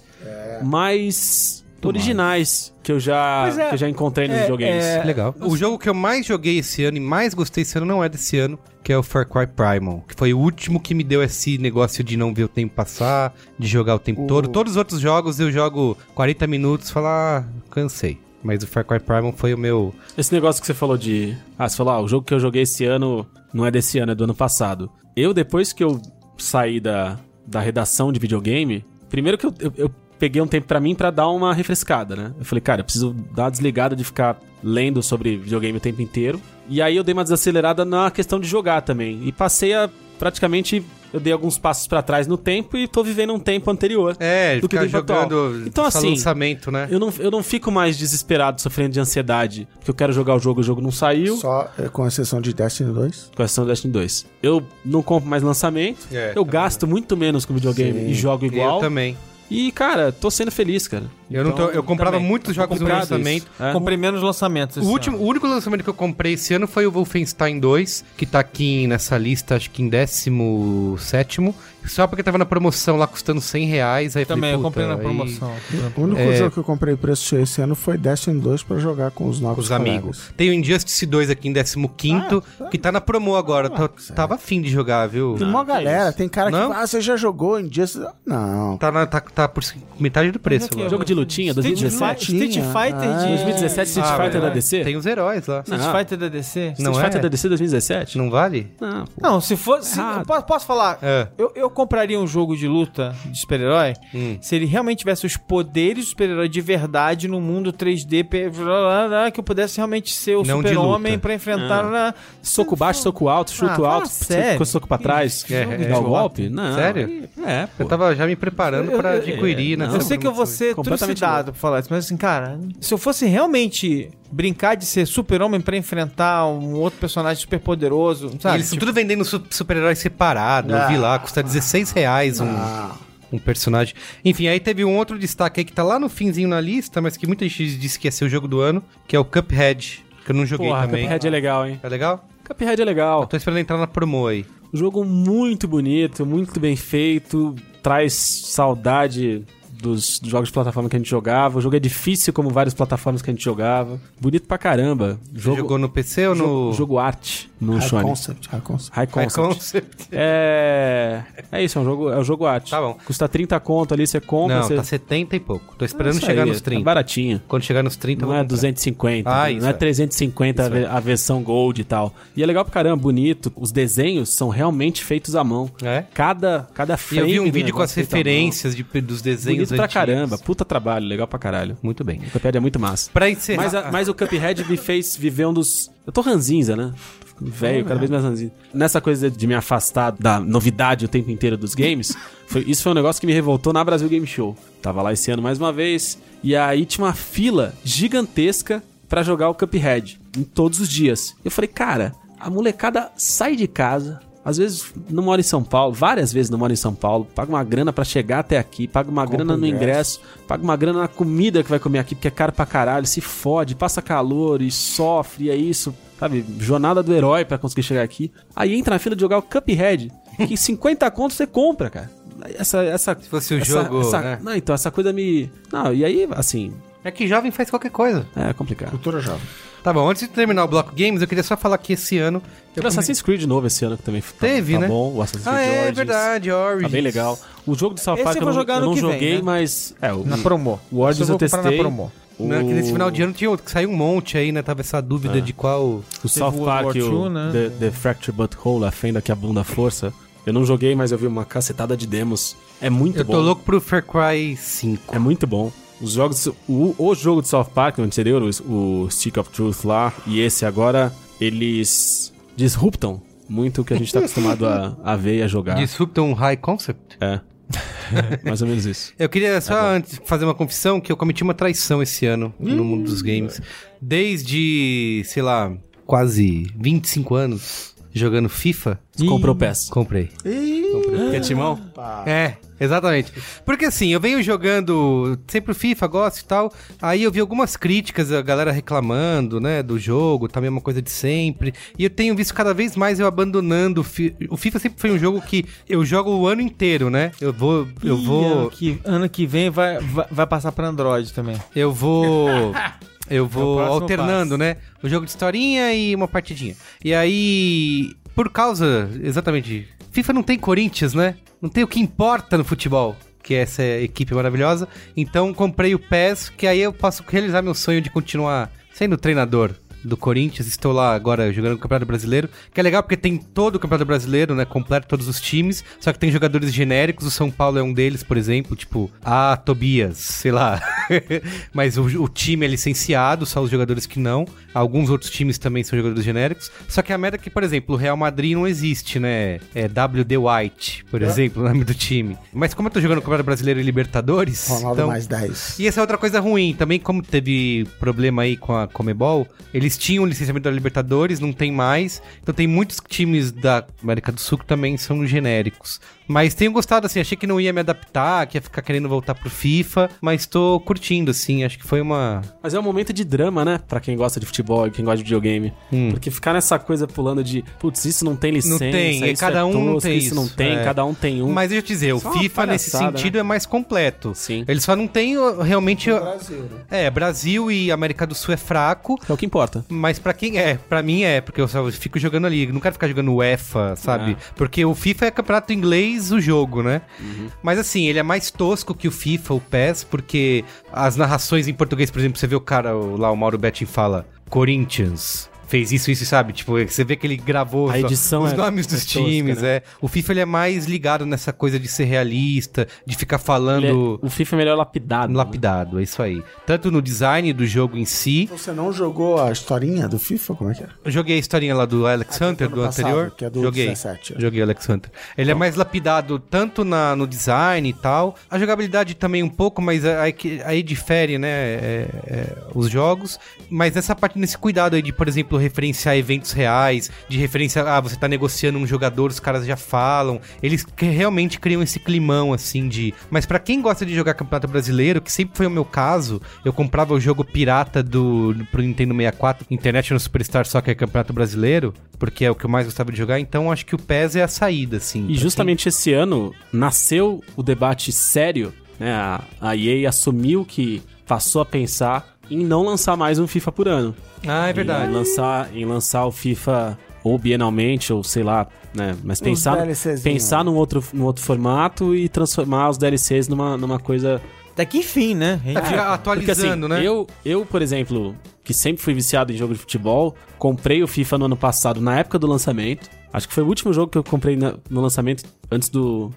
S6: mais originais que eu já
S4: É. Pois é.
S6: que eu já encontrei nos
S4: É,
S6: videogames.
S4: é.
S1: Legal. O jogo que eu mais joguei esse ano e mais gostei esse ano não é desse ano, que é o Far Cry Primal, que foi o último que me deu esse negócio de não ver o tempo passar, de jogar o tempo todo. Todos os outros jogos eu jogo 40 minutos, falar, ah, cansei. Mas o Far Cry Primal foi o meu.
S6: Esse negócio que você falou de, ah, você falou, ah, o jogo que eu joguei esse ano não é desse ano, é do ano passado. Eu depois que eu saí da, da redação de videogame, primeiro que eu, eu, eu peguei um tempo pra mim pra dar uma refrescada, né? Eu falei, cara, eu preciso dar uma desligada de ficar lendo sobre videogame o tempo inteiro. E aí eu dei uma desacelerada na questão de jogar também e passei a praticamente eu dei alguns passos pra trás no tempo e tô vivendo um tempo anterior.
S1: É,
S6: Do que
S1: ficar
S6: tempo atual.
S1: jogando
S6: Então,
S1: só
S6: assim,
S1: lançamento, né?
S6: Eu não, eu não fico mais desesperado, sofrendo de ansiedade, porque eu quero jogar o jogo, o jogo não saiu.
S2: Só eh, com exceção de Destiny 2.
S6: Com a exceção do Destiny 2. Eu não compro mais lançamento,
S1: É,
S6: eu gasto muito menos com videogame e jogo
S1: Eu
S6: igual.
S1: também.
S6: E, cara, tô sendo feliz, cara. Então,
S1: Eu, não tô, eu comprava
S6: também.
S1: muitos
S6: Tô
S1: jogos no
S6: comprado
S1: lançamento.
S6: isso, é.
S4: Comprei menos lançamentos.
S1: O, último, o único lançamento que eu comprei esse ano foi o Wolfenstein 2, que tá aqui nessa lista, acho que em 17. Só porque tava na promoção lá custando 100 reais. Aí
S4: Também, eu
S1: falei,
S4: comprei
S1: "Puta,
S4: na
S1: aí
S4: promoção.
S2: O único
S1: É.
S2: jogo que eu comprei preço cheio esse ano foi Destiny 2 pra jogar com os
S1: Com
S2: novos
S1: os amigos. Tem o Injustice 2 aqui em 15, que tá na promo agora. Tô- tava afim de jogar, viu?
S2: Tem uma galera, tem cara
S1: Não?
S2: que ah, você já jogou em dias. Não.
S1: Tá, na- tá, tá por metade do preço.
S4: Aqui,
S1: lá.
S4: ó.
S6: Jogo de lutinha,
S4: Street
S6: 2017.
S4: Fighter- Street Fighter de...
S2: Ah.
S6: 2017, Street
S4: é.
S1: Ah,
S6: Fighter
S1: velho.
S6: da DC?
S1: Tem os heróis lá.
S4: Street Fighter da DC?
S1: Não
S6: Street Fighter
S1: é?
S6: da DC 2017?
S1: Não vale?
S6: Não, pô.
S4: Não, se fosse... se-
S6: Errado.
S4: posso, posso falar?
S1: É.
S4: Eu, eu compraria um jogo de luta de super-herói
S1: Hum.
S4: se ele realmente tivesse os poderes do super-herói de verdade no mundo 3D, pe- blá, blá, blá, que eu pudesse realmente ser o
S1: Não de
S4: super-homem
S1: luta.
S4: pra enfrentar... né? blá.
S6: Soco baixo, soco alto,
S4: Ah,
S6: chuto
S4: fala
S6: alto,
S4: sério.
S6: soco pra trás,
S1: É, é.
S6: dá o golpe? Não.
S1: Sério?
S6: É, pô.
S1: Eu tava já me preparando pra
S4: eu-
S1: adquirir, né?
S6: não.
S4: eu sei que eu vou ser
S6: Completamente
S4: trucidado pra falar isso, mas assim, cara, se eu fosse realmente brincar de ser super-homem pra enfrentar um outro personagem super poderoso,
S1: E
S4: sabe? Tipo,
S1: eles estão tudo vendendo su- super-heróis separado. Eu vi lá, custa 16 reais um, Ah. um personagem. Enfim, aí teve um outro destaque aí que tá lá no finzinho na lista, mas que muita gente disse que ia ser o jogo do ano, que é o Cuphead, que eu não joguei
S6: Porra,
S1: também.
S6: Cuphead é legal, hein?
S1: Tá legal?
S6: Cuphead é legal.
S1: Tô esperando entrar na promo aí.
S6: Um jogo muito bonito, muito bem feito, traz saudade dos dos jogos de plataforma que a gente jogava. O jogo é difícil como várias plataformas que a gente jogava. Bonito pra caramba.
S1: Você
S6: Jogo,
S1: jogou no PC ou no...
S6: jogo, jogo arte no
S2: High
S6: Sony.
S2: concept, high concept.
S6: High
S1: High
S6: Concept. É, é isso, é um jogo, é um jogo arte.
S1: Tá bom.
S6: Custa 30 conto ali, você compra,
S1: Não,
S6: você
S1: tá 70 e pouco. Tô esperando
S6: Isso
S1: chegar
S6: aí,
S1: nos
S6: Tá
S1: 30.
S6: baratinho.
S1: Quando chegar nos 30, eu
S6: Não
S1: vou
S6: é
S1: comprar.
S6: 250,
S1: Ah,
S6: né?
S1: isso
S6: não é
S1: é.
S6: 350 a, ve- a versão Gold e tal. E é legal pra caramba, bonito. Os desenhos são realmente feitos à mão.
S1: É?
S6: Cada, cada
S1: E
S6: frame.
S1: eu vi um
S6: do
S1: vídeo com
S6: negócio
S1: as
S6: feito à mão.
S1: referências de, dos desenhos
S6: tá Bonito pra
S1: antigos.
S6: caramba. Puta trabalho, legal pra caralho.
S1: Muito bem.
S6: O Cuphead é muito massa.
S1: Pra encerrar...
S6: Mas, a- mas o Cuphead me fez viver um dos. Eu tô ranzinza, né? Tô ficando Velho, cada vez mais ranzinza. Nessa coisa de me afastar da novidade o tempo inteiro dos games, foi- isso foi um negócio que me revoltou na Brasil Game Show. Tava lá esse ano mais uma vez, e aí tinha uma fila gigantesca pra jogar o Cuphead, em todos os dias. Eu falei, cara, a molecada sai de casa, às vezes não mora em São Paulo, várias vezes não mora em São Paulo, paga uma grana pra chegar até aqui, paga uma grana no ingresso, paga uma grana na comida que vai comer aqui, porque é caro pra caralho, se fode, passa calor e sofre, e é isso, sabe? Jornada do herói pra conseguir chegar aqui. Aí entra na fila de jogar o Cuphead, que 50 contos você compra, cara. Essa, essa,
S1: Se fosse o
S6: essa-
S1: jogo,
S6: essa-
S1: né?
S6: Não, então, essa coisa me... Não, e aí, assim...
S1: É que jovem faz qualquer coisa.
S6: É complicado.
S2: Cultura jovem.
S1: Tá bom, antes de terminar o bloco games, eu queria só falar que esse ano. eu
S6: Teve Assassin's Creed novo esse ano que também tá-
S1: Teve,
S6: tá
S1: né?
S6: bom. O Assassin's
S1: Ah,
S6: Creed
S1: é
S6: Origins.
S1: verdade, Origins.
S6: Tá bem legal. O jogo do South
S4: Esse
S6: Park
S4: eu
S6: eu
S4: vou
S6: não,
S4: jogar
S6: eu
S4: no
S6: não
S4: que vem,
S6: joguei,
S4: né?
S6: mas... É, o,
S4: Na promo.
S6: o Origins
S4: Esse
S6: eu
S4: vou comprar na
S6: testei.
S4: promo.
S6: O- Ah.
S1: Né, que nesse final de ano tinha outro, que saiu um monte aí, né? Tava essa dúvida de qual.
S6: O South
S4: World
S6: Park,
S4: War
S6: o
S4: II, né?
S6: The, The Fracture But Whole, a fenda que abunda a força. Eu não joguei, mas eu vi uma cacetada de demos. É muito
S1: eu
S6: bom.
S1: tô louco pro Far Cry 5.
S6: É muito bom. Os jogos, o, o jogo de South Park, o anterior, o, o Stick of Truth lá, e esse agora, eles disruptam muito o que a gente tá acostumado a, a ver e a jogar.
S1: Disrupta um high concept.
S6: É. Mais ou menos isso.
S1: Eu
S4: Tá
S1: queria só antes fazer uma confissão que eu cometi uma traição esse ano no mundo dos games. Desde, sei lá, quase 25 anos jogando FIFA,
S6: Você comprou o PES.
S1: comprei.
S6: Que é timão?
S1: É, exatamente. Porque assim, eu venho jogando sempre o FIFA, gosto e tal. Aí eu vi algumas críticas, a galera reclamando, né, do jogo, tá a mesma coisa de sempre. E eu tenho visto cada vez mais eu abandonando o, Fi- o FIFA sempre foi um jogo que eu jogo o ano inteiro, né? Eu vou eu
S4: Ih,
S1: vou
S4: Ano que, ano que vem vai, vai, vai passar pra Android também.
S1: eu vou eu vou
S4: É o próximo
S1: alternando,
S4: passo.
S1: né? O jogo de historinha e uma partidinha. E aí, por causa exatamente, FIFA não tem Corinthians, né? Não tem o que importa no futebol, que é essa equipe maravilhosa. Então comprei o PES, que aí eu posso realizar meu sonho de continuar sendo treinador do Corinthians. Estou lá agora jogando o Campeonato Brasileiro, que é legal porque tem todo o Campeonato Brasileiro, né? Completo todos os times, só que tem jogadores genéricos. O São Paulo é um deles, por exemplo, tipo, ah, Tobias, sei lá. Mas o, o time é licenciado, só os jogadores que não. Alguns outros times também são jogadores genéricos. Só que a merda é que, por exemplo, o Real Madrid não existe, né? É WD White, por exemplo, o nome do time. Mas como eu tô jogando Campeonato Brasileiro e Libertadores.
S2: Ronaldo
S1: então-
S2: mais 10.
S1: e essa é outra coisa ruim, também como teve problema aí com a Comebol, eles tinham o licenciamento da Libertadores, não tem mais, então tem muitos times da América do Sul que também são genéricos. Mas tenho gostado, assim, achei que não ia me adaptar, que ia ficar querendo voltar pro FIFA, mas tô curtindo, assim, acho que foi uma...
S6: Mas é um momento de drama, né? Pra quem gosta de futebol e quem gosta de videogame.
S1: Hum.
S6: Porque ficar nessa coisa pulando de, putz, isso não tem licença,
S1: tem, e
S6: isso
S1: cada
S6: é
S1: um não
S6: tosco,
S1: tem
S6: isso. não
S1: isso,
S6: tem,
S1: é.
S6: cada um tem um.
S1: Mas deixa eu te dizer, o
S6: Só uma
S1: FIFA nesse
S6: palhaçada, né?
S1: sentido é mais completo.
S6: Sim.
S1: Ele só não tem ó, realmente... ó,
S2: Brasil. né?
S1: É, Brasil e América do Sul é fraco,
S6: É o que importa.
S1: Mas pra quem é, pra mim é, porque eu só fico jogando ali, não quero ficar jogando UEFA, sabe? Porque o FIFA é campeonato inglês o jogo, né? Mas assim, ele é mais tosco que o FIFA, o PES, porque as narrações em português, por exemplo, você vê o cara o- lá, o Mauro Betting fala Corinthians. Fez isso, isso, sabe? Tipo, você vê que ele gravou
S6: A
S1: só
S6: edição
S1: os
S6: é-
S1: nomes
S6: é
S1: dos
S6: tosca,
S1: times,
S6: né?
S1: é. O FIFA ele é mais ligado nessa coisa de ser realista, de ficar
S6: Ele é-
S1: falando
S6: o FIFA é melhor lapidado. né?
S1: lapidado, é isso aí. Tanto no design do jogo em si,
S2: Você não jogou a historinha do FIFA? Como é que é?
S1: Eu joguei a historinha lá do Alex Hunter,
S2: Ah, ano
S1: do
S2: passado,
S1: anterior.
S2: que é do
S1: joguei.
S2: 17, é.
S1: Joguei o Alex Hunter. Ele é mais lapidado tanto na, no design e tal. A jogabilidade também um pouco, mas a- aí, que- aí difere, né? é, é, os jogos. Mas nessa parte, nesse cuidado aí de, por exemplo, referenciar eventos reais, de referência. Ah, você tá negociando um jogador, os caras já falam. Eles que- realmente criam esse climão, assim, de. Mas pra quem gosta de jogar Campeonato Brasileiro, que sempre foi o meu caso, eu comprava o jogo pirata do pro Nintendo 64, internet no Superstar Soccer Campeonato Brasileiro, porque é o que eu mais gostava de jogar, então acho que o PES é a saída, assim. pra
S6: E
S1: quem-
S6: justamente esse ano nasceu o debate sério, né? A, a EA assumiu que passou a pensar em não lançar mais um FIFA por ano.
S1: Ah, é verdade.
S6: Em lançar, em lançar o FIFA ou bienalmente, ou sei lá, né? Mas pensar,
S2: DLCzinho.
S6: pensar num, outro, num outro formato e transformar os DLCs numa, numa coisa
S4: Daqui enfim, né? A gente-
S1: É, fica
S6: porque assim,
S1: atualizando, né?
S6: eu, eu, por exemplo, que sempre fui viciado em jogo de futebol, comprei o FIFA no ano passado, na época do lançamento. Acho que foi o último jogo que eu comprei na- no lançamento antes do,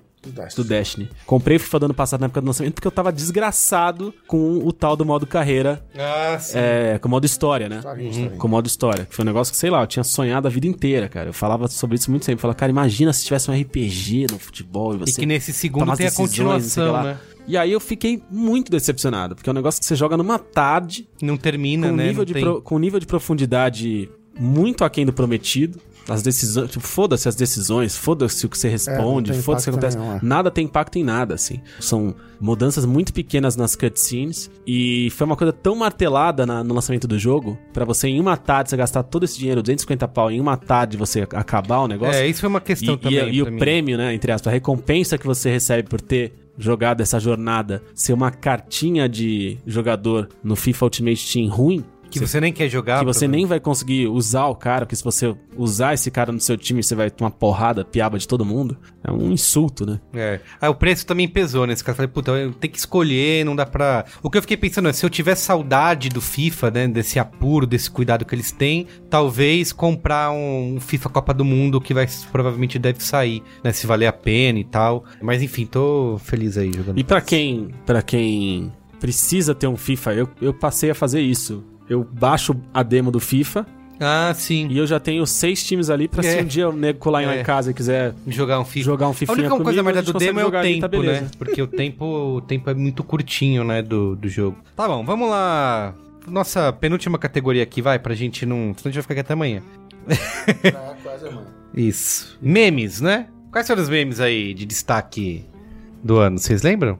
S6: do Destiny. Comprei o FIFA do ano passado na época do lançamento porque eu tava desgraçado com o tal do modo carreira,
S1: Ah, sim.
S6: é, com o modo história, né?
S2: Historinha, historinha.
S6: Com o modo história. Que foi um negócio que, sei lá, eu tinha sonhado a vida inteira, cara. Eu falava sobre isso muito sempre. Eu falava, cara, imagina se tivesse um RPG no futebol e
S1: E
S6: você
S1: que nesse segundo
S6: assim, tomar
S1: tem a
S6: as decisões, não sei o que
S1: continuação,
S6: lá.
S1: né?
S6: E aí eu fiquei muito decepcionado, porque é um negócio que você joga numa tarde,
S1: Não termina,
S6: com,
S1: né?
S6: nível
S1: Não
S6: de
S1: tem-
S6: pro- com nível de profundidade muito aquém do prometido. As decisões, tipo, foda-se as decisões, foda-se o que você responde,
S2: É, não tem
S6: foda-se o que
S2: impacto
S6: acontece.
S2: nenhum, é.
S6: Nada tem impacto em nada, assim. São mudanças muito pequenas nas cutscenes e foi uma coisa tão martelada na- no lançamento do jogo, pra você em uma tarde, você gastar todo esse dinheiro, 250 pau, em uma tarde você acabar o negócio.
S1: É, isso foi uma questão
S6: E, e-
S1: também.
S6: e
S1: pra
S6: o
S1: mim.
S6: prêmio, né? Entre aspas, a recompensa que você recebe por ter jogado essa jornada ser uma cartinha de jogador no FIFA Ultimate Team ruim.
S1: Que você né? nem quer jogar.
S6: Que você
S1: Bruno.
S6: nem vai conseguir usar o cara, porque se você usar esse cara no seu time, você vai ter uma porrada, piaba de todo mundo. É um insulto, né?
S1: É. Aí o preço também pesou nesse caso. Eu Falei, puta, eu tenho que escolher, não dá pra. O que eu fiquei pensando é, se eu tiver saudade do FIFA, né? Desse apuro, desse cuidado que eles têm, talvez comprar um FIFA Copa do Mundo que vai provavelmente deve sair, né? Se valer a pena e tal. Mas enfim, tô feliz aí jogando.
S6: E pra quem, para quem precisa ter um FIFA, eu, eu passei a fazer isso. Eu baixo a demo do FIFA
S1: Ah, sim.
S6: e eu já tenho seis times ali pra se
S1: É.
S6: um dia o nego colar lá
S1: É.
S6: em casa e quiser
S1: Jogar um FIFA.
S6: jogar um
S1: A
S6: FIFA
S1: única
S6: comigo,
S1: coisa merda
S6: a gente
S1: do demo
S6: consegue
S1: é o
S6: jogar ali, tá
S1: tempo,
S6: beleza.
S1: né? Porque o tempo, o tempo é muito curtinho, né, do, do jogo. Tá bom, vamos lá. Nossa penúltima categoria aqui, vai, pra gente não... Senão a gente vai ficar aqui até amanhã.
S2: é
S1: Isso. Memes, né? Quais foram os memes aí de destaque do ano? Vocês lembram?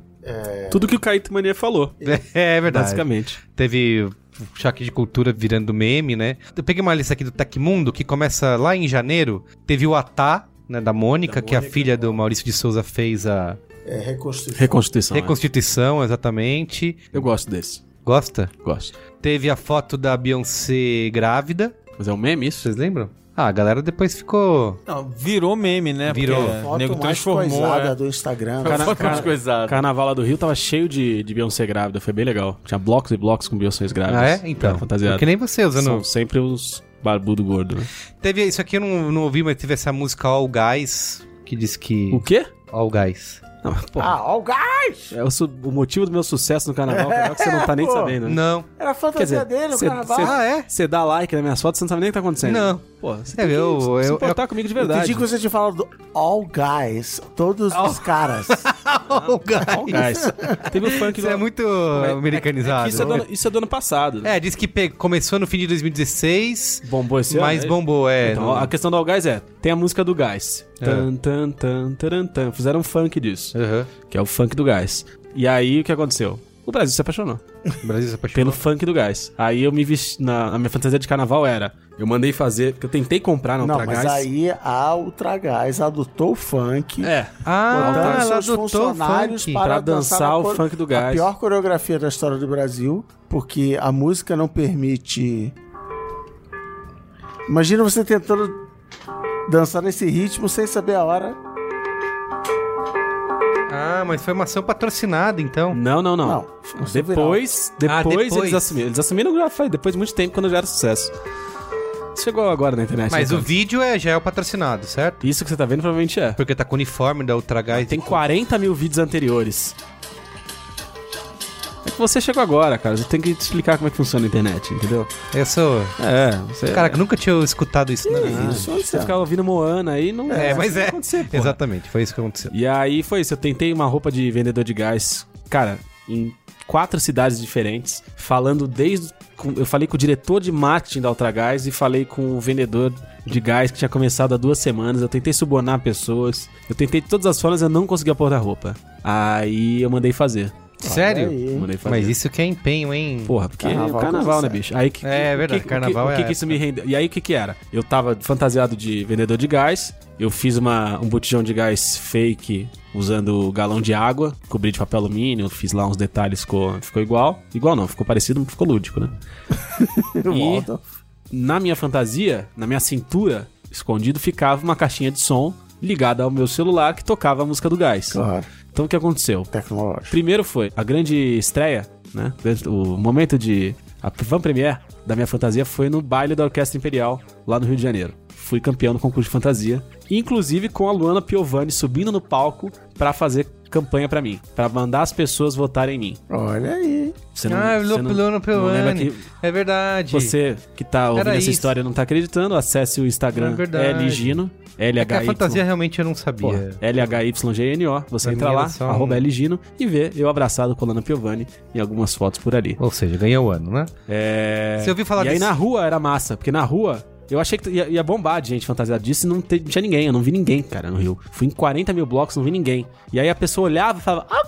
S6: Tudo que o Caíto Mania falou,
S1: É verdade.
S6: basicamente.
S1: Teve o choque de cultura virando meme, né? Eu peguei uma lista aqui do Tecmundo, que começa lá em janeiro. Teve o Atá, né, da Mônica, né? que a filha do Maurício de Souza fez a
S2: É, reconstruir.
S6: Reconstituição. é.
S1: reconstituição, né? exatamente.
S6: Eu gosto desse.
S1: Gosta?
S6: Gosto.
S1: Teve a foto da Beyoncé grávida,
S6: Mas é um meme isso?
S1: vocês lembram? Ah, a galera depois ficou...
S4: Não, virou meme, né?
S1: Virou.
S4: Porque O nego
S2: Foto mais
S4: transformou.
S2: coisada
S4: é.
S2: do Instagram.
S6: Cara-
S7: Só
S6: cara-
S7: cara... coisada.
S6: Carnaval lá do Rio tava cheio de, de Beyoncé grávida, foi bem legal. Tinha blocos e blocos com Beyoncé grávidas.
S1: Ah, é? Então. tá
S6: Era fantasiado.
S1: Que nem você usando...
S6: São sempre os barbudo gordo, né?
S1: Teve isso aqui, eu não, não ouvi, mas teve essa música All Guys, que diz que...
S6: O quê?
S1: All Guys.
S6: Não, mas, pô,
S2: Ah, All Guys!
S6: é o, su- o motivo do meu sucesso no carnaval é que você não tá nem
S2: Pô.
S6: sabendo, né?
S1: Não.
S2: Era a fantasia
S6: Quer dizer,
S2: dele, o
S6: cê-
S2: carnaval.
S6: cê-
S1: Ah, é?
S6: Você dá like nas minhas fotos, você não sabe nem o que tá acontecendo.
S1: Não.
S6: Pô, você
S1: É,
S6: tem
S1: eu-
S6: que se-
S1: eu-
S6: se
S1: eu-
S6: importar comigo de
S2: Eu
S6: verdade.
S2: Entendi que você tinha falado do All Guys, todos os caras.
S1: All Guys.
S6: Guys. Teve o funk
S1: Isso
S6: do-
S1: é muito
S6: é-
S1: americanizado.
S6: Isso é, do ano, isso é do ano passado.
S1: É, diz que pe- começou no fim de 2016,
S6: Bombou esse ano.
S1: É, mas
S6: né?
S1: bombou, é.
S6: Então,
S1: no-
S6: a questão do All Guys é: tem a música do Guys.
S2: É.
S6: Tan, tan, tan, taran, tan. Fizeram um funk disso,
S1: Aham.
S6: que é o funk do Guys. E aí o que aconteceu? O Brasil se apaixonou
S1: O Brasil se apaixonou.
S6: pelo funk do Guys. Aí eu me vesti. Na, a minha fantasia de carnaval era: eu mandei fazer, porque eu tentei comprar na
S2: Não,
S6: Ultra
S2: mas
S6: Guys.
S2: aí a Ultra Guys adotou o funk.
S6: É,
S1: Ah,
S2: botando
S1: ela
S2: seus
S1: adotou o
S2: funcionários
S1: funk.
S6: pra
S2: para dançar
S6: dançar o
S2: no cor-
S6: funk do
S2: A
S6: Guys.
S2: pior coreografia da história do Brasil, porque a música não permite. Imagina você tentando dançar nesse ritmo sem saber a hora.
S1: Ah, mas foi uma ação patrocinada, então.
S6: Não, não, não.
S2: Não, isso é
S6: depois, depois,
S1: Ah, depois.
S6: eles assumiram. Eles assumiram já faz- depois de muito tempo quando já era sucesso. Chegou agora na internet.
S1: Mas
S6: né,
S1: o
S6: cara?
S1: vídeo é, já é o patrocinado, certo?
S6: Isso que você tá vendo provavelmente é.
S1: Porque tá com o uniforme da Ultra Guys.
S6: Tem 40 mil vídeos anteriores. É que você chegou agora, cara. Você tem que te explicar como é que funciona a internet, entendeu?
S1: Eu sou.
S6: É, você.
S1: Cara, eu nunca tinha escutado isso na minha vida.
S2: Isso,
S6: Ah, você ficar ouvindo Moana aí não
S1: É, mas
S6: não
S1: é.
S6: vai acontecer, porra.
S1: Exatamente, foi isso que aconteceu.
S6: E aí foi isso. Eu tentei uma roupa de vendedor de gás, cara, em quatro cidades diferentes, falando desde. com- Eu falei com o diretor de marketing da Ultra Gás e falei com o vendedor de gás que tinha começado há duas semanas. Eu tentei subornar pessoas. Eu tentei de todas as formas, eu não consegui a porra da roupa. Aí eu mandei fazer.
S1: Sério?
S2: Aí, hein?
S6: Mandei fazer.
S1: Mas isso que é empenho, hein?
S6: Porra, porque
S2: Carnaval,
S6: é
S2: coisa
S6: carnaval, né,
S2: séria.
S6: bicho? Aí, que,
S1: É,
S6: o
S1: verdade,
S6: que- o que-
S1: carnaval
S6: o que,
S1: é
S6: que isso me rendeu? E aí, o que que era? Eu tava fantasiado de vendedor de gás, eu fiz uma, um botijão de gás fake usando galão de água, cobri de papel alumínio, fiz lá uns detalhes, ficou, ficou igual. Igual não, ficou parecido, ficou lúdico, né?
S2: Volta.
S6: Na minha fantasia, na minha cintura, escondido, ficava uma caixinha de som ligada ao meu celular que tocava a música do gás.
S2: Claro,
S6: Então, o que aconteceu?
S2: tecnológico.
S6: Primeiro foi a grande estreia, né? O momento de. A van premiere da minha fantasia foi no baile da Orquestra Imperial, lá no Rio de Janeiro. Fui campeão no concurso de fantasia, inclusive com a Luana Piovani subindo no palco pra fazer campanha pra mim, Pra mandar as pessoas votarem em mim.
S2: Olha aí.
S6: Você
S1: Ah,
S6: você
S1: Luana
S6: lembra
S1: Piovani.
S6: que
S1: É verdade.
S6: você que tá ouvindo
S1: Era
S6: essa
S1: isso.
S6: história e não tá acreditando, acesse o
S1: É
S6: Instagram
S1: verdade.
S6: LGino,
S1: É que a fantasia
S6: LHY.
S1: realmente eu não
S6: Pô,
S1: sabia.
S6: LHYGNO, você
S1: Pra
S6: entra
S1: mim era
S6: lá,
S1: só um-
S6: arroba LGino, e vê eu abraçado com a Lana Piovani e algumas fotos por ali.
S1: Ou seja, ganhou o ano, né?
S6: É...
S1: Você ouviu falar
S6: E aí
S1: desse-
S6: na rua era massa, porque na rua Eu achei que ia, ia bombar de gente fantasiada disso e não, te- não tinha ninguém. Eu não vi ninguém, cara, no Rio. Fui em 40 mil blocos, não vi ninguém. E aí a pessoa olhava e falava, oh,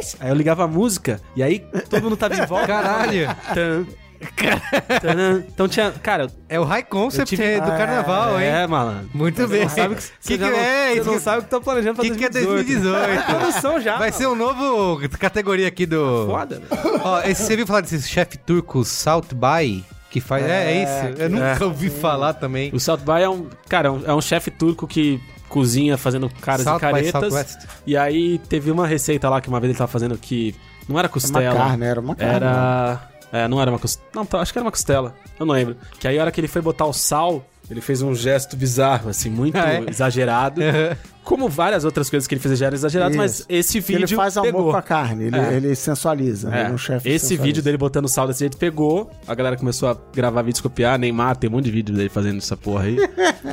S6: guys! Aí eu ligava a música e aí todo
S4: tá
S6: mundo tava em volta.
S1: Caralho.
S6: Tan, tanã. Então tinha. Cara,
S1: É o high concept do carnaval, hein?
S6: Ah, é, malandro.
S1: Muito bem.
S6: sabe que-
S1: que,
S6: você
S1: que
S6: já não-
S1: é
S6: você
S1: isso?
S6: não
S1: que-
S6: sabe o que tá planejando pra
S1: que, que é 2018?
S6: Produção já.
S1: Vai ser um novo categoria aqui do.
S6: Foda, né?
S1: Ó, esse, você viu falar desse chefe turco Salt Bay? Que faz. É, é isso. Eu nunca ouvi falar também.
S6: O South by é um. Cara, é um, é um chefe turco que cozinha fazendo caras
S1: South
S6: e
S1: by
S6: caretas.
S1: Southwest.
S6: E aí teve uma receita lá que uma vez ele tava fazendo que não era
S2: Uma
S6: costela.
S2: carne, era uma carne.
S6: Era. É, não era uma costela. Não, tá, acho que era uma costela. Eu não lembro. Que aí a hora que ele foi botar o sal, ele fez um gesto bizarro, assim, muito
S1: Ah, é?
S6: exagerado. Como várias outras coisas que ele fez já eram exageradas, mas
S2: Uhum. Isso.
S6: esse
S2: Que
S6: vídeo
S2: ele faz amor
S6: pegou.
S2: com a carne, ele, ele sensualiza.
S6: É,
S2: Ele é um chefe
S6: esse
S2: sensualista.
S6: vídeo dele botando sal desse jeito pegou. A galera começou a gravar vídeos, copiar, Neymar, tem um monte de vídeo dele fazendo essa porra aí.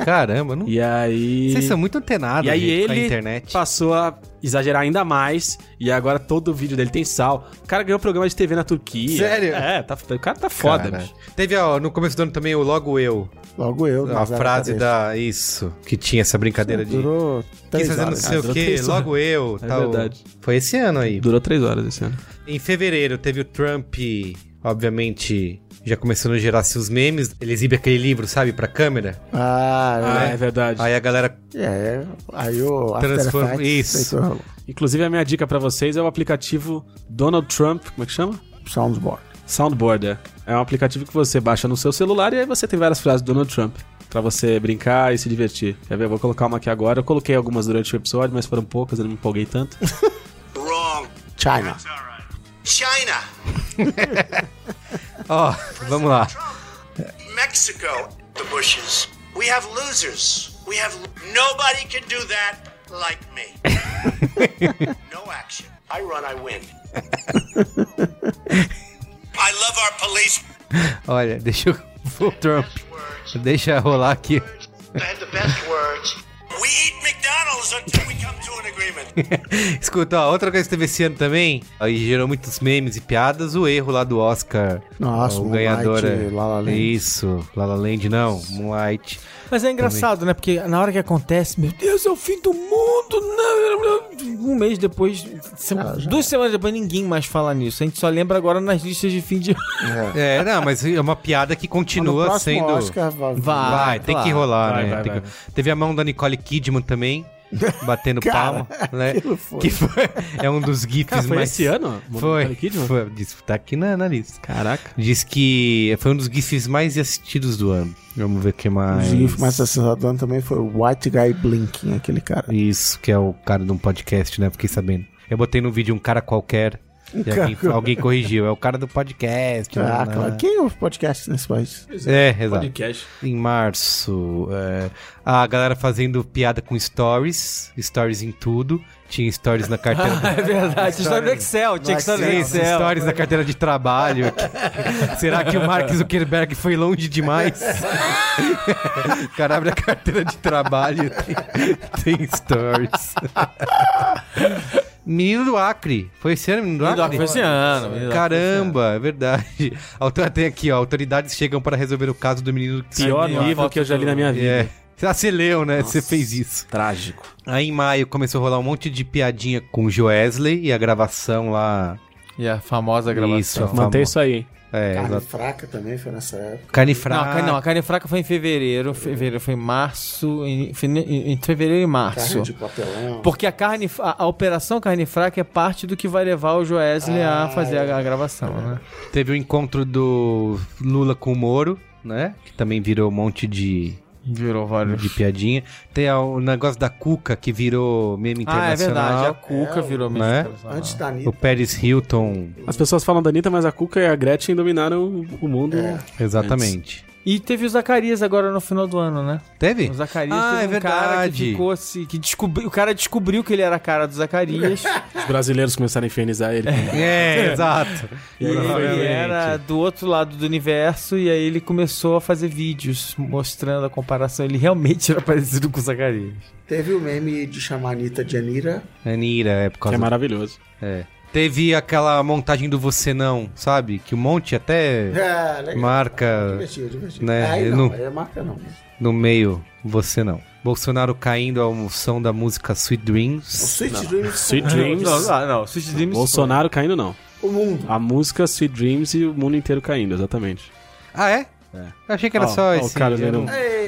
S1: Caramba, não...
S6: e aí.
S1: vocês são muito antenados
S6: E aí
S1: gente, com a
S6: ele
S1: internet.
S6: passou a exagerar ainda mais. E agora todo vídeo dele tem sal. O cara ganhou programa de TV na Turquia.
S1: Sério?
S6: É, tá, o cara tá foda,
S1: Cara.
S6: bicho.
S1: Teve ó, no começo do ano também o Logo Eu.
S2: Logo eu.
S6: É
S1: A frase da. Isso. Que tinha essa brincadeira de.
S2: Durou
S1: Quem
S2: três
S1: fazendo não
S2: horas.
S1: sei
S6: Ah,
S1: o
S6: durou
S1: quê,
S6: três horas.
S1: logo eu.
S6: É
S1: tal.
S6: verdade.
S1: Foi esse ano aí.
S6: Durou três horas esse ano.
S1: Em fevereiro teve o Trump, obviamente, já começando a gerar seus memes. Ele exibe aquele livro, sabe, pra câmera.
S2: Ah,
S6: Ah, é verdade.
S1: Aí a galera
S2: é. é. Aí o After
S1: Transforma-
S2: Effects
S1: isso.
S2: feito
S6: Inclusive, a minha dica pra vocês é o aplicativo Donald Trump. Como é que chama?
S2: Soundboard.
S6: Soundboarder. É um aplicativo que você baixa no seu celular e aí você tem várias frases do Donald Trump. Pra você brincar e se divertir. Quer ver? Eu vou colocar uma aqui agora. Eu coloquei algumas durante o episódio, mas foram poucas, eu não me empolguei tanto.
S2: China.
S1: Ó, vamos lá.
S9: Mexico, the Bushes. We have losers. We have nobody can do that like me. no action. I run, I win. I love our police.
S1: Olha, deixa eu. O Trump. Deixa rolar aqui.
S9: They have the best words. We eat McDonald's until we come to an agreement.
S1: Escuta, ó, outra coisa que teve esse ano também, aí gerou muitos memes e piadas, o erro lá do Oscar.
S2: Nossa,
S1: o
S2: Moonlight,
S1: ganhador. é-
S2: La La Land.
S1: Isso, La La Land não, Moonlight.
S4: Mas é engraçado, né? Porque na hora que acontece, meu Deus, é o fim do mundo! não. Um mês depois, se- duas semanas depois, ninguém mais fala nisso. A gente só lembra agora nas listas de fim de.
S1: É, não, mas é uma piada que
S2: No
S1: continua
S2: próximo
S1: sendo.
S2: Oscar, Ah, vai.
S1: Vai, tem que rolar,
S6: Vai,
S1: né?
S6: vai,
S1: Tem
S6: vai,
S1: que- Teve a mão da Nicole Kidman também, batendo
S2: Cara,
S1: palma, né?
S2: foi.
S1: Que foi- é um dos gifs
S6: Cara, foi
S1: mais.
S6: esse ano?
S1: Foi.
S6: Nicole Kidman?
S1: foi diz- tá aqui na, na lista.
S6: Caraca.
S1: Diz que foi um dos gifs mais assistidos do ano. Vamos ver o que
S2: O
S1: mais.
S2: GIF mais acessado do ano também foi o White Guy Blinking, aquele cara.
S1: Isso, que é o cara de um podcast, né? Fiquei sabendo. Eu botei no vídeo um cara qualquer. e alguém, alguém corrigiu. É o cara do podcast.
S2: Ah,
S1: lá, lá.
S2: claro. Quem ouve podcast nesse país?
S1: É, exato.
S6: Podcast.
S1: Em março, é, a galera fazendo piada com stories, stories em tudo. Tinha stories na carteira. do-
S4: É verdade, história do Excel, tinha que estar no
S1: Isso,
S4: Excel.
S1: stories na carteira de trabalho. Será que o Mark Zuckerberg foi longe demais? o cara abre a carteira de trabalho tem, tem stories. Menino do Acre. Foi esse ano, menino do Acre?
S4: Foi esse ano.
S1: Caramba, é verdade. Autor- Tem aqui, ó. Autoridades chegam para resolver o caso do menino que
S6: Pior
S1: saiu-
S6: livro que eu já li na minha vida.
S1: É. Ah, você leu, né? Você fez isso.
S6: Trágico.
S1: Aí em maio começou a rolar um monte de piadinha com o Joesley e a gravação lá.
S8: E a famosa gravação.
S1: Isso, a
S6: Mantém
S1: famo-
S6: isso aí, hein?
S1: É,
S2: Carne
S1: exato.
S2: fraca também foi nessa época.
S1: Carne
S4: Não, a
S1: fraca.
S4: carne- não, a carne fraca foi em fevereiro. Fevereiro foi em março. Em, fine- em- em fevereiro e março.
S2: Carne de papelão.
S4: Porque a carne, a, a operação carne fraca é parte do que vai levar o Joesley a
S1: Ah,
S4: fazer
S1: é.
S4: a, a gravação, né?
S1: Teve o encontro do Lula com o Moro, né? Que também virou um monte de,
S8: Virou vários.
S1: de piadinha. Tem a- o negócio da Cuca, que virou meme
S4: Ah, é verdade. é A
S1: internacional.
S4: Cuca virou mesmo. Ah.
S1: né?
S2: Antes da
S1: O
S2: Anitta.
S1: Pérez Hilton.
S6: As pessoas falam da Anitta, mas a Cuca e a Gretchen dominaram o- o mundo.
S4: É.
S1: Exatamente.
S4: E teve o Zacarias agora no final do ano, né?
S1: Teve?
S4: O Zacarias
S1: Ah,
S4: teve
S1: é
S4: um cara que
S1: verdade.
S4: ficou se. Que descobri, o cara descobriu que ele era a cara do Zacarias.
S6: Os brasileiros começaram a infernizar ele.
S1: É, exato.
S4: e ele era do outro lado do universo. E aí ele começou a fazer vídeos mostrando a comparação. Ele realmente era parecido com o Zacarias.
S2: Teve o meme de chamar a Anitta de Anira.
S1: Anira, é por
S6: que
S1: causa
S6: é maravilhoso.
S1: É. Teve aquela montagem do Você Não, sabe? Que um monte até
S2: É, legal.
S1: marca.
S2: Divertido, divertido.
S1: Né?
S2: Aí
S1: Eu
S2: não,
S1: não-
S2: aí é marca não.
S1: No meio, Você Não. Bolsonaro caindo ao som da música Sweet
S2: O
S1: Dreams.
S2: Sweet Dreams.
S6: Sweet
S2: foi-
S6: Dreams.
S4: Não, não, Ah, não, Sweet Dreams
S6: Bolsonaro caindo, não.
S2: O mundo.
S6: A música Sweet Dreams e o mundo inteiro caindo, exatamente.
S1: Ah, é? Eu achei que era
S6: Ó,
S1: só
S6: ó,
S1: esse.
S6: o cara
S1: eu Ah, não-
S6: vendo-
S2: Ei,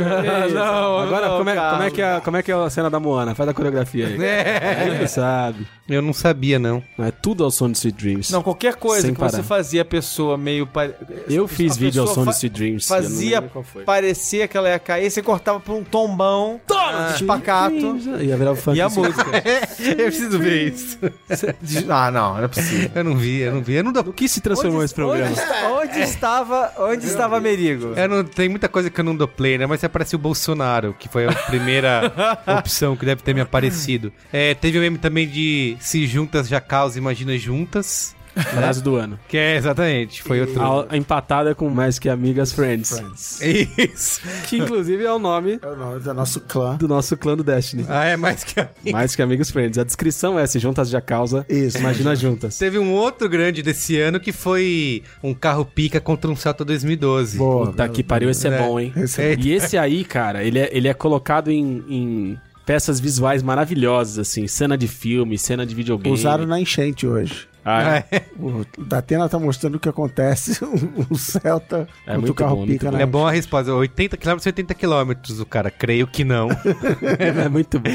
S4: não,
S6: Agora,
S4: não,
S6: como, é, como, é
S4: Carlos.
S6: que é, como é que é a cena da Moana? Faz a coreografia aí. É. Ele sabe.
S1: Eu não sabia, não.
S6: Não, É tudo ao som de Sweet Dreams.
S4: Não, qualquer coisa
S6: Sem
S4: que
S6: parar.
S4: você fazia a pessoa meio. pare-
S6: eu fiz
S4: a
S6: vídeo ao
S4: pessoa
S6: som de
S4: fa-
S6: Sweet Dreams. eu não
S4: Fazia
S6: lembro qual foi.
S4: parecer que ela ia cair, você cortava por um tombão. Toma! Espacato.
S6: Ia virar o funk.
S4: E a
S6: Sweet
S4: música.
S1: eu preciso ver isso.
S4: ah, não, não é possível.
S1: Eu não vi, eu não vi. Eu não, dou-
S6: O que se transformou esse programa?
S4: Onde, esta- onde estava, onde estava Merigo?
S1: eu não- Tem muita coisa que eu não dou play, né? Mas apareceu o Bolsonaro, que foi a primeira opção que deve ter me aparecido. É, teve o meme também de Se Juntas Já Causa, Imagina Juntas.
S6: Frase do ano.
S1: Que é exatamente, foi outro.
S6: A, a empatada com mais que amigas friends.
S1: Isso.
S6: Que inclusive é o nome
S2: É o nome do nosso clã.
S6: do nosso clã do Destiny.
S1: Ah, é mais que a mim.
S6: Mais que amigos friends. A descrição é se juntas já causa.
S2: Isso.
S6: Imagina juntas.
S1: Teve um outro grande desse ano que foi um carro pica contra um Celta 2012.
S2: Boa.
S6: Puta que pariu, esse é,
S1: É.
S6: bom, hein?
S2: Esse é
S6: E esse aí, cara, ele é, ele é colocado em, em peças visuais maravilhosas, assim. Cena de filme, cena de videogame.
S2: Usaram na enchente hoje.
S6: Ah, é.
S2: O Datena tá mostrando o que acontece. O Celta
S6: É
S2: contra
S6: muito
S2: o carro
S6: bom,
S2: pica
S6: muito
S2: na
S1: É bom a resposta. 80 km, 80 km o cara. Creio que não.
S6: é muito bom.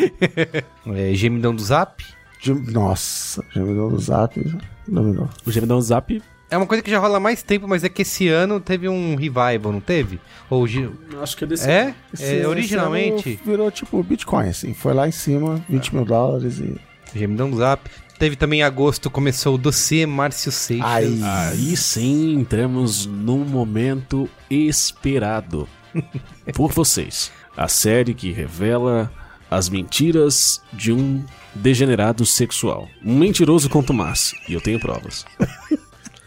S1: É, gemidão do Zap.
S2: De... Nossa, já me deu um o zap. Dominou.
S6: O gemidão zap,
S1: É uma coisa que já rola há mais tempo, mas é que esse ano teve um revival, não teve? Ou ge-
S6: acho que é desse.
S1: é?
S2: Esse-
S1: É,
S2: esse
S1: originalmente,
S2: ano virou tipo Bitcoin, assim. Foi lá em cima, 20 mil dólares e.
S1: gemidão do Zap. Teve também em agosto, começou o dossiê Márcio Seixas.
S2: Aí.
S6: Aí sim, entramos num momento esperado por vocês. A série que revela as mentiras de um degenerado sexual. Um mentiroso contumaz. E eu tenho provas.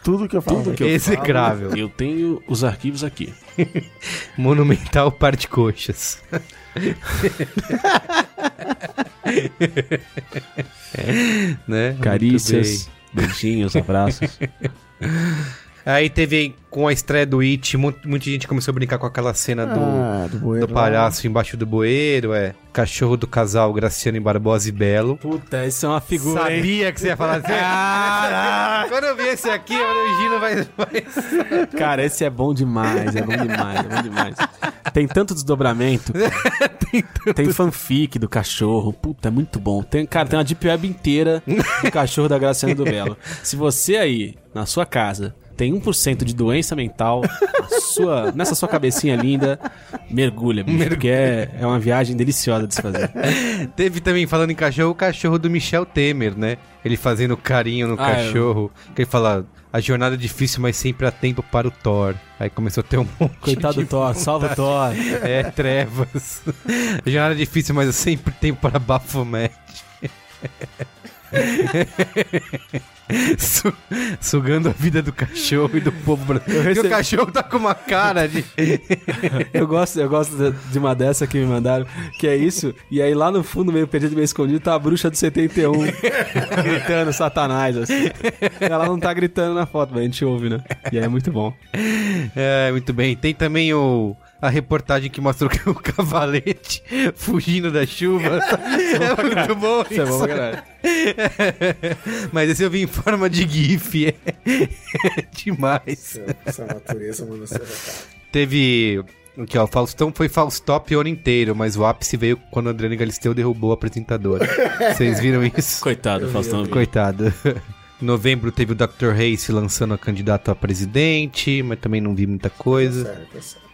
S2: Tudo que eu falo.
S6: Tudo que eu
S1: Execrável.
S6: Eu tenho os arquivos aqui.
S1: Monumental Parte Coxas. né?
S6: Carícias,
S1: Muito bem.
S6: beijinhos, abraços.
S1: Aí teve com a estreia do It, mu- muita gente começou a brincar com aquela cena do,
S2: Ah, do
S1: do
S2: bueiro lá.
S1: palhaço embaixo do bueiro, é. Cachorro do casal Graciano e Barbosa e Belo.
S6: Puta, isso é uma
S1: Sabia que você ia falar assim. Quando eu vi esse aqui, eu falei, o Gino vai. vai-
S6: Cara, esse é bom demais, é bom demais, é bom demais. Tem tanto desdobramento. cara. Tem fanfic do cachorro. Puta, é muito bom. Tem, cara, tem uma deep web inteira do cachorro da Graciana do Belo. Se você aí, na sua casa, tem 1% de doença mental, a sua- nessa sua cabecinha linda, mergulha, bicho, porque é, é uma viagem deliciosa de se fazer.
S1: Teve também, falando em cachorro, o cachorro do Michel Temer, né? Ele fazendo carinho no
S6: Ah, é.
S1: cachorro. Que ele fala, a jornada é difícil, mas sempre há tempo para o Thor. Aí começou a ter um monte
S6: Coitado do
S1: de...
S6: Thor, salva o Thor.
S1: É, trevas. A jornada é difícil, mas há sempre tempo para Baphomet. Su- sugando a vida do cachorro e do povo brasileiro. E
S6: recebi-
S1: o cachorro tá com uma cara de...
S6: Eu gosto, eu gosto de- de uma dessa que me mandaram, que é isso. E aí lá no fundo, meio perdido, meio escondido, tá a bruxa do 71 gritando satanás, assim. Ela não tá gritando na foto, mas a gente ouve, né? E aí é muito bom.
S1: É, muito bem. Tem também o, a reportagem que mostrou que o cavalete fugindo da chuva. é muito bom
S6: Isso é bom,
S1: isso.
S6: galera.
S1: Mas esse eu vi em forma de gif. É, é demais.
S2: Essa natureza é manda ser atacada.
S1: Teve... Aqui, ó, o Faustão foi Faustop o ano inteiro, mas o ápice veio quando a Adriana Galisteu derrubou a apresentadora. Vocês viram isso?
S6: Coitado, Faustão.
S1: Coitado. Novembro teve o Dr. Hayes lançando a candidata a presidente, mas também não vi muita coisa.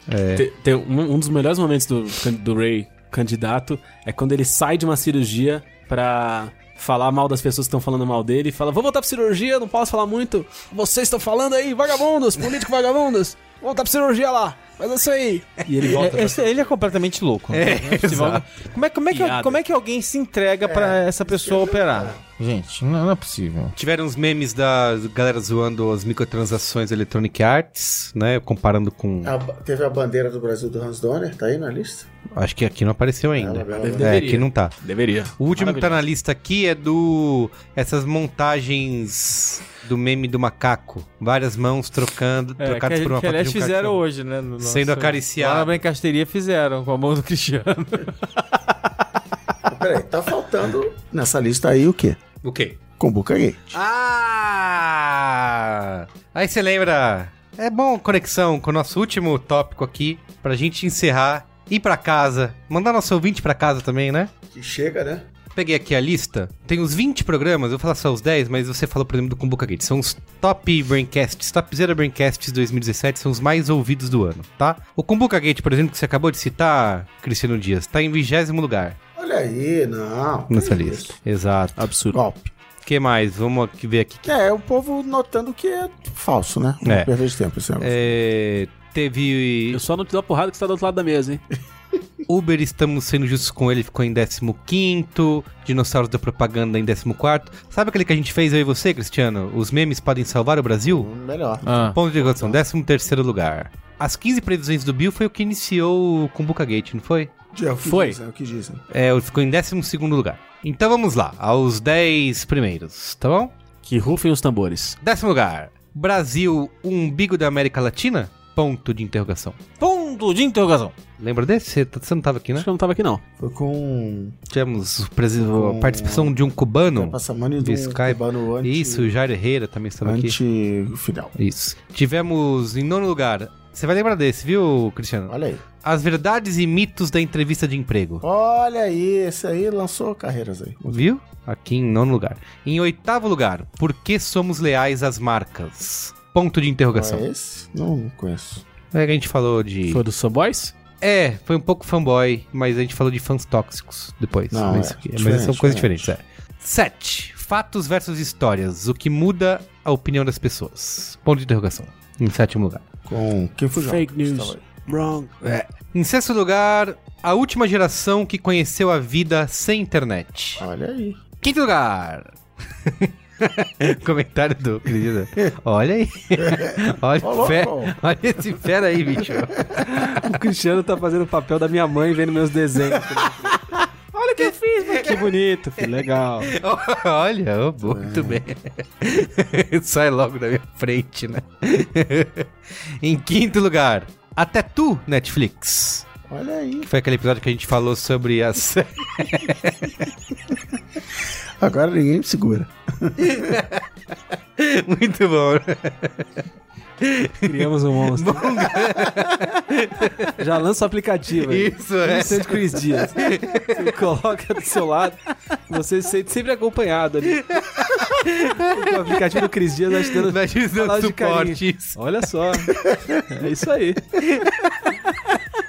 S2: tá
S6: Tem- tem um, um dos melhores momentos do, do Ray candidato é quando ele sai de uma cirurgia pra falar mal das pessoas que estão falando mal dele e fala: Vou voltar pra cirurgia, não posso falar muito. Vocês estão falando aí, vagabundos, político vagabundos, vou voltar pra cirurgia lá.
S4: Mas é isso aí.
S6: E ele volta pra-
S4: Esse- ele é completamente louco.
S6: né? É,
S4: Não possível.
S6: exato.
S4: como, é, como, é que,
S6: Piada. É.
S4: como é que alguém se entrega pra essa pessoa operar?
S8: Gente, não, não é possível.
S1: Tiveram uns memes da galera zoando as microtransações da Electronic Arts, né? Comparando com.
S2: A ba- teve a bandeira do Brasil do Hans Donner, tá aí na lista?
S1: Acho que aqui não apareceu ainda.
S2: Ela- ela-
S1: é,
S2: deveria.
S1: aqui não tá.
S6: Deveria.
S1: O último que tá na lista aqui é do. Essas montagens do meme do macaco. Várias mãos trocando,
S4: É,
S1: trocadas
S4: que,
S1: por uma
S4: que
S1: pata
S4: aliás
S1: de um
S4: fizeram
S1: cachorro.
S4: hoje, né? no
S1: Sendo
S4: nosso-
S1: acariciado.
S4: Lá na Brincasteria fizeram, com a mão do Cristiano.
S2: Peraí, tá faltando nessa lista aí o quê?
S1: O quê?
S2: Combuca gay.
S1: Ah! Aí você lembra. É bom conexão com o nosso último tópico aqui, pra gente encerrar, ir pra casa, mandar nosso ouvinte pra casa também, né?
S2: Que chega, né?
S1: Peguei aqui a lista, tem uns 20 programas, eu vou falar só os 10, mas você falou, por exemplo, do Kumbuka Gate. São os top braincasts, top zero braincasts 2017, são os mais ouvidos do ano, tá? O Kumbuka Gate, por exemplo, que você acabou de citar, Cristiano Dias, tá em vigésimo lugar
S2: Olha aí, não.
S1: nessa lista. Exato.
S6: Absurdo.
S2: Golpe.
S1: O que mais? Vamos aqui ver aqui.
S2: É, o povo notando que é falso, né?
S1: É.
S2: Perda de tempo, esse negócio.
S1: É, teve
S6: Eu só não te dou a porrada que você tá do outro lado da mesa, hein?
S1: Uber estamos sendo justos com ele, ficou em 15º, Dinossauros da Propaganda em 14º. Sabe aquele que a gente fez eu e você, Cristiano? Os memes podem salvar o Brasil?
S2: um Melhor.
S8: Ah,
S1: Ponto de interrogação, 13º lugar. As 15 previsões do Bill foi o que iniciou o Kumbuka Gate, não foi?
S2: É o que
S6: Foi.
S2: dizem, é o que dizem.
S1: É, ele ficou em 12º lugar. Então vamos lá, aos 10 primeiros, tá bom?
S6: Que rufem os tambores.
S1: Décimo lugar, Brasil, o umbigo da América Latina? Ponto de interrogação.
S6: Ponto de interrogação.
S1: Lembra desse? Você tá- você não tava aqui, né?
S6: Acho que eu não tava aqui, não.
S2: Foi com. um
S1: Tivemos presi- a participação de um cubano.
S2: Passamani
S1: do
S2: do
S1: Skype.
S2: Cubano anti,
S1: é Isso, o Jair Herrera também estava aqui.
S2: anti-fidel.
S1: Isso. Tivemos em nono lugar. Você vai lembrar desse, viu, Cristiano?
S2: Olha aí.
S1: As verdades e mitos da entrevista de emprego.
S2: Olha aí, esse aí lançou carreiras aí.
S1: Viu? Aqui em nono lugar. Em oitavo lugar, por que somos leais às marcas? Ponto de interrogação.
S2: Não é esse? Não, não conheço.
S1: É que a gente falou de.
S6: Foi do Soboys?
S1: É, foi um pouco fanboy, mas a gente falou de fãs tóxicos depois.
S2: Não,
S1: mas,
S2: é,
S1: aqui- mas
S2: diferente,
S1: são coisas
S2: diferente.
S1: diferentes, é. Sete. Fatos versus histórias. O que muda a opinião das pessoas? Ponto de interrogação. Em sétimo lugar.
S2: Com quem fugiu?
S6: Fake news.
S2: Estava aí.
S6: Wrong.
S1: Em sexto lugar, a última geração que conheceu a vida sem internet.
S2: Olha aí.
S1: Quinto lugar. Comentário do querido. Olha aí. Olha,
S2: Ô, louco.
S1: fe... Olha esse fera aí, bicho.
S6: O Cristiano tá fazendo o papel da minha mãe vendo meus desenhos. Olha o que eu fiz, mano. Que bonito, filho. Legal.
S1: Olha, ô, muito bem. Sai logo da minha frente, né? em quinto lugar, até tu, Netflix.
S2: Olha aí.
S1: Que foi aquele episódio que a gente falou sobre as.
S2: Agora ninguém me segura.
S1: muito bom, né?
S6: Criamos um monstro. Já lança o aplicativo. aí.
S1: Isso, é.
S6: Vicente Cris Dias. Você coloca do seu lado, você se sente sempre acompanhado ali. O aplicativo do Cris Dias vai te dando,
S1: Vai te dando
S6: falar de
S1: suporte,
S6: carinho.
S1: isso.
S6: Olha só. É isso aí.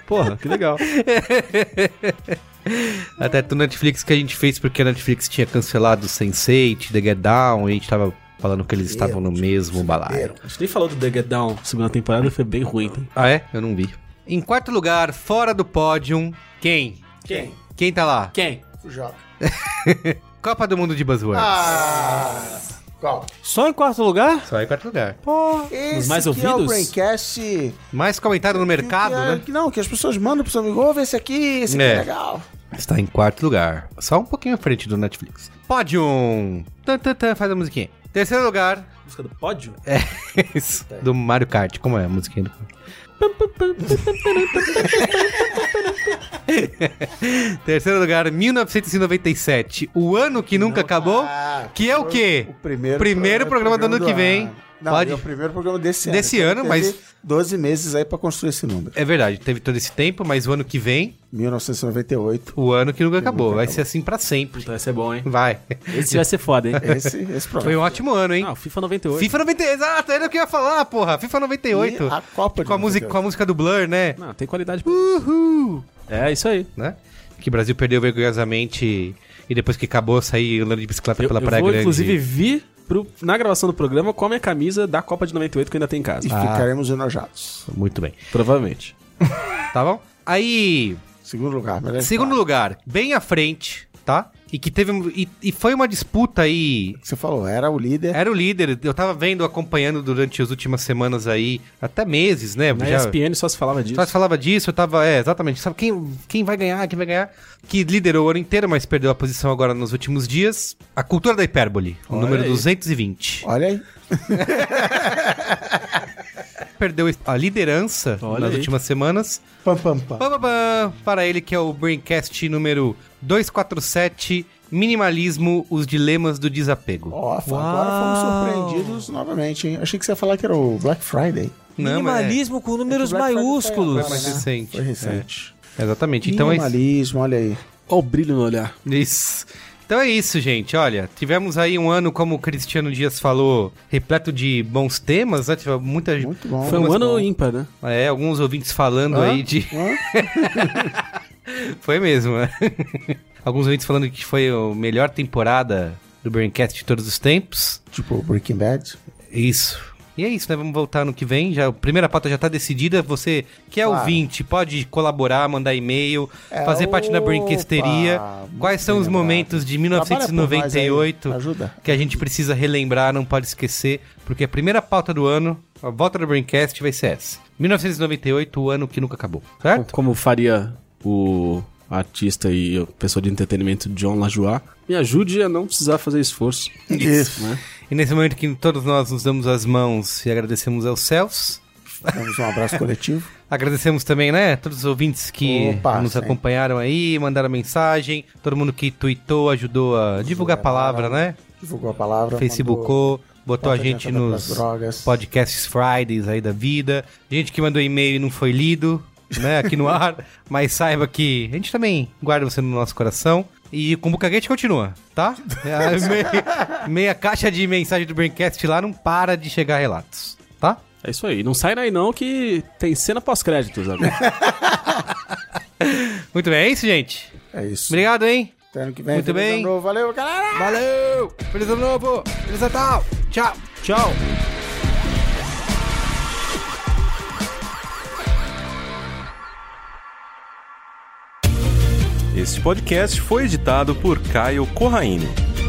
S6: Porra, que legal.
S1: Até do Netflix que a gente fez porque a Netflix tinha cancelado o Sense8, The Get Down, e a gente tava falando que eles estavam no mesmo balaio.
S6: A gente nem falou do The Get Down, segunda temporada, foi bem ruim. Tá?
S1: Ah, é? Eu não vi. Em quarto lugar, fora do pódio, quem?
S2: Quem?
S1: Quem tá lá?
S6: Quem?
S2: Fujoca.
S1: Copa do Mundo de Buzzwords.
S2: Ah! Qual?
S4: Só em quarto lugar?
S1: Só em quarto lugar.
S2: Esse
S6: mais
S2: que é o
S6: ouvidos?
S2: Braincast.
S1: Mais comentado no mercado,
S2: que é-
S1: né?
S2: que não, que as pessoas mandam pro seu amigo, ouve esse aqui, esse aqui
S1: É.
S2: é legal.
S1: Está em quarto lugar. Só um pouquinho à frente do Netflix. Pódio! Tan, tan, tan, faz a musiquinha. Terceiro lugar. É,
S6: Música do pódio?
S1: Isso, do Mario Kart. Como é a musiquinha do Terceiro lugar, 1997. O ano que nunca acabou.
S2: Ah,
S1: Que é o quê?
S2: O primeiro,
S1: Primeiro programa do ano que vem.
S2: Não,
S1: Pode-
S2: é o primeiro programa desse ano.
S1: Desse
S2: Então,
S1: ano,
S2: teve
S1: mas-
S2: 12 meses aí pra construir esse número.
S1: É verdade, teve todo esse tempo, mas o ano que vem,
S2: 1998.
S1: o ano que nunca acabou. Vai ser assim pra sempre.
S6: Puta, vai ser Então é bom, hein?
S1: Vai.
S6: Esse vai ser foda, hein?
S2: Esse, esse programa.
S1: Foi um ótimo ano, hein?
S6: Ah, o FIFA 98.
S1: FIFA 98, exato, era o que eu ia falar, porra. FIFA 98.
S2: E a Copa de
S1: com a música
S2: 98.
S1: Com a música do Blur, né?
S6: Não, tem qualidade. pra- É, isso aí.
S1: né? Que o Brasil perdeu vergonhosamente e depois que acabou sair andando de bicicleta
S6: Eu,
S1: pela
S6: eu
S1: Praia
S6: vou,
S1: Grande.
S6: inclusive, vir pro- na gravação do
S1: Ah.
S6: programa com a minha camisa da Copa de 98 que eu ainda tenho em casa.
S2: E ficaremos enojados.
S1: Muito bem.
S6: Provavelmente.
S1: tá bom? Aí.
S2: Segundo lugar, melhor
S1: Segundo
S2: lugar.
S1: lugar, bem à frente, tá? E que teve. um- E, e foi uma disputa aí.
S2: Você falou, era o líder.
S1: Era o líder. Eu tava vendo, acompanhando durante as últimas semanas aí, até meses, né?
S6: Na
S1: Já-
S6: ESPN só se falava disso.
S1: Só se falava disso, eu tava. É, exatamente. Sabe quem, quem vai ganhar, quem vai ganhar? Que liderou o ano inteiro, mas perdeu a posição agora nos últimos dias. A cultura da hipérbole, o
S2: Olha
S1: número
S2: aí.
S1: 220.
S2: Olha aí.
S1: Perdeu a liderança
S6: Olha
S1: nas
S6: aí.
S1: últimas semanas.
S2: Pam, pam, pam.
S1: Pam, pam, pam, para ele que é o Braincast número 247. Minimalismo, os dilemas do desapego.
S2: Ó, agora fomos surpreendidos novamente, hein? Achei que você ia falar que era o Black Friday.
S1: Não, mas é-
S4: Minimalismo com números
S2: Black Friday
S4: maiúsculos.
S1: foi mais recente.
S2: Foi recente.
S1: É, exatamente. Então é isso.
S2: Minimalismo, olha aí.
S6: Olha o brilho no olhar.
S1: Isso. Então é isso, gente. Olha, tivemos aí um ano, como o Cristiano Dias falou, repleto de bons temas, né? Tive muita
S2: Muito bom.
S6: Foi um
S1: Mas
S6: ano
S1: bom.
S6: ímpar, né?
S1: É, alguns ouvintes falando
S2: Hã?
S1: aí de.
S2: Hã?
S1: foi mesmo, né? alguns ouvintes falando que foi a melhor temporada do Braincast de todos os tempos.
S2: Tipo, Breaking Bad.
S1: Isso. E é isso, né? Vamos voltar no que vem. Já, a primeira pauta já tá decidida. Você que é
S2: Claro.
S1: ouvinte, pode colaborar, mandar e-mail,
S2: É,
S1: fazer parte da
S2: opa,
S1: Brinquesteria.
S2: muito
S1: Quais são
S2: bem
S1: os
S2: lembrado.
S1: momentos de
S2: Trabalha por nós aí,
S1: 1998
S2: Ajuda.
S1: que a gente precisa relembrar, não pode esquecer, porque a primeira pauta do ano, a volta do Braincast, vai ser essa. 1998, o ano que nunca acabou, certo?
S6: Como faria o artista e pessoa de entretenimento John Lajoie, me ajude a não precisar fazer esforço.
S2: Isso.
S6: Né?
S1: E nesse momento que todos nós nos damos as mãos e agradecemos aos céus,
S2: Damos um abraço coletivo.
S1: agradecemos também, né, todos os ouvintes que
S2: Opa,
S1: nos
S2: sim.
S1: acompanharam aí, mandaram mensagem, todo mundo que tweetou, ajudou a divulgar a palavra, né?
S2: Divulgou a palavra. mandou-
S1: Facebookou, botou a
S2: bota
S1: gente
S2: adiantada pras
S1: nos
S2: drogas.
S1: podcasts Fridays aí da vida. Gente que mandou e-mail e não foi lido, né, aqui no ar. Mas saiba que a gente também guarda você no nosso coração. E o Cumbucaguete continua, tá? A meia, meia caixa de mensagem do Braincast lá não para de chegar relatos, tá?
S6: É isso aí. Não sai daí não que tem cena pós-créditos agora.
S1: Muito bem, é isso, gente.
S2: É isso.
S1: Obrigado, hein?
S2: Até ano que vem.
S1: Muito
S2: Feliz
S1: bem.
S2: ano novo. Valeu, galera!
S1: Valeu! Feliz ano novo! Feliz Natal! Tchau! Tchau!
S10: Este podcast foi editado por Caio Corraini.